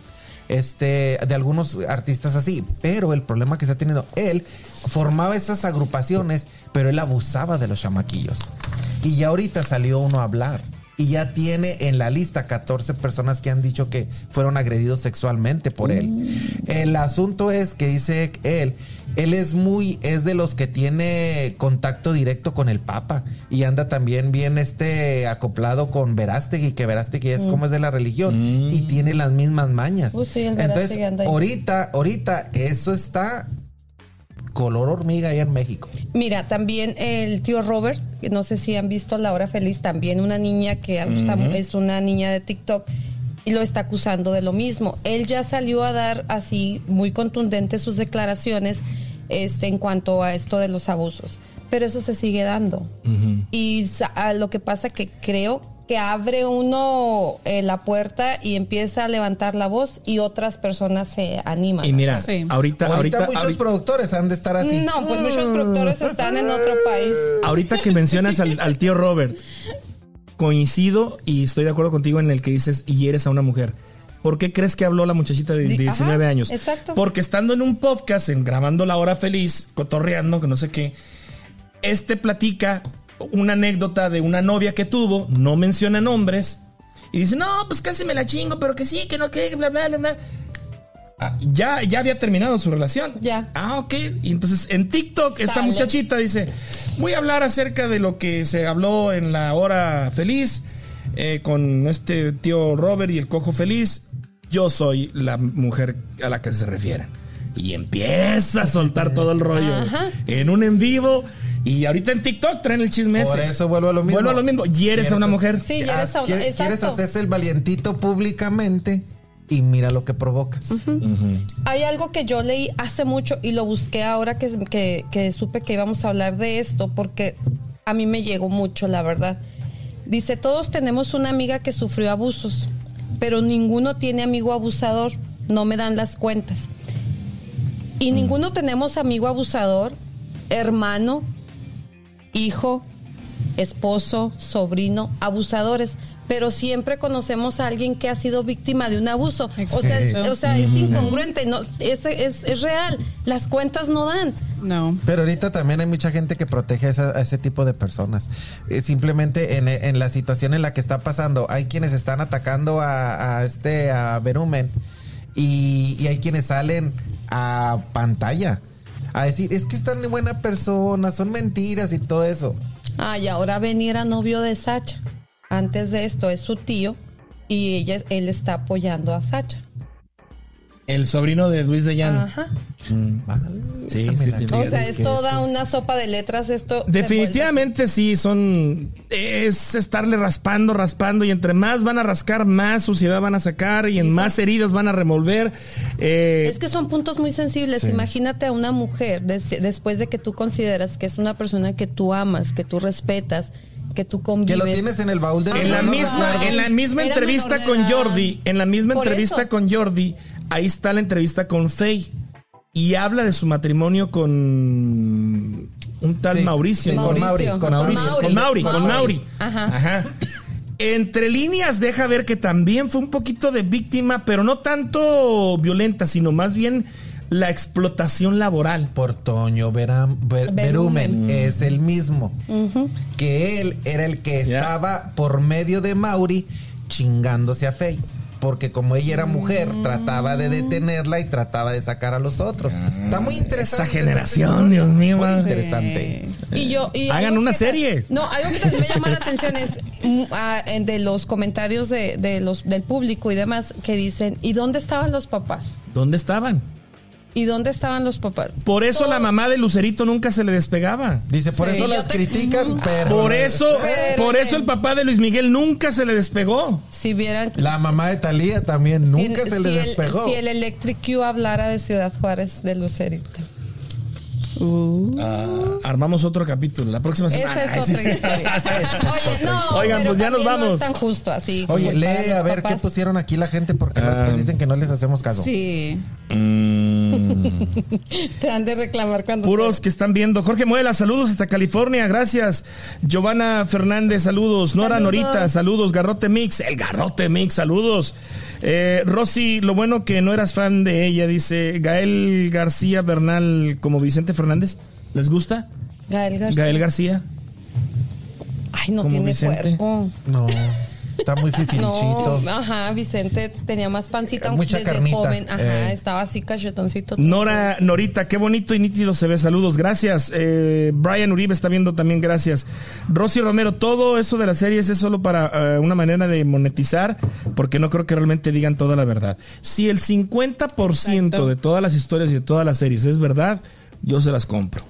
[SPEAKER 2] este, de algunos artistas así, pero el problema que está teniendo, él formaba esas agrupaciones, pero él abusaba de los chamaquillos. Y ya ahorita salió uno a hablar. Y ya tiene en la lista 14 personas que han dicho
[SPEAKER 5] Mm.
[SPEAKER 2] que fueron agredidos sexualmente por él. El asunto es que dice él Él es muy, es de los que tiene contacto directo con el Papa y anda también bien este acoplado con Verástegui, que Verástegui es como es de la religión y tiene las mismas mañas.
[SPEAKER 5] Pues Mm. sí, el
[SPEAKER 2] Entonces,
[SPEAKER 5] Verástegui anda ahí.
[SPEAKER 2] ahorita, ahorita, eso está color hormiga allá en México.
[SPEAKER 5] Mira, también el tío Robert, que no sé si han visto La Hora Feliz, también una niña que acusa- es una niña de TikTok y lo está acusando de lo mismo. Él ya salió a dar así muy contundentes sus declaraciones este, en cuanto a esto de los abusos, pero eso se sigue dando. Y sa- a lo que pasa que creo que abre uno eh, la puerta y empieza a levantar la voz y otras personas se animan.
[SPEAKER 3] Y mira,
[SPEAKER 4] Sí.
[SPEAKER 3] ahorita,
[SPEAKER 2] Ahorita, Mm.
[SPEAKER 3] ahorita,
[SPEAKER 2] muchos
[SPEAKER 3] ahorita-
[SPEAKER 2] productores han de estar así.
[SPEAKER 5] No, pues muchos productores están en otro país.
[SPEAKER 3] Ahorita que mencionas al, al tío Robert, coincido y estoy de acuerdo contigo en el que dices y eres a una mujer. ¿Por qué crees que habló la muchachita de
[SPEAKER 5] Di-
[SPEAKER 3] 19
[SPEAKER 5] ajá,
[SPEAKER 3] años?
[SPEAKER 5] exacto.
[SPEAKER 3] Porque estando en un podcast, en grabando La Hora Feliz, cotorreando, que no sé qué, este platica una anécdota de una novia que tuvo, no menciona nombres, y dice, no, pues casi me la chingo, pero que sí, que no, que bla, bla, bla, bla. Ah, ya, ya había terminado su relación.
[SPEAKER 5] Ya.
[SPEAKER 3] Ah, ok. Y entonces en TikTok esta
[SPEAKER 5] Sale.
[SPEAKER 3] muchachita dice, voy a hablar acerca de lo que se habló en la hora feliz eh, con este tío Robert y el cojo feliz. Yo soy la mujer a la que se refieren. Y empieza a soltar todo el rollo
[SPEAKER 5] Ajá.
[SPEAKER 3] en un en vivo. Y ahorita en TikTok traen el chisme
[SPEAKER 2] Por
[SPEAKER 3] ese.
[SPEAKER 2] eso vuelvo a lo mismo.
[SPEAKER 3] Vuelvo a lo mismo. Hieres a una mujer.
[SPEAKER 5] Sí, ya eres
[SPEAKER 2] Ah,
[SPEAKER 5] auto-
[SPEAKER 2] quiere- quieres,
[SPEAKER 5] exacto.
[SPEAKER 2] hacerse el valientito públicamente y mira lo que provocas.
[SPEAKER 5] Hay algo que yo leí hace mucho y lo busqué ahora que, que, que supe que íbamos a hablar de esto porque a mí me llegó mucho, la verdad. Dice, todos tenemos una amiga que sufrió abusos, pero ninguno tiene amigo abusador, no me dan las cuentas. Y ninguno tenemos amigo abusador, hermano, hijo, esposo, sobrino, abusadores. Pero siempre conocemos a alguien que ha sido víctima de un abuso. O sea, es,
[SPEAKER 4] Exacto.
[SPEAKER 5] o sea, es incongruente, no, es, es, es real. Las cuentas no dan.
[SPEAKER 4] No.
[SPEAKER 2] Pero ahorita también hay mucha gente que protege a, esa- a ese tipo de personas. Eh, simplemente en, en la situación en la que está pasando, hay quienes están atacando a, a este a Berumen y, y hay quienes salen a pantalla a decir es que es tan buena persona, son mentiras y todo eso.
[SPEAKER 5] Ay, ahora venir era novio de Sacha. Antes de esto es su tío y ella, él está apoyando a Sacha.
[SPEAKER 3] El sobrino de Luis de Llano.
[SPEAKER 5] Ajá.
[SPEAKER 2] Vale,
[SPEAKER 3] Sí,
[SPEAKER 2] dame
[SPEAKER 3] sí,
[SPEAKER 2] la
[SPEAKER 3] sí,
[SPEAKER 5] O
[SPEAKER 2] cara
[SPEAKER 5] sea,
[SPEAKER 2] de
[SPEAKER 5] es
[SPEAKER 2] que
[SPEAKER 5] toda
[SPEAKER 2] eso.
[SPEAKER 5] una sopa de letras esto. se
[SPEAKER 3] Definitivamente sí, son. Es estarle raspando, raspando, y entre más van a rascar, más suciedad van a sacar y en más heridas van a revolver. Eh,
[SPEAKER 5] vuelve- Es que son puntos muy sensibles. Imagínate a una mujer des- después de que tú consideras que es una persona que tú amas, que tú respetas, que tú
[SPEAKER 2] Que
[SPEAKER 5] convives.
[SPEAKER 2] lo tienes en el baúl de
[SPEAKER 3] en la
[SPEAKER 2] no
[SPEAKER 3] misma,
[SPEAKER 2] recuerdo.
[SPEAKER 3] en la misma
[SPEAKER 4] Era
[SPEAKER 3] entrevista
[SPEAKER 4] menor de
[SPEAKER 3] con
[SPEAKER 4] edad.
[SPEAKER 3] Jordi, en la misma
[SPEAKER 5] Por
[SPEAKER 3] entrevista
[SPEAKER 5] eso.
[SPEAKER 3] con Jordi, ahí está la entrevista con Faye. Y habla de su matrimonio con un tal
[SPEAKER 2] Sí,
[SPEAKER 3] Mauricio.
[SPEAKER 2] sí,
[SPEAKER 3] ¿no?
[SPEAKER 2] con Mauri,
[SPEAKER 5] Mauricio,
[SPEAKER 2] con Mauricio,
[SPEAKER 3] Mauricio, con Mauri, con Mauri.
[SPEAKER 5] Ajá.
[SPEAKER 3] Ajá. Entre líneas deja ver que también fue un poquito de víctima, pero no tanto violenta, sino más bien la explotación laboral.
[SPEAKER 2] por Toño Veram- Ver-
[SPEAKER 5] Berumen.
[SPEAKER 2] Berumen es el mismo. Que él era el que
[SPEAKER 3] Ya.
[SPEAKER 2] estaba por medio de Mauri chingándose a Fey. Porque como ella era mujer,
[SPEAKER 5] Mm.
[SPEAKER 2] trataba de detenerla y trataba de sacar a los otros. Está muy interesante.
[SPEAKER 3] Esa generación, Dios mío.
[SPEAKER 2] Muy
[SPEAKER 3] va.
[SPEAKER 2] interesante.
[SPEAKER 5] Y yo, y
[SPEAKER 3] Hagan
[SPEAKER 5] algo
[SPEAKER 3] una
[SPEAKER 5] que-
[SPEAKER 3] serie.
[SPEAKER 5] No, algo que también me llama la atención es mm, ah, en de los comentarios de, de los, del público y demás que dicen, ¿y dónde estaban los papás?
[SPEAKER 3] ¿Dónde estaban?
[SPEAKER 5] ¿Y dónde estaban los papás?
[SPEAKER 3] Por eso
[SPEAKER 5] Todo-
[SPEAKER 3] la mamá de Lucerito nunca se le despegaba.
[SPEAKER 2] Dice, por
[SPEAKER 5] Sí,
[SPEAKER 2] eso
[SPEAKER 5] yo
[SPEAKER 2] las
[SPEAKER 5] te- Mm.
[SPEAKER 2] critican, pero.
[SPEAKER 3] Por eso,
[SPEAKER 5] Pero-
[SPEAKER 3] por eso el papá de Luis Miguel nunca se le despegó.
[SPEAKER 5] Si vieran...
[SPEAKER 2] La mamá de Talía también
[SPEAKER 5] si-
[SPEAKER 2] nunca se le
[SPEAKER 5] si el-
[SPEAKER 2] despegó.
[SPEAKER 5] si el Electric Q hablara de Ciudad Juárez, de Lucerito.
[SPEAKER 3] Ah, armamos otro capítulo la próxima semana.
[SPEAKER 5] Esa es otra historia. Oye, no,
[SPEAKER 3] Oigan,
[SPEAKER 5] pero
[SPEAKER 3] pues ya nos
[SPEAKER 5] también no
[SPEAKER 3] vamos.
[SPEAKER 5] es tan justo así.
[SPEAKER 2] Oye,
[SPEAKER 5] como para
[SPEAKER 2] lee
[SPEAKER 5] los
[SPEAKER 2] a ver qué
[SPEAKER 5] papás.
[SPEAKER 2] pusieron aquí la gente porque
[SPEAKER 3] Ah,
[SPEAKER 2] después dicen que no les hacemos caso.
[SPEAKER 4] Sí.
[SPEAKER 5] Te han de reclamar cuando...
[SPEAKER 3] Puros que están viendo. Jorge Muela, saludos hasta California, gracias. Giovanna Fernández, saludos. Nora
[SPEAKER 5] Saludos.
[SPEAKER 3] Norita, saludos. Garrote Mix, el Garrote Mix, saludos. Eh, Rosy, lo bueno que no eras fan de ella, dice Gael García Bernal, como Vicente Fernández. ¿Les gusta?
[SPEAKER 5] Gael García.
[SPEAKER 3] Gael García,
[SPEAKER 5] Ay, no
[SPEAKER 3] como
[SPEAKER 5] tiene
[SPEAKER 3] Vicente.
[SPEAKER 5] cuerpo.
[SPEAKER 2] No. Está muy fifinchito.
[SPEAKER 5] No, ajá, Vicente tenía más pancita
[SPEAKER 3] Eh,
[SPEAKER 2] Mucha
[SPEAKER 5] desde
[SPEAKER 2] carnita,
[SPEAKER 5] joven. Ajá,
[SPEAKER 2] eh.
[SPEAKER 5] estaba así cachetoncito.
[SPEAKER 3] Nora, Norita, qué bonito y nítido se ve. Saludos, gracias. Eh, Brian Uribe está viendo también, gracias. Rosy Romero, todo eso de las series es solo para eh, una manera de monetizar, porque no creo que realmente digan toda la verdad. Si el 50%
[SPEAKER 4] Exacto.
[SPEAKER 3] de todas las historias y de todas las series es verdad, yo se las compro.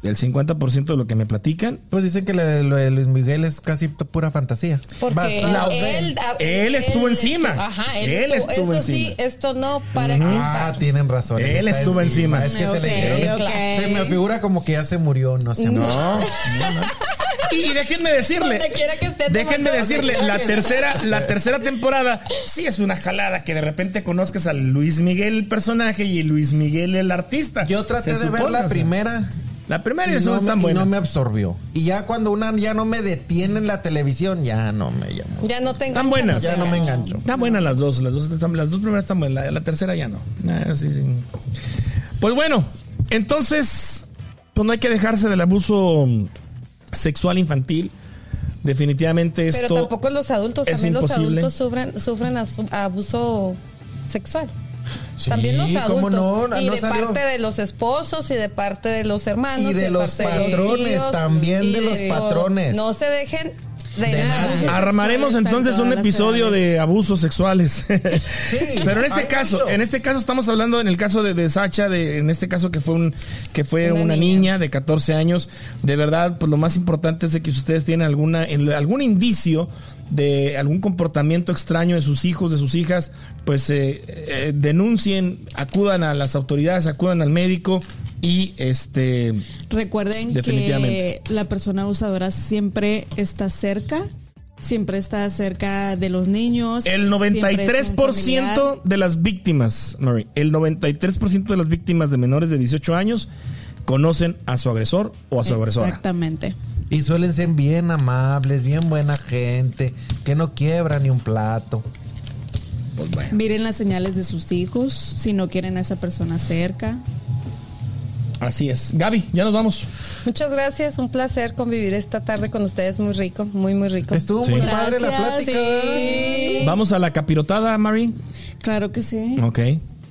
[SPEAKER 3] El 50% de lo que me platican.
[SPEAKER 2] Pues dicen que la- lo de Luis Miguel es casi t- pura fantasía.
[SPEAKER 5] Porque
[SPEAKER 2] Vas, la
[SPEAKER 5] él,
[SPEAKER 2] ven.
[SPEAKER 5] ah,
[SPEAKER 3] Él estuvo encima.
[SPEAKER 5] Ajá, él,
[SPEAKER 3] Él
[SPEAKER 5] estuvo,
[SPEAKER 3] estuvo
[SPEAKER 5] Eso sí,
[SPEAKER 3] encima.
[SPEAKER 5] esto no para que
[SPEAKER 2] Ah, tienen razón.
[SPEAKER 3] Él
[SPEAKER 2] está
[SPEAKER 3] estuvo encima.
[SPEAKER 2] Es que se le
[SPEAKER 4] Ok,
[SPEAKER 2] hicieron.
[SPEAKER 4] ok.
[SPEAKER 2] Se me figura como que ya se murió, no se murió.
[SPEAKER 3] Y déjenme decirle,
[SPEAKER 5] Donde quiera que esté
[SPEAKER 3] déjenme
[SPEAKER 5] tomando-
[SPEAKER 3] decirle, la tercera, la tercera temporada sí es una jalada que de repente conozcas a Luis Miguel el personaje y Luis Miguel el artista.
[SPEAKER 2] Yo traté
[SPEAKER 3] Se
[SPEAKER 2] de ver
[SPEAKER 3] supone,
[SPEAKER 2] la
[SPEAKER 3] o sea,
[SPEAKER 2] primera.
[SPEAKER 3] La primera y la
[SPEAKER 2] y no,
[SPEAKER 3] segunda
[SPEAKER 2] me,
[SPEAKER 3] están
[SPEAKER 2] y no
[SPEAKER 3] buenas.
[SPEAKER 2] me absorbió. Y ya cuando una ya no me detiene en la televisión, ya no me llamó.
[SPEAKER 5] Ya no tengo.
[SPEAKER 3] Están buenas.
[SPEAKER 2] Ya no me engancho.
[SPEAKER 3] Están buenas las dos, las dos, están- las dos primeras están buenas, la, la tercera ya no. Ah, sí, sí. Pues bueno, entonces, pues no hay que dejarse del abuso sexual infantil. Definitivamente esto.
[SPEAKER 5] Pero tampoco los adultos,
[SPEAKER 3] es
[SPEAKER 5] también los
[SPEAKER 3] imposible.
[SPEAKER 5] adultos sufren, sufren asu- abuso sexual.
[SPEAKER 2] Sí,
[SPEAKER 5] también los
[SPEAKER 2] ¿cómo
[SPEAKER 5] adultos.
[SPEAKER 2] no? No
[SPEAKER 5] y de
[SPEAKER 2] salió.
[SPEAKER 5] parte de los esposos y de parte de los hermanos.
[SPEAKER 2] Y de los
[SPEAKER 5] parte los
[SPEAKER 2] patrones,
[SPEAKER 5] tíos,
[SPEAKER 2] también
[SPEAKER 5] y
[SPEAKER 2] de los patrones.
[SPEAKER 5] No se dejen de,
[SPEAKER 2] De
[SPEAKER 5] nada.
[SPEAKER 2] nada.
[SPEAKER 3] Armaremos
[SPEAKER 4] sexuales
[SPEAKER 3] entonces
[SPEAKER 4] para
[SPEAKER 3] un
[SPEAKER 4] todas las
[SPEAKER 3] episodio
[SPEAKER 4] edades.
[SPEAKER 3] de abusos sexuales.
[SPEAKER 2] Sí,
[SPEAKER 3] Pero en este
[SPEAKER 2] hay
[SPEAKER 3] caso,
[SPEAKER 2] mucho.
[SPEAKER 3] en este caso estamos hablando en el caso de, de Sacha, de, en este caso que fue un que fue una,
[SPEAKER 5] Una
[SPEAKER 3] niña.
[SPEAKER 5] niña.
[SPEAKER 3] de 14 años. De verdad, pues lo más importante es de que si ustedes tienen alguna el- algún indicio de algún comportamiento extraño de sus hijos, de sus hijas, pues eh, eh, denuncien, acudan a las autoridades, acudan al médico y este
[SPEAKER 4] Recuerden
[SPEAKER 3] Definitivamente.
[SPEAKER 4] que la persona abusadora siempre está cerca, siempre está cerca de los niños.
[SPEAKER 3] El
[SPEAKER 4] siempre es un familiar.
[SPEAKER 3] 93% de las víctimas, Mary, el 93% de las víctimas de menores de 18 años conocen a su agresor o a su agresora.
[SPEAKER 4] Exactamente.
[SPEAKER 2] Y suelen ser bien amables, bien buena gente, que no quiebra ni un plato.
[SPEAKER 3] Pues bueno.
[SPEAKER 4] Miren las señales de sus hijos, si no quieren a esa persona cerca.
[SPEAKER 3] Así es. Gaby, ya nos vamos.
[SPEAKER 5] Muchas gracias, un placer convivir esta tarde con ustedes, muy rico, muy muy rico.
[SPEAKER 2] Estuvo muy
[SPEAKER 3] Sí.
[SPEAKER 2] padre la
[SPEAKER 4] Gracias,
[SPEAKER 2] plática.
[SPEAKER 5] Sí.
[SPEAKER 3] Vamos a la capirotada, Mary.
[SPEAKER 4] Claro que sí.
[SPEAKER 3] Ok.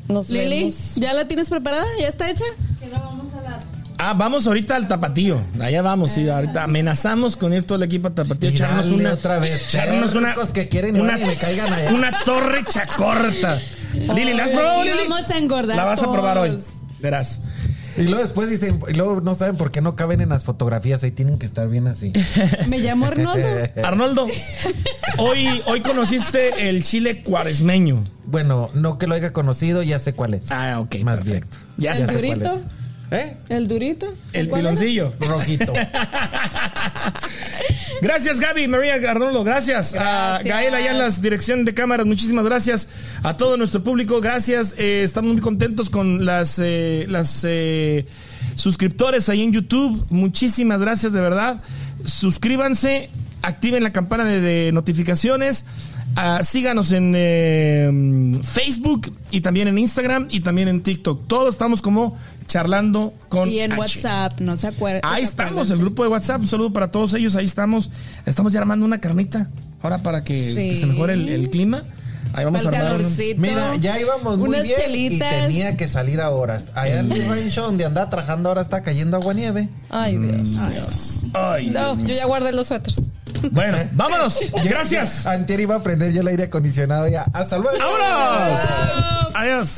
[SPEAKER 5] Nos
[SPEAKER 4] Lili,
[SPEAKER 5] vemos.
[SPEAKER 4] ¿ya la tienes preparada? ¿Ya está hecha?
[SPEAKER 3] Ah, vamos ahorita al tapatío. Allá vamos, sí,
[SPEAKER 4] Ah.
[SPEAKER 3] ahorita amenazamos con ir todo el equipo a tapatío,
[SPEAKER 2] Y
[SPEAKER 3] echarnos
[SPEAKER 2] dale
[SPEAKER 3] una
[SPEAKER 2] otra vez.
[SPEAKER 3] echarnos una
[SPEAKER 2] Perros que quieren y van y me caigan allá.
[SPEAKER 3] una torre chacorta. Lili, ¿la has
[SPEAKER 4] Ay,
[SPEAKER 3] probado, Lili?
[SPEAKER 4] vamos a engordar
[SPEAKER 3] La vas a probar hoy.
[SPEAKER 4] todos.
[SPEAKER 3] Verás.
[SPEAKER 2] Y luego después dicen, y luego no saben por qué no caben en las fotografías, ahí tienen que estar bien así.
[SPEAKER 4] Me llamo Arnoldo.
[SPEAKER 3] Arnoldo, hoy, hoy conociste el chile cuaresmeño.
[SPEAKER 2] Bueno, no que lo haya conocido, ya sé cuál es.
[SPEAKER 3] Ah, ok,
[SPEAKER 2] Más
[SPEAKER 3] perfecto.
[SPEAKER 2] bien.
[SPEAKER 3] Ya
[SPEAKER 4] el
[SPEAKER 3] está.
[SPEAKER 2] sé cuál
[SPEAKER 4] durito.
[SPEAKER 2] es. ¿Eh?
[SPEAKER 4] El durito.
[SPEAKER 3] El
[SPEAKER 4] ¿Cuál era?
[SPEAKER 3] piloncillo.
[SPEAKER 2] Rojito.
[SPEAKER 3] Gracias, Gaby, María Arnoldo, gracias. A
[SPEAKER 5] Gracias.
[SPEAKER 3] Gael allá en las dirección de cámaras, muchísimas gracias. A todo nuestro público, gracias. Eh, estamos muy contentos con las, eh, las eh, suscriptores ahí en YouTube. Muchísimas gracias, de verdad. Suscríbanse, activen la campana de, de notificaciones. Ah, síganos en eh, Facebook y también en Instagram y también en TikTok. Todos estamos como charlando con
[SPEAKER 4] Y en
[SPEAKER 3] H.
[SPEAKER 4] WhatsApp, no se acuerdan.
[SPEAKER 3] Ahí estamos, el grupo de WhatsApp. Un saludo para todos ellos. Ahí estamos. Estamos ya armando una carnita. Ahora para que,
[SPEAKER 4] Sí.
[SPEAKER 3] que se mejore el, el clima. Ahí vamos
[SPEAKER 4] Para el
[SPEAKER 3] a armar. un-
[SPEAKER 4] calorcito.
[SPEAKER 2] Mira, ya íbamos muy
[SPEAKER 4] Unas
[SPEAKER 2] bien
[SPEAKER 4] chelitas.
[SPEAKER 2] y tenía que salir ahora. Allá en el rancho donde andaba trabajando ahora está cayendo agua nieve.
[SPEAKER 5] Ay, Dios.
[SPEAKER 2] Mm.
[SPEAKER 3] Ay.
[SPEAKER 5] No, yo ya guardé los suéteres.
[SPEAKER 3] Bueno, vámonos. Gracias.
[SPEAKER 2] Ya, Antier iba a prender ya el aire acondicionado ya. Hasta luego.
[SPEAKER 3] ¡Vámonos! Adiós.